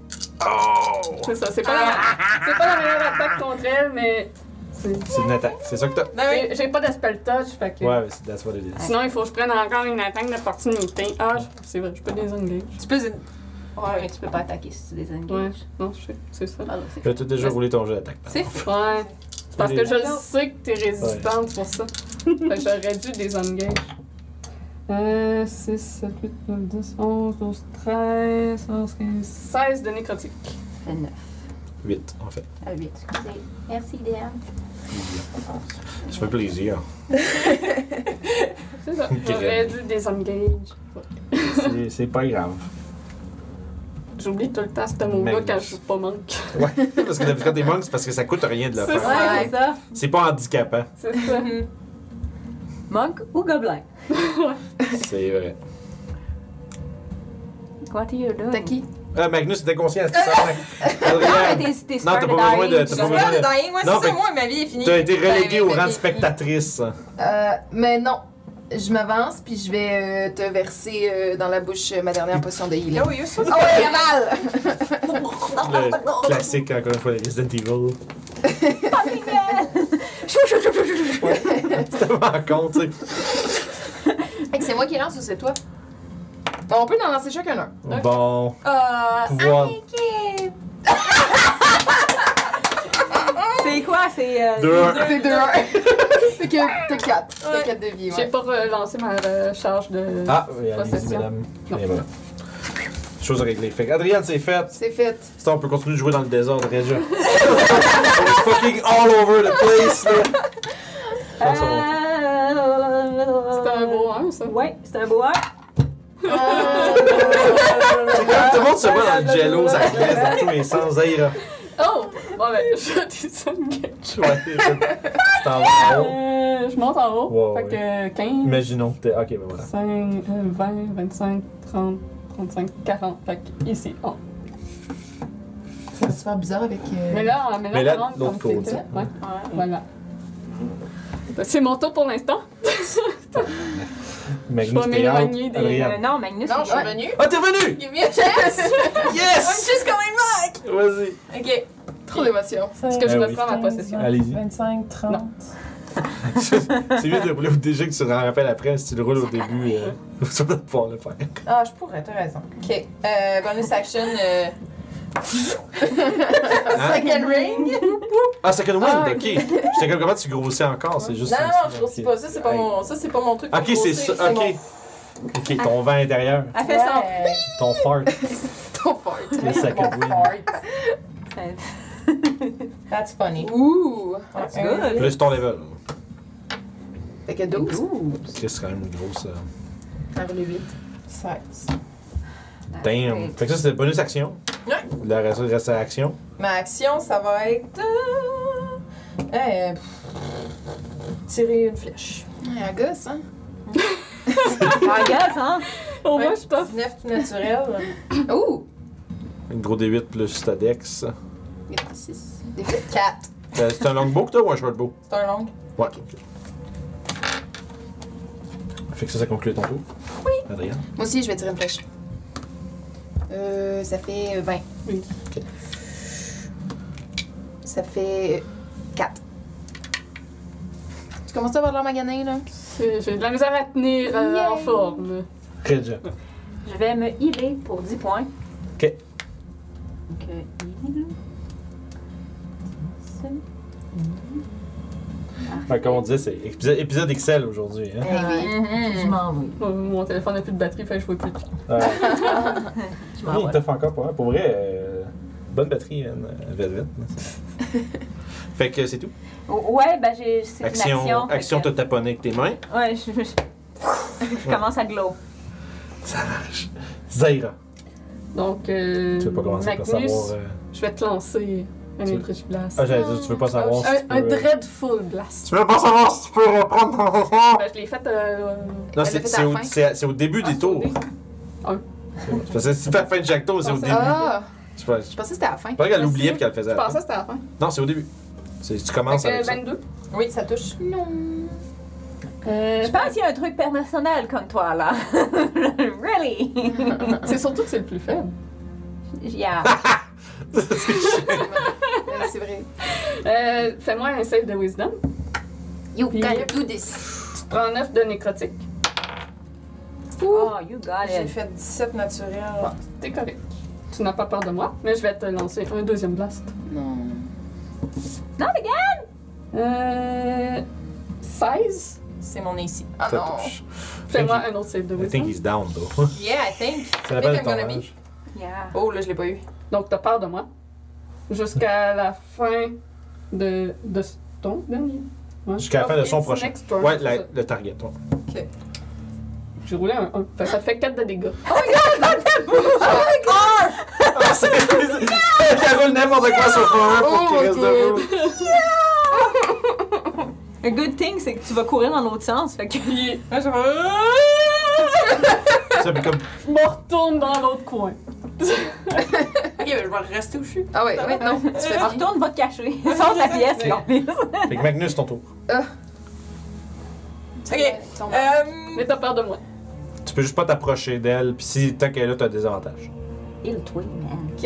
Speaker 1: Oh!
Speaker 4: c'est ça. C'est pas, la... c'est pas la meilleure attaque contre elle, mais. c'est-
Speaker 1: C'est une attaque. C'est ça que t'as.
Speaker 4: J'ai- J'ai pas de spell touch, fait que.
Speaker 1: Ouais, mais c'est- that's what it is.
Speaker 4: Sinon, il faut que je prenne encore une attaque d'opportunité. Ah, je- c'est vrai, je peux désengage.
Speaker 6: Tu peux. une-
Speaker 5: Ouais, mais tu peux pas attaquer si tu
Speaker 4: Ouais,
Speaker 5: désengages.
Speaker 4: non, je sais, c'est ça.
Speaker 5: Ah, donc c'est-
Speaker 1: Là, t'as déjà roulé ton jeu d'attaque. pardon.
Speaker 6: C'est fou.
Speaker 4: Ouais. C'est parce que je le sais que t'es résistante pour ça. Fait que j'aurais dû désengage. Euh, 6, 7, 8, 9, 10, 11, 12, 13, 11, 15, 16 de nécrotique.
Speaker 5: ça fait 9.
Speaker 1: 8, en fait.
Speaker 5: Ah, 8, excusez. Merci, DM.
Speaker 1: Ça fait plaisir.
Speaker 4: C'est ça.
Speaker 1: Ok.
Speaker 4: J'aurais dû désengage.
Speaker 1: C'est- C'est pas grave.
Speaker 4: Je J'oublie tout le temps ce mot-là
Speaker 1: Mais-
Speaker 4: quand je joue pas manque.
Speaker 1: Ouais, (laughs) parce que la vitesse des monks, c'est parce que ça coûte rien de le
Speaker 4: C'est
Speaker 1: faire.
Speaker 4: ça,
Speaker 6: Ouais.
Speaker 4: c'est ça.
Speaker 1: C'est pas handicapant.
Speaker 4: C'est ça.
Speaker 5: Monk ou gobelin?
Speaker 1: C'est vrai.
Speaker 5: What are you doing?
Speaker 2: T'as qui?
Speaker 1: Ah, Magnus, t'es conscient, c'est ça. Adrien,
Speaker 5: t'es Ah, t'es
Speaker 1: Non, t'as pas besoin de- t'as pas
Speaker 6: J'espère
Speaker 1: besoin
Speaker 6: de
Speaker 1: de-
Speaker 6: dying. Moi,
Speaker 1: Non,
Speaker 6: c'est ça,
Speaker 1: mais-
Speaker 6: moi, ma vie est finie.
Speaker 1: t'as été relégué
Speaker 6: Ben,
Speaker 1: au
Speaker 6: ben,
Speaker 1: rang de
Speaker 6: ben,
Speaker 1: spectatrice. hein.
Speaker 2: Euh, mais non, je m'avance puis je vais euh, te verser euh, dans la bouche euh, ma dernière potion de healing.
Speaker 6: Yo, yo, ça,
Speaker 2: Oh, ouais, (laughs) Yamal!
Speaker 1: Le classique, encore une fois, les Resident Evil. C'est tellement con, tu sais.
Speaker 2: Fait que c'est moi qui lance ou c'est toi? Bon, on peut en lancer chacun un.
Speaker 1: Bon,
Speaker 6: Euh,
Speaker 1: pouvoir
Speaker 5: C'est quoi? C'est. euh,
Speaker 1: 2-1.
Speaker 2: C'est deux, un. (laughs) fait que t'as quatre. T'as
Speaker 6: Ouais.
Speaker 2: quatre de vie,
Speaker 4: J'ai
Speaker 2: ouais.
Speaker 4: pas relancé ma recharge de.
Speaker 1: Ah, oui, allez-y,
Speaker 4: Possession.
Speaker 1: madame.
Speaker 4: Non.
Speaker 1: Et voilà. Chose réglée. Fait qu'Adrienne, c'est fait.
Speaker 2: C'est fait.
Speaker 1: Ça, on peut continuer de jouer dans le désordre, déjà. (laughs) on est fucking all over the place, là. Je pense qu'on-
Speaker 4: C'était un beau 1, ça.
Speaker 5: euh, Ouais, c'est un beau un.
Speaker 1: C'est comme tout le monde se voit dans le jello, ça glisse dans tous les sens. Hey, là.
Speaker 4: Oh! Bon, ben, je t'ai ça une gueule.
Speaker 1: Ouais, je- tu t'en vas en haut.
Speaker 4: Euh, Je monte en haut.
Speaker 1: Ouais,
Speaker 4: fait que 15,
Speaker 1: Imaginons que t'es. Ok, ben voilà.
Speaker 4: 5, euh, 20, 25, 30, 35, 40. Fait que ici, oh. on.
Speaker 1: Mm.
Speaker 2: Ça va se faire bizarre avec. euh,
Speaker 4: Mais là, on met
Speaker 1: Mais là,
Speaker 4: 40 comme
Speaker 1: l'autre côté.
Speaker 4: c'était. Ouais, voilà. Ben, C'est mon tour pour l'instant.
Speaker 1: Magnus,
Speaker 4: Je vais
Speaker 1: t'es out.
Speaker 4: m'éloigner des-
Speaker 5: Euh,
Speaker 1: Adrienne.
Speaker 5: non, Magnus.
Speaker 6: Non,
Speaker 5: il-
Speaker 6: je suis revenue.
Speaker 1: Ah, t'es revenu!
Speaker 6: Give me a chance.
Speaker 1: (laughs)
Speaker 6: I'm
Speaker 1: Yes!
Speaker 6: just coming back.
Speaker 1: Vas-y. (laughs)
Speaker 6: Ok.
Speaker 2: Trop d'émotion.
Speaker 4: Est-ce que je
Speaker 1: Eh oui.
Speaker 4: reprends ma possession?
Speaker 1: Allez-y.
Speaker 8: 25, 30.
Speaker 4: Non.
Speaker 1: C'est mieux de rouler au DG que tu te rappelles après. Si tu le roules au début, euh, (laughs) tu vas pouvoir le faire.
Speaker 6: Ah, je pourrais, t'as raison. Ok. Euh, bonus action. (laughs) Euh...
Speaker 1: Hein?
Speaker 6: Second ring.
Speaker 1: Ah, second wind,
Speaker 6: Ah,
Speaker 1: ok. J'étais comme comment tu grossis encore, c'est juste.
Speaker 6: Non,
Speaker 1: ça,
Speaker 6: non,
Speaker 1: c'est-
Speaker 6: je grossis
Speaker 1: ok.
Speaker 6: pas. Ça, c'est pas, mon... ça, c'est pas mon truc.
Speaker 1: Ok,
Speaker 6: pour
Speaker 1: c'est
Speaker 6: grossir,
Speaker 1: ça,
Speaker 6: mon-
Speaker 1: ok. Ok, ton vent intérieur,
Speaker 5: Elle fait ça.
Speaker 6: Ouais.
Speaker 1: ton fart,
Speaker 2: Ton fort.
Speaker 1: le second
Speaker 6: Mon
Speaker 1: wind.
Speaker 6: (laughs) fart. That's funny.
Speaker 2: Ouh!
Speaker 6: That's
Speaker 5: good.
Speaker 1: Plus ton level. hein.
Speaker 2: Fait que 12.
Speaker 1: Parce que c'est quand même une grosse. euh,
Speaker 2: Par le 8.
Speaker 1: Damn. Fait que ça, c'est le bonus action.
Speaker 6: Ouais.
Speaker 1: La reste, reste à l'action.
Speaker 6: Ma action, ça va être. euh, euh, pff, tirer une flèche.
Speaker 2: Ouais, un gosse, hein?
Speaker 5: Ah, gueule, hein?
Speaker 4: Au moins, je suis pas.
Speaker 6: 19 tout naturel.
Speaker 2: Ouh!
Speaker 1: Un gros D8 plus ta dex.
Speaker 2: 6. 4.
Speaker 1: Euh, C'est un longbow que t'as ou un shortbow?
Speaker 6: C'est un long.
Speaker 1: Ouais. Fait que ça, ça conclut ton tour. Oui. Adrien.
Speaker 2: Moi aussi, je vais tirer une flèche. Euh, ça fait euh, 20.
Speaker 4: Oui.
Speaker 1: Ok.
Speaker 2: Ça fait 4. Tu commences à avoir de l'air magané, là?
Speaker 4: J'ai j'ai de la misère à tenir euh,
Speaker 2: Yay.
Speaker 4: en forme.
Speaker 1: Ridge.
Speaker 5: Je vais me healer pour 10 points.
Speaker 1: Ok.
Speaker 5: Donc, euh, heal.
Speaker 1: Fait que Ben, comme on disait, c'est épisode, épisode Excel aujourd'hui.
Speaker 2: (laughs)
Speaker 1: Hein?
Speaker 2: Eh oui.
Speaker 8: Je m'en vais.
Speaker 4: Euh, Mon téléphone n'a plus de batterie, fait que je vois plus.
Speaker 1: Euh,
Speaker 5: Je
Speaker 1: oui, il te fait encore pour, pour vrai. euh, bonne batterie, hein, euh, Velvet.
Speaker 5: (laughs)
Speaker 1: fait que c'est tout.
Speaker 5: Ouais, ben j'ai. C'est une
Speaker 1: Action, action,
Speaker 5: action. fait
Speaker 1: te
Speaker 5: que-
Speaker 1: taponner avec tes mains.
Speaker 5: Ouais, je. je- je commence à glow.
Speaker 1: Ça marche. Zaira.
Speaker 4: Donc, euh,
Speaker 1: Tu veux pas commencer par
Speaker 4: Magnus,
Speaker 1: savoir. euh,
Speaker 4: je vais te lancer un
Speaker 1: Tu-
Speaker 4: Eldritch Blast.
Speaker 1: Ah, j'allais dire, tu veux pas savoir si tu
Speaker 4: un, un
Speaker 1: peux. euh,
Speaker 4: Dreadful Blast.
Speaker 1: Tu veux pas savoir si tu peux reprendre ton
Speaker 4: Ben, je l'ai fait. euh,
Speaker 1: Non,
Speaker 2: Elle l'a
Speaker 1: c'est
Speaker 2: fait
Speaker 1: c'est
Speaker 2: à la
Speaker 1: au,
Speaker 2: fin.
Speaker 1: c'est- c'est au début
Speaker 4: Ah,
Speaker 1: des tours.
Speaker 4: c'est
Speaker 1: C'est
Speaker 4: au
Speaker 1: bon. C'est Parce que si tu fais la fin de chaque tour, c'est au
Speaker 4: Ah,
Speaker 6: Eh
Speaker 1: début.
Speaker 2: Ah!
Speaker 1: Je pense,
Speaker 2: Je
Speaker 1: je
Speaker 2: pensais que c'était à la fin.
Speaker 1: pense qu'elle l'oubliait puis qu'elle le faisait.
Speaker 4: Je
Speaker 1: à la fin.
Speaker 4: pensais que c'était à la fin.
Speaker 1: Non, c'est au début. C'est- Tu commences
Speaker 4: Fait que
Speaker 1: avec ça.
Speaker 4: 22.
Speaker 6: Oui, ça touche.
Speaker 2: Non!
Speaker 4: Euh,
Speaker 5: Je pense qu'il y a un truc personnel comme toi, là. (laughs) really?
Speaker 4: C'est surtout que c'est le plus faible.
Speaker 5: Yeah.
Speaker 1: Ah!
Speaker 2: Ouais, C'est vrai.
Speaker 4: Euh, Fais-moi un save de Wisdom.
Speaker 2: You
Speaker 4: can
Speaker 2: do this.
Speaker 4: Tu prends 9 de nécrotique.
Speaker 5: Oh, you got
Speaker 6: J'ai
Speaker 5: it.
Speaker 6: fait 17 naturel.
Speaker 4: Ah, T'es correct. Tu n'as pas peur de moi, mais je vais te lancer un deuxième blast.
Speaker 2: Non.
Speaker 5: Not again!
Speaker 4: Euh. 16.
Speaker 6: C'est mon AC.
Speaker 2: Ah
Speaker 1: Ça
Speaker 2: non.
Speaker 1: touche.
Speaker 4: Fais-moi un autre save de
Speaker 1: I think
Speaker 4: Wisdom.
Speaker 1: he's down, though.
Speaker 6: Yeah, I think.
Speaker 1: Ça
Speaker 6: I think
Speaker 1: l'appelle
Speaker 6: I'm
Speaker 1: ton
Speaker 6: gonna be.
Speaker 1: âge.
Speaker 5: (laughs) Yeah.
Speaker 6: Oh, là, je l'ai pas (laughs) eu.
Speaker 4: Donc, t'as peur de moi. Jusqu'à la fin de, de ton dernier. Ouais.
Speaker 1: Jusqu'à la fin de son
Speaker 4: It's
Speaker 1: prochain.
Speaker 4: next turn.
Speaker 1: Ouais, la- le target, toi. (laughs)
Speaker 4: J'ai roulé un 1. Ça te fait 4 de dégâts.
Speaker 6: Oh my god!
Speaker 1: Ah, c'est. Elle roule n'importe quoi sur Flower pour qu'il reste debout.
Speaker 5: Le good thing, c'est que tu vas courir dans l'autre sens. (laughs) Fait que.
Speaker 6: Moi, Ah, je
Speaker 1: Ça, mais comme.
Speaker 4: Je me retourne dans l'autre coin.
Speaker 6: Ok, ben, je vais rester où je suis.
Speaker 2: Ah ouais, ouais,
Speaker 6: (laughs)
Speaker 2: non. Tu fais bien.
Speaker 5: Retourne, va te cacher. Ah. (laughs) Sors de la pièce,
Speaker 1: Mais-
Speaker 5: Calis. (laughs)
Speaker 1: Fait que Magnus, ton tour.
Speaker 6: Ok.
Speaker 2: Ton-
Speaker 6: Euh,
Speaker 4: Mais t'as peur de moi.
Speaker 1: Tu peux juste pas t'approcher d'elle, pis si tant qu'elle est là, t'as des avantages.
Speaker 5: Il twin, man.
Speaker 6: ok.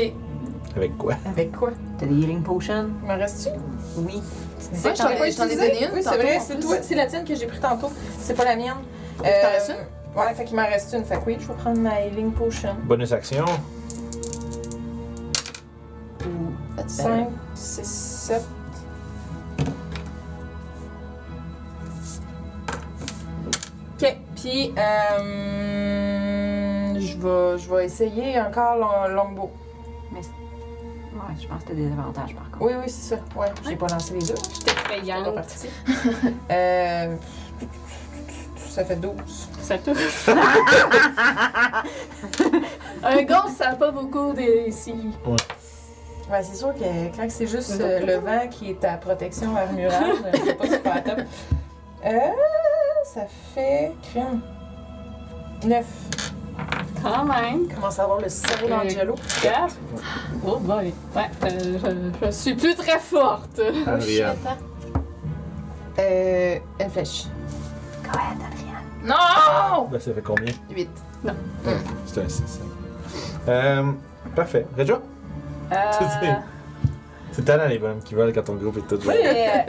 Speaker 1: Avec quoi
Speaker 6: Avec quoi
Speaker 5: T'as des healing potions?
Speaker 6: Me restes-tu
Speaker 2: Moi,
Speaker 5: Oui. Tu
Speaker 2: je t'en
Speaker 5: t'en-
Speaker 2: ai j'en ai donné une.
Speaker 6: Oui, c'est
Speaker 2: tantôt,
Speaker 6: vrai,
Speaker 2: en
Speaker 6: c'est
Speaker 2: plus.
Speaker 6: toi- c'est la tienne que j'ai pris tantôt. C'est pas la mienne. Euh,
Speaker 2: t'en restes
Speaker 6: Ouais, fait qu'il m'en reste une. Fait que oui, je vais prendre ma healing potion.
Speaker 1: Bonus action.
Speaker 2: Ah, tu fais-
Speaker 6: 5, 6, 7. Ok, puis euh, je vais je vais essayer encore long- longbow.
Speaker 5: Ouais, je pense que t'as des avantages par contre.
Speaker 6: Oui, oui, c'est ça. Ouais, j'ai pas lancé les deux.
Speaker 4: J'étais
Speaker 6: C'est pas
Speaker 4: payante.
Speaker 6: parti. Euh, ça fait 12.
Speaker 4: Ça touche. Un gosse, ça a pas beaucoup de- ici.
Speaker 6: Ouais, c'est sûr que quand c'est juste euh, le vent qui est ta protection (laughs) armurale, c'est pas super top. Euh, ça fait. crème. 9.
Speaker 4: Quand même.
Speaker 6: Commence à avoir le cerveau d'Angelo.
Speaker 4: Quatre. Oh boy. Ouais, euh, je, je suis plus très forte.
Speaker 1: Adrienne.
Speaker 2: Euh, une flèche.
Speaker 5: Go ahead, Adrienne.
Speaker 2: Non!
Speaker 1: Là, ça fait combien
Speaker 2: 8.
Speaker 1: C'est un 6. Euh. Parfait. Regia
Speaker 5: Euh,
Speaker 1: C'est talent les bonhommes qui veulent quand ton groupe est tout joué.
Speaker 6: (laughs)
Speaker 5: Mais, euh,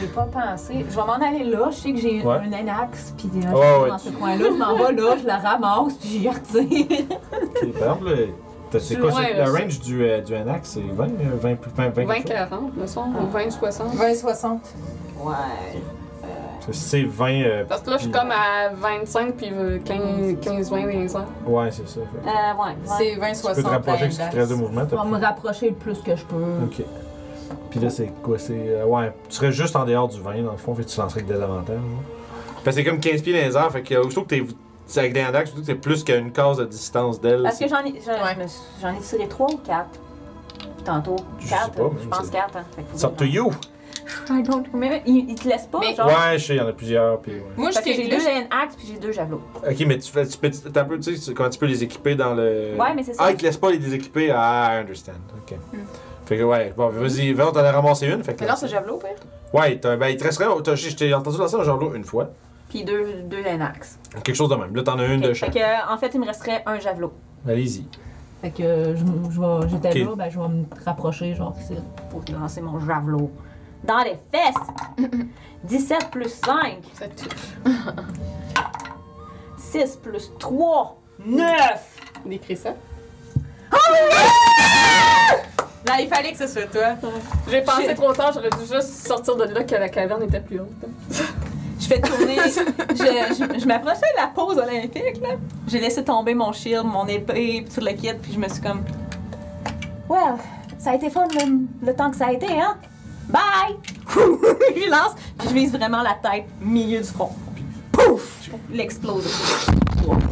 Speaker 5: J'ai pas pensé. Je vais m'en aller là. Je sais que j'ai
Speaker 1: Ouais.
Speaker 5: un anax puis un
Speaker 1: Ouais, ouais,
Speaker 5: dans
Speaker 1: tu-
Speaker 5: ce coin-là. Je m'en vais là, je la ramasse puis j'y retire.
Speaker 1: Ok, Par exemple, le- t'as- c'est
Speaker 4: C'est
Speaker 1: quoi
Speaker 4: loin,
Speaker 1: c'est-
Speaker 4: là,
Speaker 1: Le
Speaker 4: c'est-
Speaker 1: range du, euh, du Anax, c'est 20, euh, 20, plus 20, 20, 20 quelque chose?
Speaker 4: 20-40, me semble, ou 20-60.
Speaker 6: 20, 60.
Speaker 5: Ouais.
Speaker 1: C'est- C'est 20. euh,
Speaker 4: Parce que là, je suis comme à 25 puis euh, 15, 15 20, 25.
Speaker 5: Oh.
Speaker 1: ouais, c'est ça. Fait.
Speaker 5: Euh, ouais. ouais.
Speaker 6: C'est euh, 20, 60.
Speaker 1: Tu peux te rapprocher avec ce
Speaker 6: la
Speaker 1: qui te reste de mouvement.
Speaker 9: Je
Speaker 5: Oh,
Speaker 1: t'as
Speaker 9: vais
Speaker 1: plus-
Speaker 9: me rapprocher le plus que je peux.
Speaker 1: Ok. Puis là, c'est quoi C'est. euh, ouais, tu serais juste en dehors du 20, dans le fond, fait que tu lancerais avec des avantages. hein. Parce que c'est comme 15 pieds dans les airs, fait que euh, aussitôt que t'es. c'est Avec des Anax, surtout que t'es plus qu'à une case de distance d'elle.
Speaker 5: Parce
Speaker 1: c'est-
Speaker 5: que j'en ai, j'en,
Speaker 6: Ouais.
Speaker 5: je me suis- j'en ai tiré 3 ou 4 tantôt.
Speaker 1: Je sais
Speaker 5: 4,
Speaker 1: pas,
Speaker 5: je
Speaker 1: même,
Speaker 5: pense
Speaker 1: c'est-
Speaker 5: 4. Hein. Fait que faut
Speaker 1: It's up to
Speaker 5: dire-
Speaker 1: you!
Speaker 5: I don't remember. Ils, ils te laissent pas,
Speaker 6: Mais-
Speaker 5: genre.
Speaker 1: Ouais, je sais, il y en a plusieurs, puis ouais.
Speaker 6: Moi, je
Speaker 5: Parce que j'ai
Speaker 6: t'ai là,
Speaker 5: deux axe puis j'ai deux javelots.
Speaker 1: Ok, mais tu fais. Tu peux, t'as un peu, tu sais, tu- comment tu peux les équiper dans le.
Speaker 5: Ouais, mais c'est ça.
Speaker 1: Ah, ils te laissent pas les déséquiper. Ah, I understand. Ok.
Speaker 6: Hmm.
Speaker 1: Fait que ouais, bon, vas-y, Véron, t'en as ramassé une. Fait que
Speaker 2: Mais non, c'est javelot, père.
Speaker 1: Ouais, t'as- ben, il te resterait. t'as- Je t'ai entendu lancer un javelot une fois.
Speaker 5: Puis deux, deux axe.
Speaker 1: Quelque chose de même. Là, t'en as une de
Speaker 5: Fait
Speaker 1: chaque.
Speaker 5: que, euh, en fait, il me resterait un javelot.
Speaker 10: (laughs)
Speaker 1: Allez-y.
Speaker 9: Fait que euh, je, je vais- j'étais
Speaker 1: Ok.
Speaker 9: là, ben, je vais me rapprocher, genre, ici.
Speaker 5: pour te lancer mon javelot. Dans les fesses!
Speaker 9: (laughs)
Speaker 5: 17 plus 5,
Speaker 4: Ça touche.
Speaker 5: 6 plus 3, 9!
Speaker 4: Décris ça.
Speaker 9: Ben,
Speaker 6: Non, il fallait que ce soit toi.
Speaker 4: J'ai pensé
Speaker 5: Shit.
Speaker 4: trop tard, j'aurais dû juste sortir de là que la caverne était plus haute.
Speaker 5: Je fais tourner. je je- je m'approchais de la pause olympique, là. J'ai laissé tomber mon shield, mon épée, sur le kit, puis je me suis comme. Well, ça a été fun le, le temps que ça a été, hein? Bye! (laughs) je lance, puis je vise vraiment la tête, milieu du front. Puis Pouf! Pour l'exploser.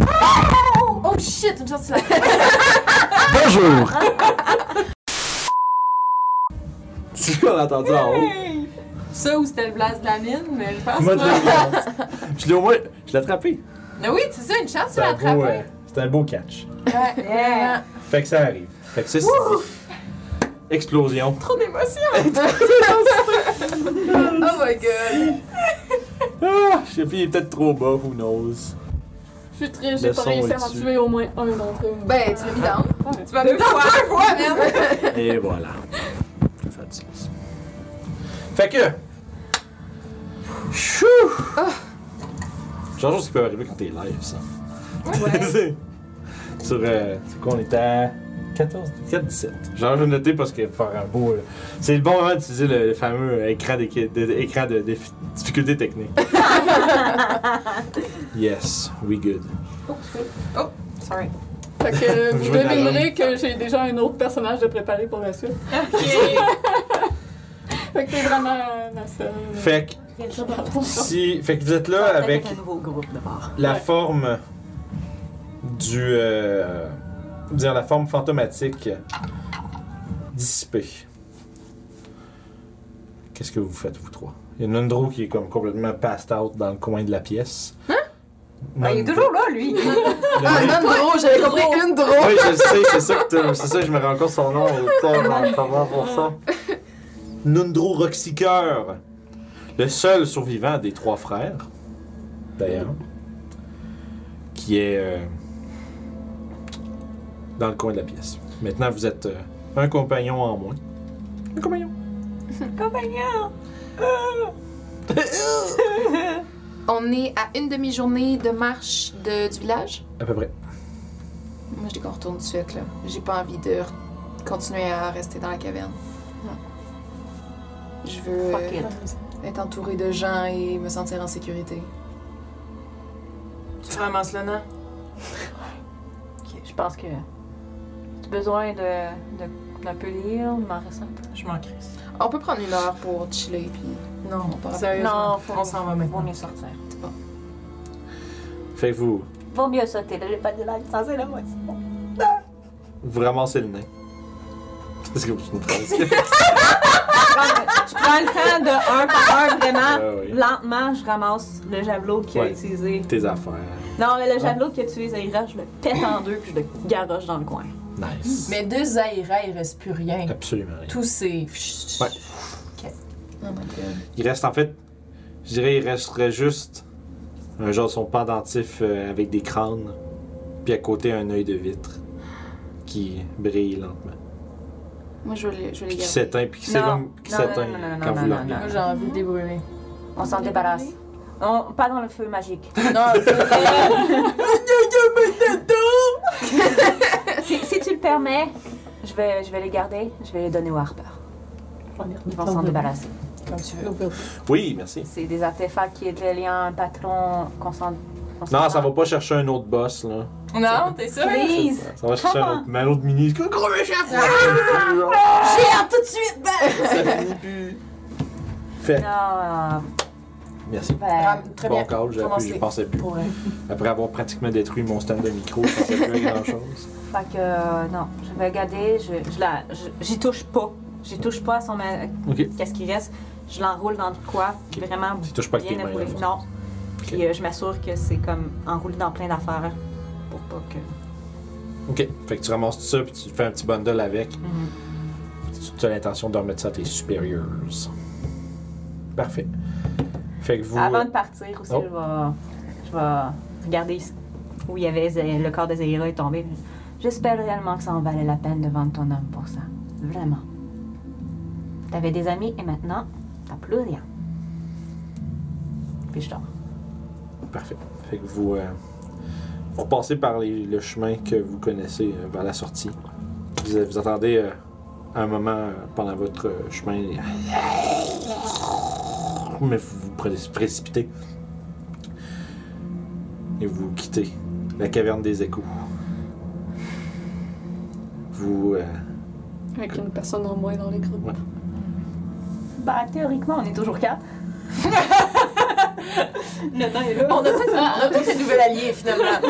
Speaker 5: Ah!
Speaker 2: Oh shit, une sortie là.
Speaker 11: Bonjour!
Speaker 10: C'est ce qu'on a entendu en haut.
Speaker 6: Ça ou c'était le blast de la mine, mais je pense
Speaker 10: Moi,
Speaker 6: pas.
Speaker 10: je
Speaker 6: (laughs)
Speaker 10: l'ai- je l'ai au moins. Je l'ai attrapé.
Speaker 6: Mais oui, c'est ça, une chance, tu hein.
Speaker 1: C'est
Speaker 6: l'as
Speaker 1: un beau, euh,
Speaker 6: attrapé.
Speaker 1: c'est un beau catch.
Speaker 6: Ouais, vraiment.
Speaker 1: Fait que ça arrive. Fait que ça, c'est. Explosion.
Speaker 6: Trop d'émotion.
Speaker 2: Oh my god.
Speaker 10: Ah, je sais plus, il est peut-être trop bas, who knows.
Speaker 4: Je suis triste,
Speaker 10: Le
Speaker 4: j'ai pas
Speaker 10: son
Speaker 4: réussi
Speaker 10: est
Speaker 4: à en
Speaker 10: dessus.
Speaker 4: tuer au moins un d'entre eux.
Speaker 2: Ben, tu l'as mis down.
Speaker 6: Tu vas me voir deux fois, même.
Speaker 10: Et voilà. Ça a du sens.
Speaker 1: Fait que. Chou! Genre, ce qui peut arriver quand t'es live, ça. (laughs) C'est- Sur. euh, c'est quoi, on était à 14, 14 17. Genre, je vais noter parce qu'il va faire un beau. là. C'est le bon moment d'utiliser le, le fameux écran, d'équi- de, écran de, défi- difficulté technique. yes, we good.
Speaker 5: Sorry.
Speaker 4: Fait que
Speaker 1: Je
Speaker 4: vous
Speaker 1: vais
Speaker 4: devinerez que j'ai déjà un autre personnage de préparé pour la suite. Fait que t'es vraiment euh, ma seule.
Speaker 1: Fait que, si, fait que vous êtes là
Speaker 5: Peut-être
Speaker 1: avec.
Speaker 5: un nouveau groupe de bord.
Speaker 1: la
Speaker 4: Ouais.
Speaker 1: forme du euh, dire la forme fantomatique dissipée. Qu'est-ce que vous faites, vous trois? Il y a Nundro qui est comme complètement passed out dans le coin de la pièce. Hein?
Speaker 5: Ah, il est toujours là, lui.
Speaker 2: Ah, non, drôle, j'avais compris une drôle.
Speaker 1: Oui, je le sais, c'est ça que t'as- c'est ça que je me rends compte son nom au terme en parlant pour ça. Nundro Roxiqueur, le seul survivant des trois frères, d'ailleurs, qui est euh, dans le coin de la pièce. Maintenant, vous êtes euh, un compagnon en moins. Un compagnon.
Speaker 2: On est à une demi-journée de marche de- du village.
Speaker 1: À peu près.
Speaker 2: Moi, je dis qu'on retourne tout de suite, là. J'ai pas envie de re- continuer à rester dans la caverne. Je veux
Speaker 5: Fuck
Speaker 2: euh,
Speaker 5: it.
Speaker 2: être entourée de gens et me sentir en sécurité.
Speaker 3: Tu ramasses le nom?
Speaker 5: Ok, je pense que. As besoin de, de- d'un peu lire, de m'en rester un peu.
Speaker 3: Je m'en crisse.
Speaker 2: On peut prendre une heure pour chiller, puis
Speaker 3: Non,
Speaker 2: on part après.
Speaker 3: sérieusement.
Speaker 5: Non, faut,
Speaker 3: on s'en va
Speaker 5: faut
Speaker 3: maintenant.
Speaker 5: mieux sortir.
Speaker 1: Fait que vous,
Speaker 5: Vaut mieux sauter, là, j'ai pas de l'air censé là, moi.
Speaker 1: vous ramassez le nez. C'est ce que vous
Speaker 5: Je prends le temps de un par un, vraiment.
Speaker 1: Ah oui.
Speaker 5: Lentement, je ramasse le javelot qu'il a
Speaker 1: Ouais.
Speaker 5: utilisé.
Speaker 1: Tes affaires.
Speaker 5: Non, mais le javelot qu'il a utilisé, Zaira, je le pète en deux puis je le garoche dans le coin.
Speaker 1: Nice.
Speaker 3: Mais deux Zaira, il reste plus rien.
Speaker 1: Absolument rien.
Speaker 3: Tous ces.
Speaker 1: Ouais.
Speaker 2: euh,
Speaker 1: Il reste en fait, je dirais, il resterait juste un genre son pendentif euh, avec des crânes, puis à côté un œil de vitre qui brille lentement,
Speaker 2: Moi, je veux les, je veux
Speaker 1: puis qui
Speaker 2: les garder.
Speaker 1: s'éteint, puis qui
Speaker 5: Non.
Speaker 1: s'éteint, qui
Speaker 5: Non,
Speaker 1: s'éteint
Speaker 5: non, non, non,
Speaker 1: quand
Speaker 5: non,
Speaker 1: vous le
Speaker 5: non,
Speaker 1: regardez.
Speaker 3: Moi, j'ai envie de
Speaker 6: (laughs)
Speaker 3: débrûler.
Speaker 5: On s'en débarrasse. On, pas dans le feu magique.
Speaker 3: Non,
Speaker 5: si, si tu le permets, je vais, je vais les garder, je vais les donner aux Harper. Ils vont s'en débarrasser.
Speaker 3: comme tu veux.
Speaker 4: euh,
Speaker 1: Oui, merci.
Speaker 5: C'est des artefacts qui aident les liens, un patron qu'on s'en. qu'on s'en
Speaker 1: Non, ça
Speaker 5: sert.
Speaker 1: va pas chercher un autre boss, là.
Speaker 6: Non, t'es sûr?
Speaker 5: Please! Ah,
Speaker 1: Ça va chercher un autre, mais un autre mini. Gros méchant!
Speaker 6: J'ai hâte tout de suite! Ben!
Speaker 1: Ça finit plus. Fait.
Speaker 5: Non,
Speaker 1: Merci.
Speaker 6: Ah,
Speaker 5: ben,
Speaker 3: Ram- Très
Speaker 1: Bon
Speaker 3: bien.
Speaker 1: call, j'ai appuyé, j'y
Speaker 3: Commencez.
Speaker 1: pensais plus.
Speaker 3: Pour vrai.
Speaker 1: Après avoir pratiquement détruit mon stand de micro, je pensais plus à grand chose.
Speaker 5: (laughs) fait que euh, non, je vais garder, je, je la, je- j'y touche pas, j'y touche pas à son, ma-
Speaker 1: Ok.
Speaker 5: qu'est-ce qui reste, je l'enroule dans de quoi,
Speaker 1: Ok.
Speaker 5: vraiment
Speaker 1: Tu touches pas avec
Speaker 5: bien
Speaker 1: tes mains,
Speaker 5: enroulé.
Speaker 1: dans le fond.
Speaker 5: Non. Puis euh, je m'assure que c'est comme enroulé dans plein d'affaires pour pas que.
Speaker 1: Ok, fait que tu ramasses tout ça puis tu fais un petit bundle avec. Tu as l'intention de remettre ça à tes supérieurs. Parfait. Fait que vous.
Speaker 5: Avant de partir aussi,
Speaker 1: Oh.
Speaker 5: je, vais, je vais regarder ici où il y avait Zé- le corps de Zéira est tombé. J'espère réellement que ça en valait la peine de vendre ton homme pour ça. Vraiment. T'avais des amis et maintenant, t'as plus rien. Puis je dors.
Speaker 1: Parfait. Fait que vous. euh, vous repassez par les- le chemin que vous connaissez euh, vers la sortie. Vous, vous attendez euh, un moment euh, pendant votre euh, chemin. Mais vous vous pré- précipitez. Et vous quittez la caverne des échos. Vous. euh,
Speaker 4: Avec une personne en moins dans les groupes.
Speaker 1: Ouais.
Speaker 5: Bah, théoriquement, on est toujours quatre. le nain est là.
Speaker 3: On a peut-être on
Speaker 6: Ah,
Speaker 3: a peut-être un nouvel allié, finalement.
Speaker 6: (laughs)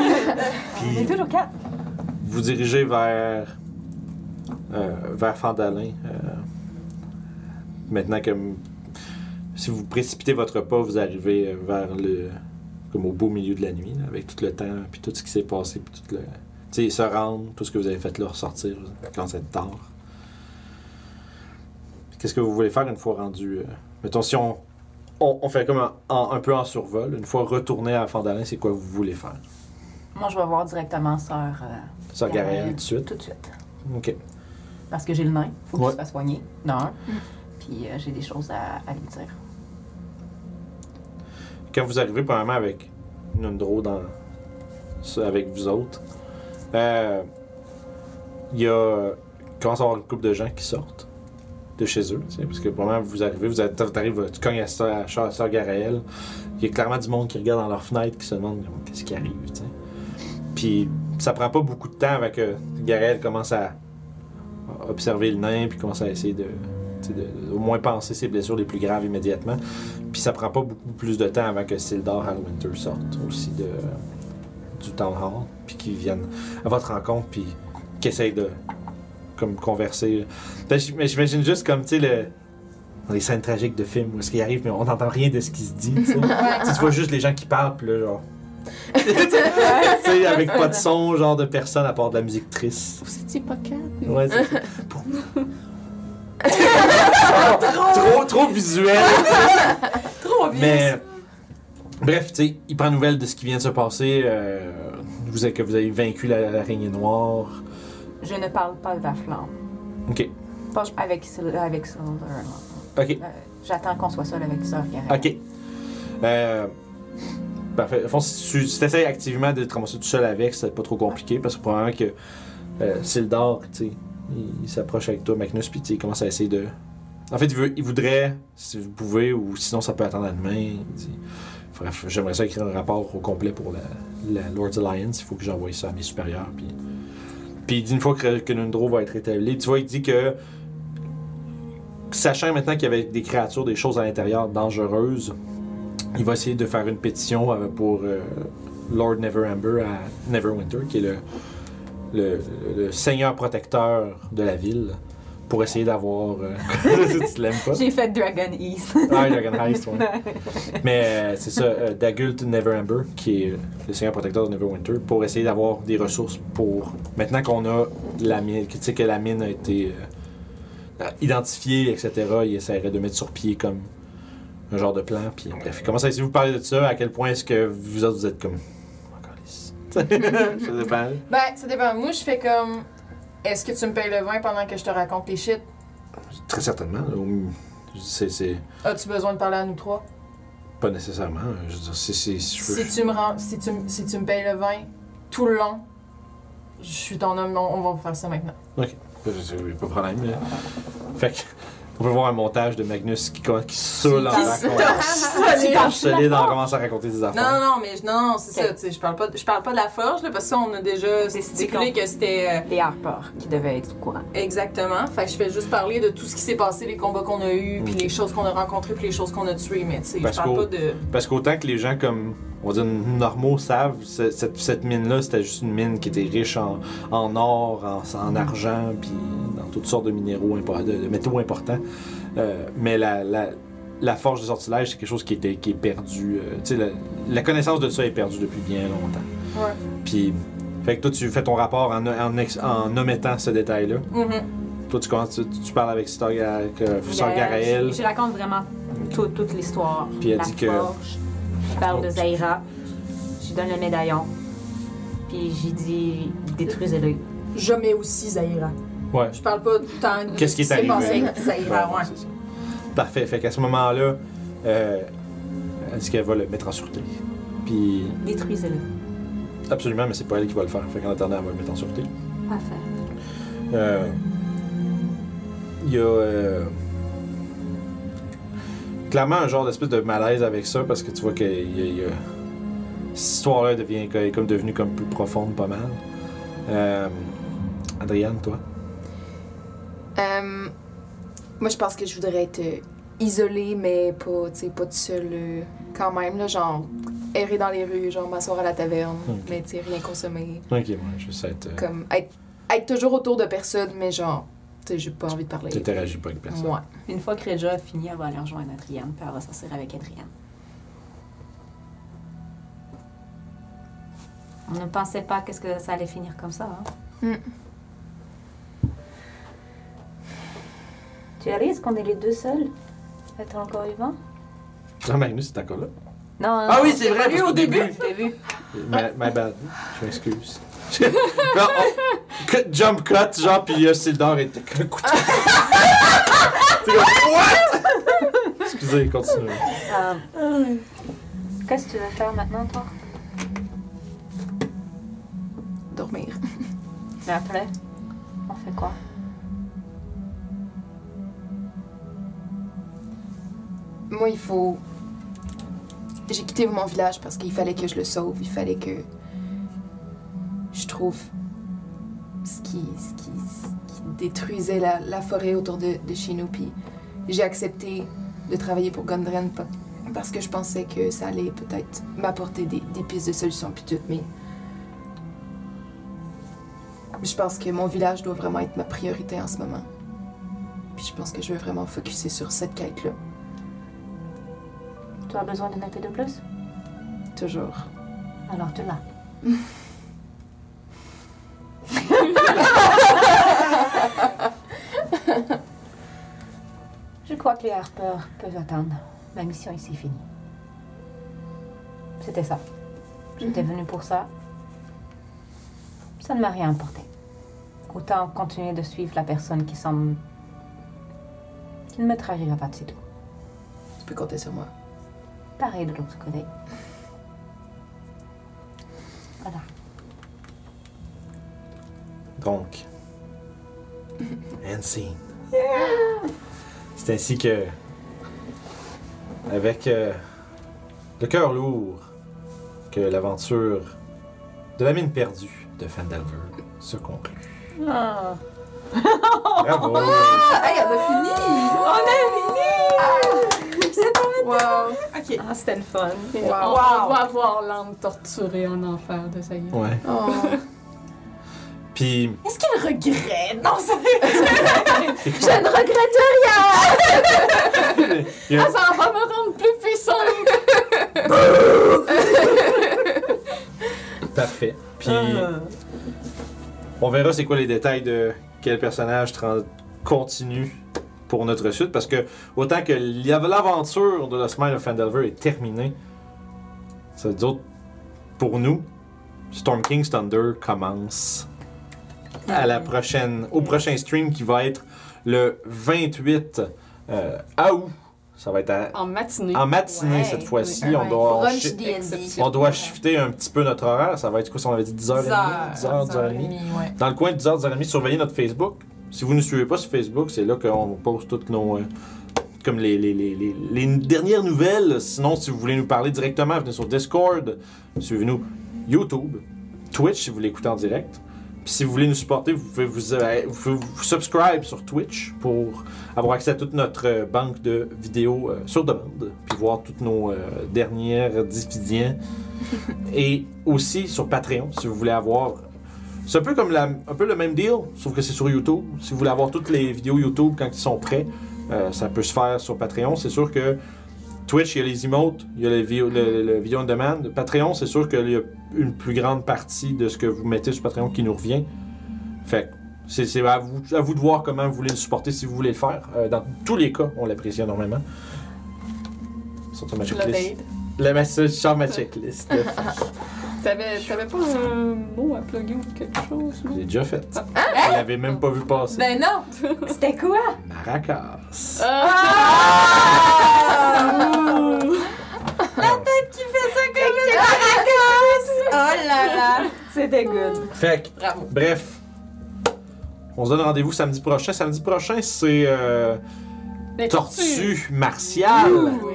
Speaker 5: On est
Speaker 1: puis-
Speaker 5: toujours quatre.
Speaker 1: vous dirigez vers euh, vers Fandalin. euh, maintenant que m- si vous précipitez votre pas, vous arrivez euh, vers le comme au beau milieu de la nuit, là, avec tout le temps, puis tout ce qui s'est passé, puis tout le, tu sais, se rendre, tout ce que vous avez fait là ressortir quand c'est tard. Qu'est-ce que vous voulez faire une fois rendu euh, Mettons si on on, on fait comme un, en- un peu en survol. Une fois retourné à Fandalin, c'est quoi vous voulez faire?
Speaker 5: Moi, je vais voir directement Sœur euh,
Speaker 1: Ça, Gabriel, tout de suite.
Speaker 5: tout de suite.
Speaker 1: OK.
Speaker 5: Parce que j'ai le nain. Faut que
Speaker 1: Ouais.
Speaker 5: je se fasse soigner. Non. Puis euh, j'ai des choses à, à lui dire.
Speaker 1: quand vous arrivez premièrement avec Nundro dans ça, avec vous autres, euh, il y a il commence à avoir une couple de gens qui sortent de chez eux, tu sais, parce que probablement vous arrivez, vous êtes- t'arrives, tu cognes à Sœur à Sœur Garaël, il y a clairement du monde qui regarde dans leur fenêtre, qui se demande comme, qu'est-ce qui arrive, tu sais. Puis ça prend pas beaucoup de temps avec que Garaël commence à observer le nain, puis commence à essayer de, tu sais, de- au moins penser ses blessures les plus graves immédiatement. Puis ça prend pas beaucoup plus de temps avant que Sildar Hallwinter sorte aussi de, du Town Hall, puis qu'ils viennent à votre rencontre, puis qui essaye de comme converser. Ben, j- mais j'imagine juste comme, tu sais, le... dans les scènes tragiques de films où ce qui arrive, mais on n'entend rien de ce qui se dit. tu sais. Tu sais, tu vois juste les gens qui parlent, puis là, genre. (laughs) tu sais, avec pas de son, genre de personne à part de la musique triste.
Speaker 4: Vous étiez pas calme.
Speaker 1: Ouais, c'est ça. (laughs) Boum. Oh, trop, trop visuel.
Speaker 6: Trop bien.
Speaker 1: Mais bref, tu sais, il prend nouvelle de ce qui vient de se passer. euh, vous avez, que vous avez vaincu la- l'araignée noire.
Speaker 5: Je ne parle pas de la flamme.
Speaker 1: Ok.
Speaker 5: Pas avec, Sil- avec Silver.
Speaker 1: Ok.
Speaker 5: Euh, J'attends qu'on soit seul avec Sir Karen.
Speaker 1: Ok. Euh, parfait. Au fond, si tu si t'essayes activement de te ramasser tout seul avec, c'est pas trop compliqué parce que probablement que euh, Sildar, tu sais, il, il s'approche avec toi, Magnus, puis tu sais, il commence à essayer de. En fait, il, veut, il voudrait, si vous pouvez, ou sinon ça peut attendre à demain. il dit, Bref, j'aimerais ça écrire un rapport au complet pour la, la Lord's Alliance. Il faut que j'envoie ça à mes supérieurs. Puis, puis il dit une fois que, que Nundro va être établi, tu vois, il dit que sachant maintenant qu'il y avait des créatures, des choses à l'intérieur dangereuses, il va essayer de faire une pétition euh, pour euh, Lord Neveramber à Neverwinter, qui est le, le, le seigneur protecteur de la ville, pour essayer d'avoir. euh, (laughs) tu l'aimes pas?
Speaker 5: J'ai fait Dragon East. (laughs)
Speaker 1: Ah, Dragon Heist, (laughs) ouais. Mais euh, c'est ça, euh, Dagult Neverember, qui est le seigneur protecteur de Neverwinter, pour essayer d'avoir des ressources pour. Maintenant qu'on a la mine, que, tu sais que la mine a été euh, identifiée, etc., il essaierait de mettre sur pied comme un genre de plan. Puis bref, comment ça, si vous parlez de ça, à quel point est-ce que vous autres, vous êtes comme. oh, Encore lisse. (laughs) Je sais pas.
Speaker 6: Ben, ça dépend. Moi, je fais comme. Est-ce que tu me payes le vin pendant que je te raconte tes shit?
Speaker 1: Très certainement. là, ou- C'est c'est
Speaker 6: As-tu besoin de parler à nous trois?
Speaker 1: pas nécessairement. euh, Je veux dire, c'est- c'est- si je peux-
Speaker 6: Si tu me rends, si tu, me- si tu me payes le vin tout le long, je suis ton homme. Non, on va faire ça maintenant.
Speaker 1: Euh, euh, Pas de problème. là. Fait que, on peut voir un montage de Magnus qui, qui saoule en racontant.
Speaker 6: non,
Speaker 1: Solide en commence à raconter des affaires.
Speaker 6: non, non, mais je- non, non, c'est
Speaker 5: Ok.
Speaker 6: ça. Tu sais, je parle pas, de- je parle pas de la forge là, parce que ça, on a déjà
Speaker 5: Décidé
Speaker 6: stipulé que c'était euh,
Speaker 5: Les Harper qui devaient être au courant.
Speaker 6: exactement. Fait que je fais juste parler de tout ce qui s'est passé, les combats qu'on a eus, puis
Speaker 1: Ok.
Speaker 6: les choses qu'on a rencontrées, puis les choses qu'on a tuées. Mais tu sais, je
Speaker 1: Mm. Parce
Speaker 6: parle
Speaker 1: qu'au-
Speaker 6: pas de.
Speaker 1: Parce qu'autant que les gens comme on va dire normaux savent, ce- cette, cette mine-là, c'était juste une mine qui était riche en, en or, en, en argent, puis dans toutes sortes de minéraux, impo- de, de métaux importants. Euh, mais la, la- la forge de sortilège, c'est quelque chose qui, était, qui est perdu. euh, tu sais, la, la connaissance de ça est perdue depuis bien longtemps.
Speaker 6: Ouais.
Speaker 1: Puis, fait que toi, tu fais ton rapport en, en, ex- en omettant ce détail-là.
Speaker 6: Mhm.
Speaker 1: Toi, tu, commences- tu, tu parles avec Star, avec, euh, Sir Garael.
Speaker 5: Je, je raconte vraiment tout- toute l'histoire.
Speaker 1: Puis elle
Speaker 5: La
Speaker 1: dit que-
Speaker 5: forge. Je parle de Zaira. Je lui donne le médaillon. Puis j'ai dit détruisez-le.
Speaker 6: Je mets aussi Zahira.
Speaker 1: Ouais.
Speaker 6: Je parle pas tant de
Speaker 1: Qu'est-ce qui est
Speaker 6: s'est
Speaker 1: arrivé?
Speaker 6: passé avec Zahira,
Speaker 1: Bon,
Speaker 6: ouais.
Speaker 1: c'est ça. Parfait. Fait qu'à ce moment-là, euh, elle dit qu'elle va le mettre en sûreté. Puis,
Speaker 5: Détruisez-le.
Speaker 1: absolument, mais c'est pas elle qui va le faire. Fait qu'en attendant, elle va le mettre en sûreté.
Speaker 5: Parfait.
Speaker 1: Euh, Il y a. euh, clairement un genre d'espèce de malaise avec ça parce que tu vois que il y a- il y a- cette histoire-là devient co- est comme devenue comme plus profonde pas mal. Euh, Adriane, toi?
Speaker 2: Euh, moi, je pense que je voudrais être euh, isolée, mais pas, tu sais, pas toute seule euh, quand même, là, genre errer dans les rues, genre m'asseoir à la taverne,
Speaker 1: Ok.
Speaker 2: mais tu sais, rien consommer.
Speaker 1: Ok, ouais, je sais être. euh,
Speaker 2: Comme être, être toujours autour de personnes, mais genre, tu sais, j'ai pas envie de parler.
Speaker 1: T'interagis pas avec personne.
Speaker 2: Moi.
Speaker 5: Une fois que Reja a fini, elle va aller rejoindre Adrienne, puis elle va sortir avec Adrienne. On ne pensait pas qu'est-ce que ça allait finir comme ça. Hein?
Speaker 2: Mm.
Speaker 5: Tu réalises qu'on est les deux seuls Être encore vivant
Speaker 1: Ah, Magnus, c'est encore là.
Speaker 5: Non. non,
Speaker 1: Ah
Speaker 5: non.
Speaker 1: oui, c'est vrai,
Speaker 5: Lui,
Speaker 1: parce qu'au
Speaker 5: au début.
Speaker 1: début. My, my bad. Je m'excuse. (laughs) Quand on- cut- jump cut, genre, pis euh, Sildar était qu'un couteau. (laughs) C'est comme, what? Excusez, continuez.
Speaker 5: Euh, qu'est-ce que tu veux faire maintenant, toi
Speaker 2: Dormir.
Speaker 5: Mais après, on fait quoi
Speaker 2: Moi, il faut. J'ai quitté mon village parce qu'il fallait que je le sauve. Il fallait que je trouve ce qui, ce qui, ce qui détruisait la, la forêt autour de, de chez nous. Puis j'ai accepté de travailler pour Gondren pa- parce que je pensais que ça allait peut-être m'apporter des, des pistes de solutions puis tout. Mais Je pense que mon village doit vraiment être ma priorité en ce moment. Puis je pense que je vais vraiment focuser sur cette quête-là.
Speaker 5: Tu as besoin d'un épée de plus
Speaker 2: Toujours.
Speaker 5: Alors tu l'as. (laughs) Je crois que les Harper peuvent attendre. Ma mission ici est finie. C'était ça. J'étais venue pour ça. Ça ne m'a rien importé. Autant continuer de suivre la personne qui semble. qui ne me trahira pas de sitôt.
Speaker 2: Tu peux compter sur moi.
Speaker 5: Pareil de l'autre côté. Voilà.
Speaker 1: Donc. Hansine. C'est ainsi que. Avec euh, le cœur lourd que l'aventure de la mine perdue de Fandalver se conclut.
Speaker 5: Ah.
Speaker 1: Bravo!
Speaker 2: Ah, Hey, on a fini! Ah!
Speaker 6: On a
Speaker 2: Wow!
Speaker 6: fini! Ok.
Speaker 5: Ah, c'était le fun.
Speaker 4: Et
Speaker 2: Wow.
Speaker 4: On,
Speaker 6: Wow.
Speaker 4: on va avoir l'âme torturée en enfer de ça y est.
Speaker 1: Ouais.
Speaker 2: Oh.
Speaker 1: Puis,
Speaker 6: Est-ce qu'il regrette? Non,
Speaker 1: (laughs)
Speaker 2: je
Speaker 6: c'est...
Speaker 2: ne regrette
Speaker 1: il y a-
Speaker 4: Ah, ça va me rendre plus puissante!
Speaker 1: Parfait. Puis, on verra c'est quoi les détails de quel personnage tran- continue pour notre suite. Parce que, autant que l'av- l'aventure de la Smile of Fandelver est terminée, ça veut dire, pour nous, Storm King's Thunder commence à la prochaine, au prochain stream qui va être le 28 euh, août. Ça va être à-
Speaker 4: En matinée.
Speaker 1: en matinée
Speaker 6: Ah Ouais,
Speaker 1: cette fois-ci.
Speaker 6: ouais.
Speaker 1: On doit
Speaker 2: rien!
Speaker 1: shi-
Speaker 2: Brunch D&D.
Speaker 1: on doit shifter un petit peu notre horaire. Ça va être quoi si on avait dit 10h30? 10h, 10h30.
Speaker 6: ouais.
Speaker 1: Dans le coin de 10h, 10h30, surveillez notre Facebook. Si vous ne nous suivez pas sur Facebook, c'est là qu'on poste toutes nos. euh, comme les, les, les, les, les dernières nouvelles. Sinon, si vous voulez nous parler directement, venez sur Discord. Suivez-nous YouTube, Twitch si vous voulez écouter en direct. Puis si vous voulez nous supporter, vous pouvez vous, euh, vous, pouvez vous subscribe sur Twitch pour avoir accès à toute notre euh, banque de vidéos euh, sur demande, puis voir toutes nos euh, dernières diffusions. Et aussi sur Patreon, si vous voulez avoir. C'est un peu comme la- un peu le même deal, sauf que c'est sur YouTube. Si vous voulez avoir toutes les vidéos YouTube quand ils sont prêts, euh, ça peut se faire sur Patreon. C'est sûr que Twitch, il y a les emotes, il y a le, vidéo- le- le video on demand. Patreon, c'est sûr qu'il y a une plus grande partie de ce que vous mettez sur Patreon qui nous revient. Fait que c'est c'est à vous, à vous de voir comment vous voulez le supporter si vous voulez le faire. Euh, dans tous les cas, on l'apprécie énormément. Surtout ma
Speaker 4: Je
Speaker 1: checklist.
Speaker 4: l'avais.
Speaker 1: La ma- je sors ma checklist.
Speaker 4: T'avais t'avais pas un mot à plugger ou quelque chose? non?
Speaker 1: J'ai déjà fait. Je l'avais même pas vu passer.
Speaker 6: Ben non!
Speaker 5: C'était quoi?
Speaker 1: Maracas.
Speaker 4: Ah!
Speaker 6: Qui fait ça comme une maracas! Oh là là!
Speaker 5: C'était good.
Speaker 1: Fait que,
Speaker 6: Bravo.
Speaker 1: bref, on se donne rendez-vous samedi prochain. Samedi prochain, c'est euh,
Speaker 4: Les tortues.
Speaker 1: Tortue Martial.
Speaker 4: Oui.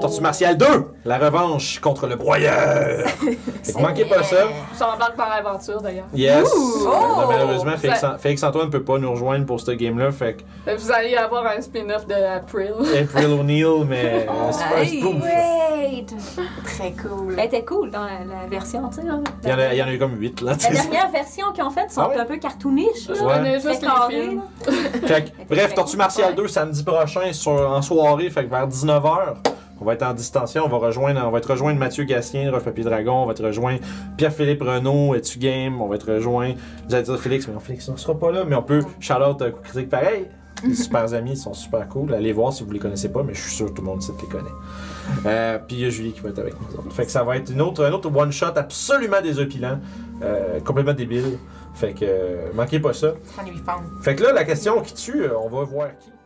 Speaker 1: Tortue Martial 2, la revanche contre le broyeur. Fait que manquez pas ça.
Speaker 4: Ça embarque par aventure d'ailleurs.
Speaker 1: Yes.
Speaker 6: Oh!
Speaker 1: Non, malheureusement,
Speaker 4: Ça-
Speaker 1: Félix- Félix-Antoine ne peut pas nous rejoindre pour ce game-là. Fait que
Speaker 4: Vous allez avoir un spin-off de April.
Speaker 1: April O'Neil, mais euh, c'est pas un spoof.
Speaker 5: Great!
Speaker 6: Très cool.
Speaker 5: Elle était cool dans la, la version, tu sais. là.
Speaker 1: Il y en a, il y en a eu comme 8 là. tu
Speaker 5: La
Speaker 1: sais.
Speaker 5: dernière version qu'ils ont faite sont
Speaker 1: Ah ouais?
Speaker 5: un peu cartoonish. là.
Speaker 1: Ouais.
Speaker 4: On a
Speaker 5: Très
Speaker 4: juste les
Speaker 5: carré,
Speaker 4: films.
Speaker 5: là.
Speaker 1: Fait que, bref,
Speaker 5: Ouais.
Speaker 1: Tortue Martiale 2, samedi prochain, sur, en soirée, fait que vers 19h, on va être en distanciel, on va rejoindre, on va être rejoindre Mathieu Gassien, Roche Papier Dragon, on va être rejoindre Pierre-Philippe Renault, Etu Game, on va être rejoint, j'allais dire Félix, mais non, Félix ne sera pas là, mais on peut, Charlotte euh, critique pareil. (laughs) Les super amis, ils sont super cool. Allez voir si vous les connaissez pas, mais je suis sûr que tout le monde sait que les connaît. Euh, Puis il y a Julie qui va être avec nous autres. Fait que ça va être une autre, un autre one-shot absolument désopilant, euh, complètement débile. Fait que euh, manquez pas ça.
Speaker 6: On lui fend.
Speaker 1: Fait que là, la question qui tue, euh, on va voir qui.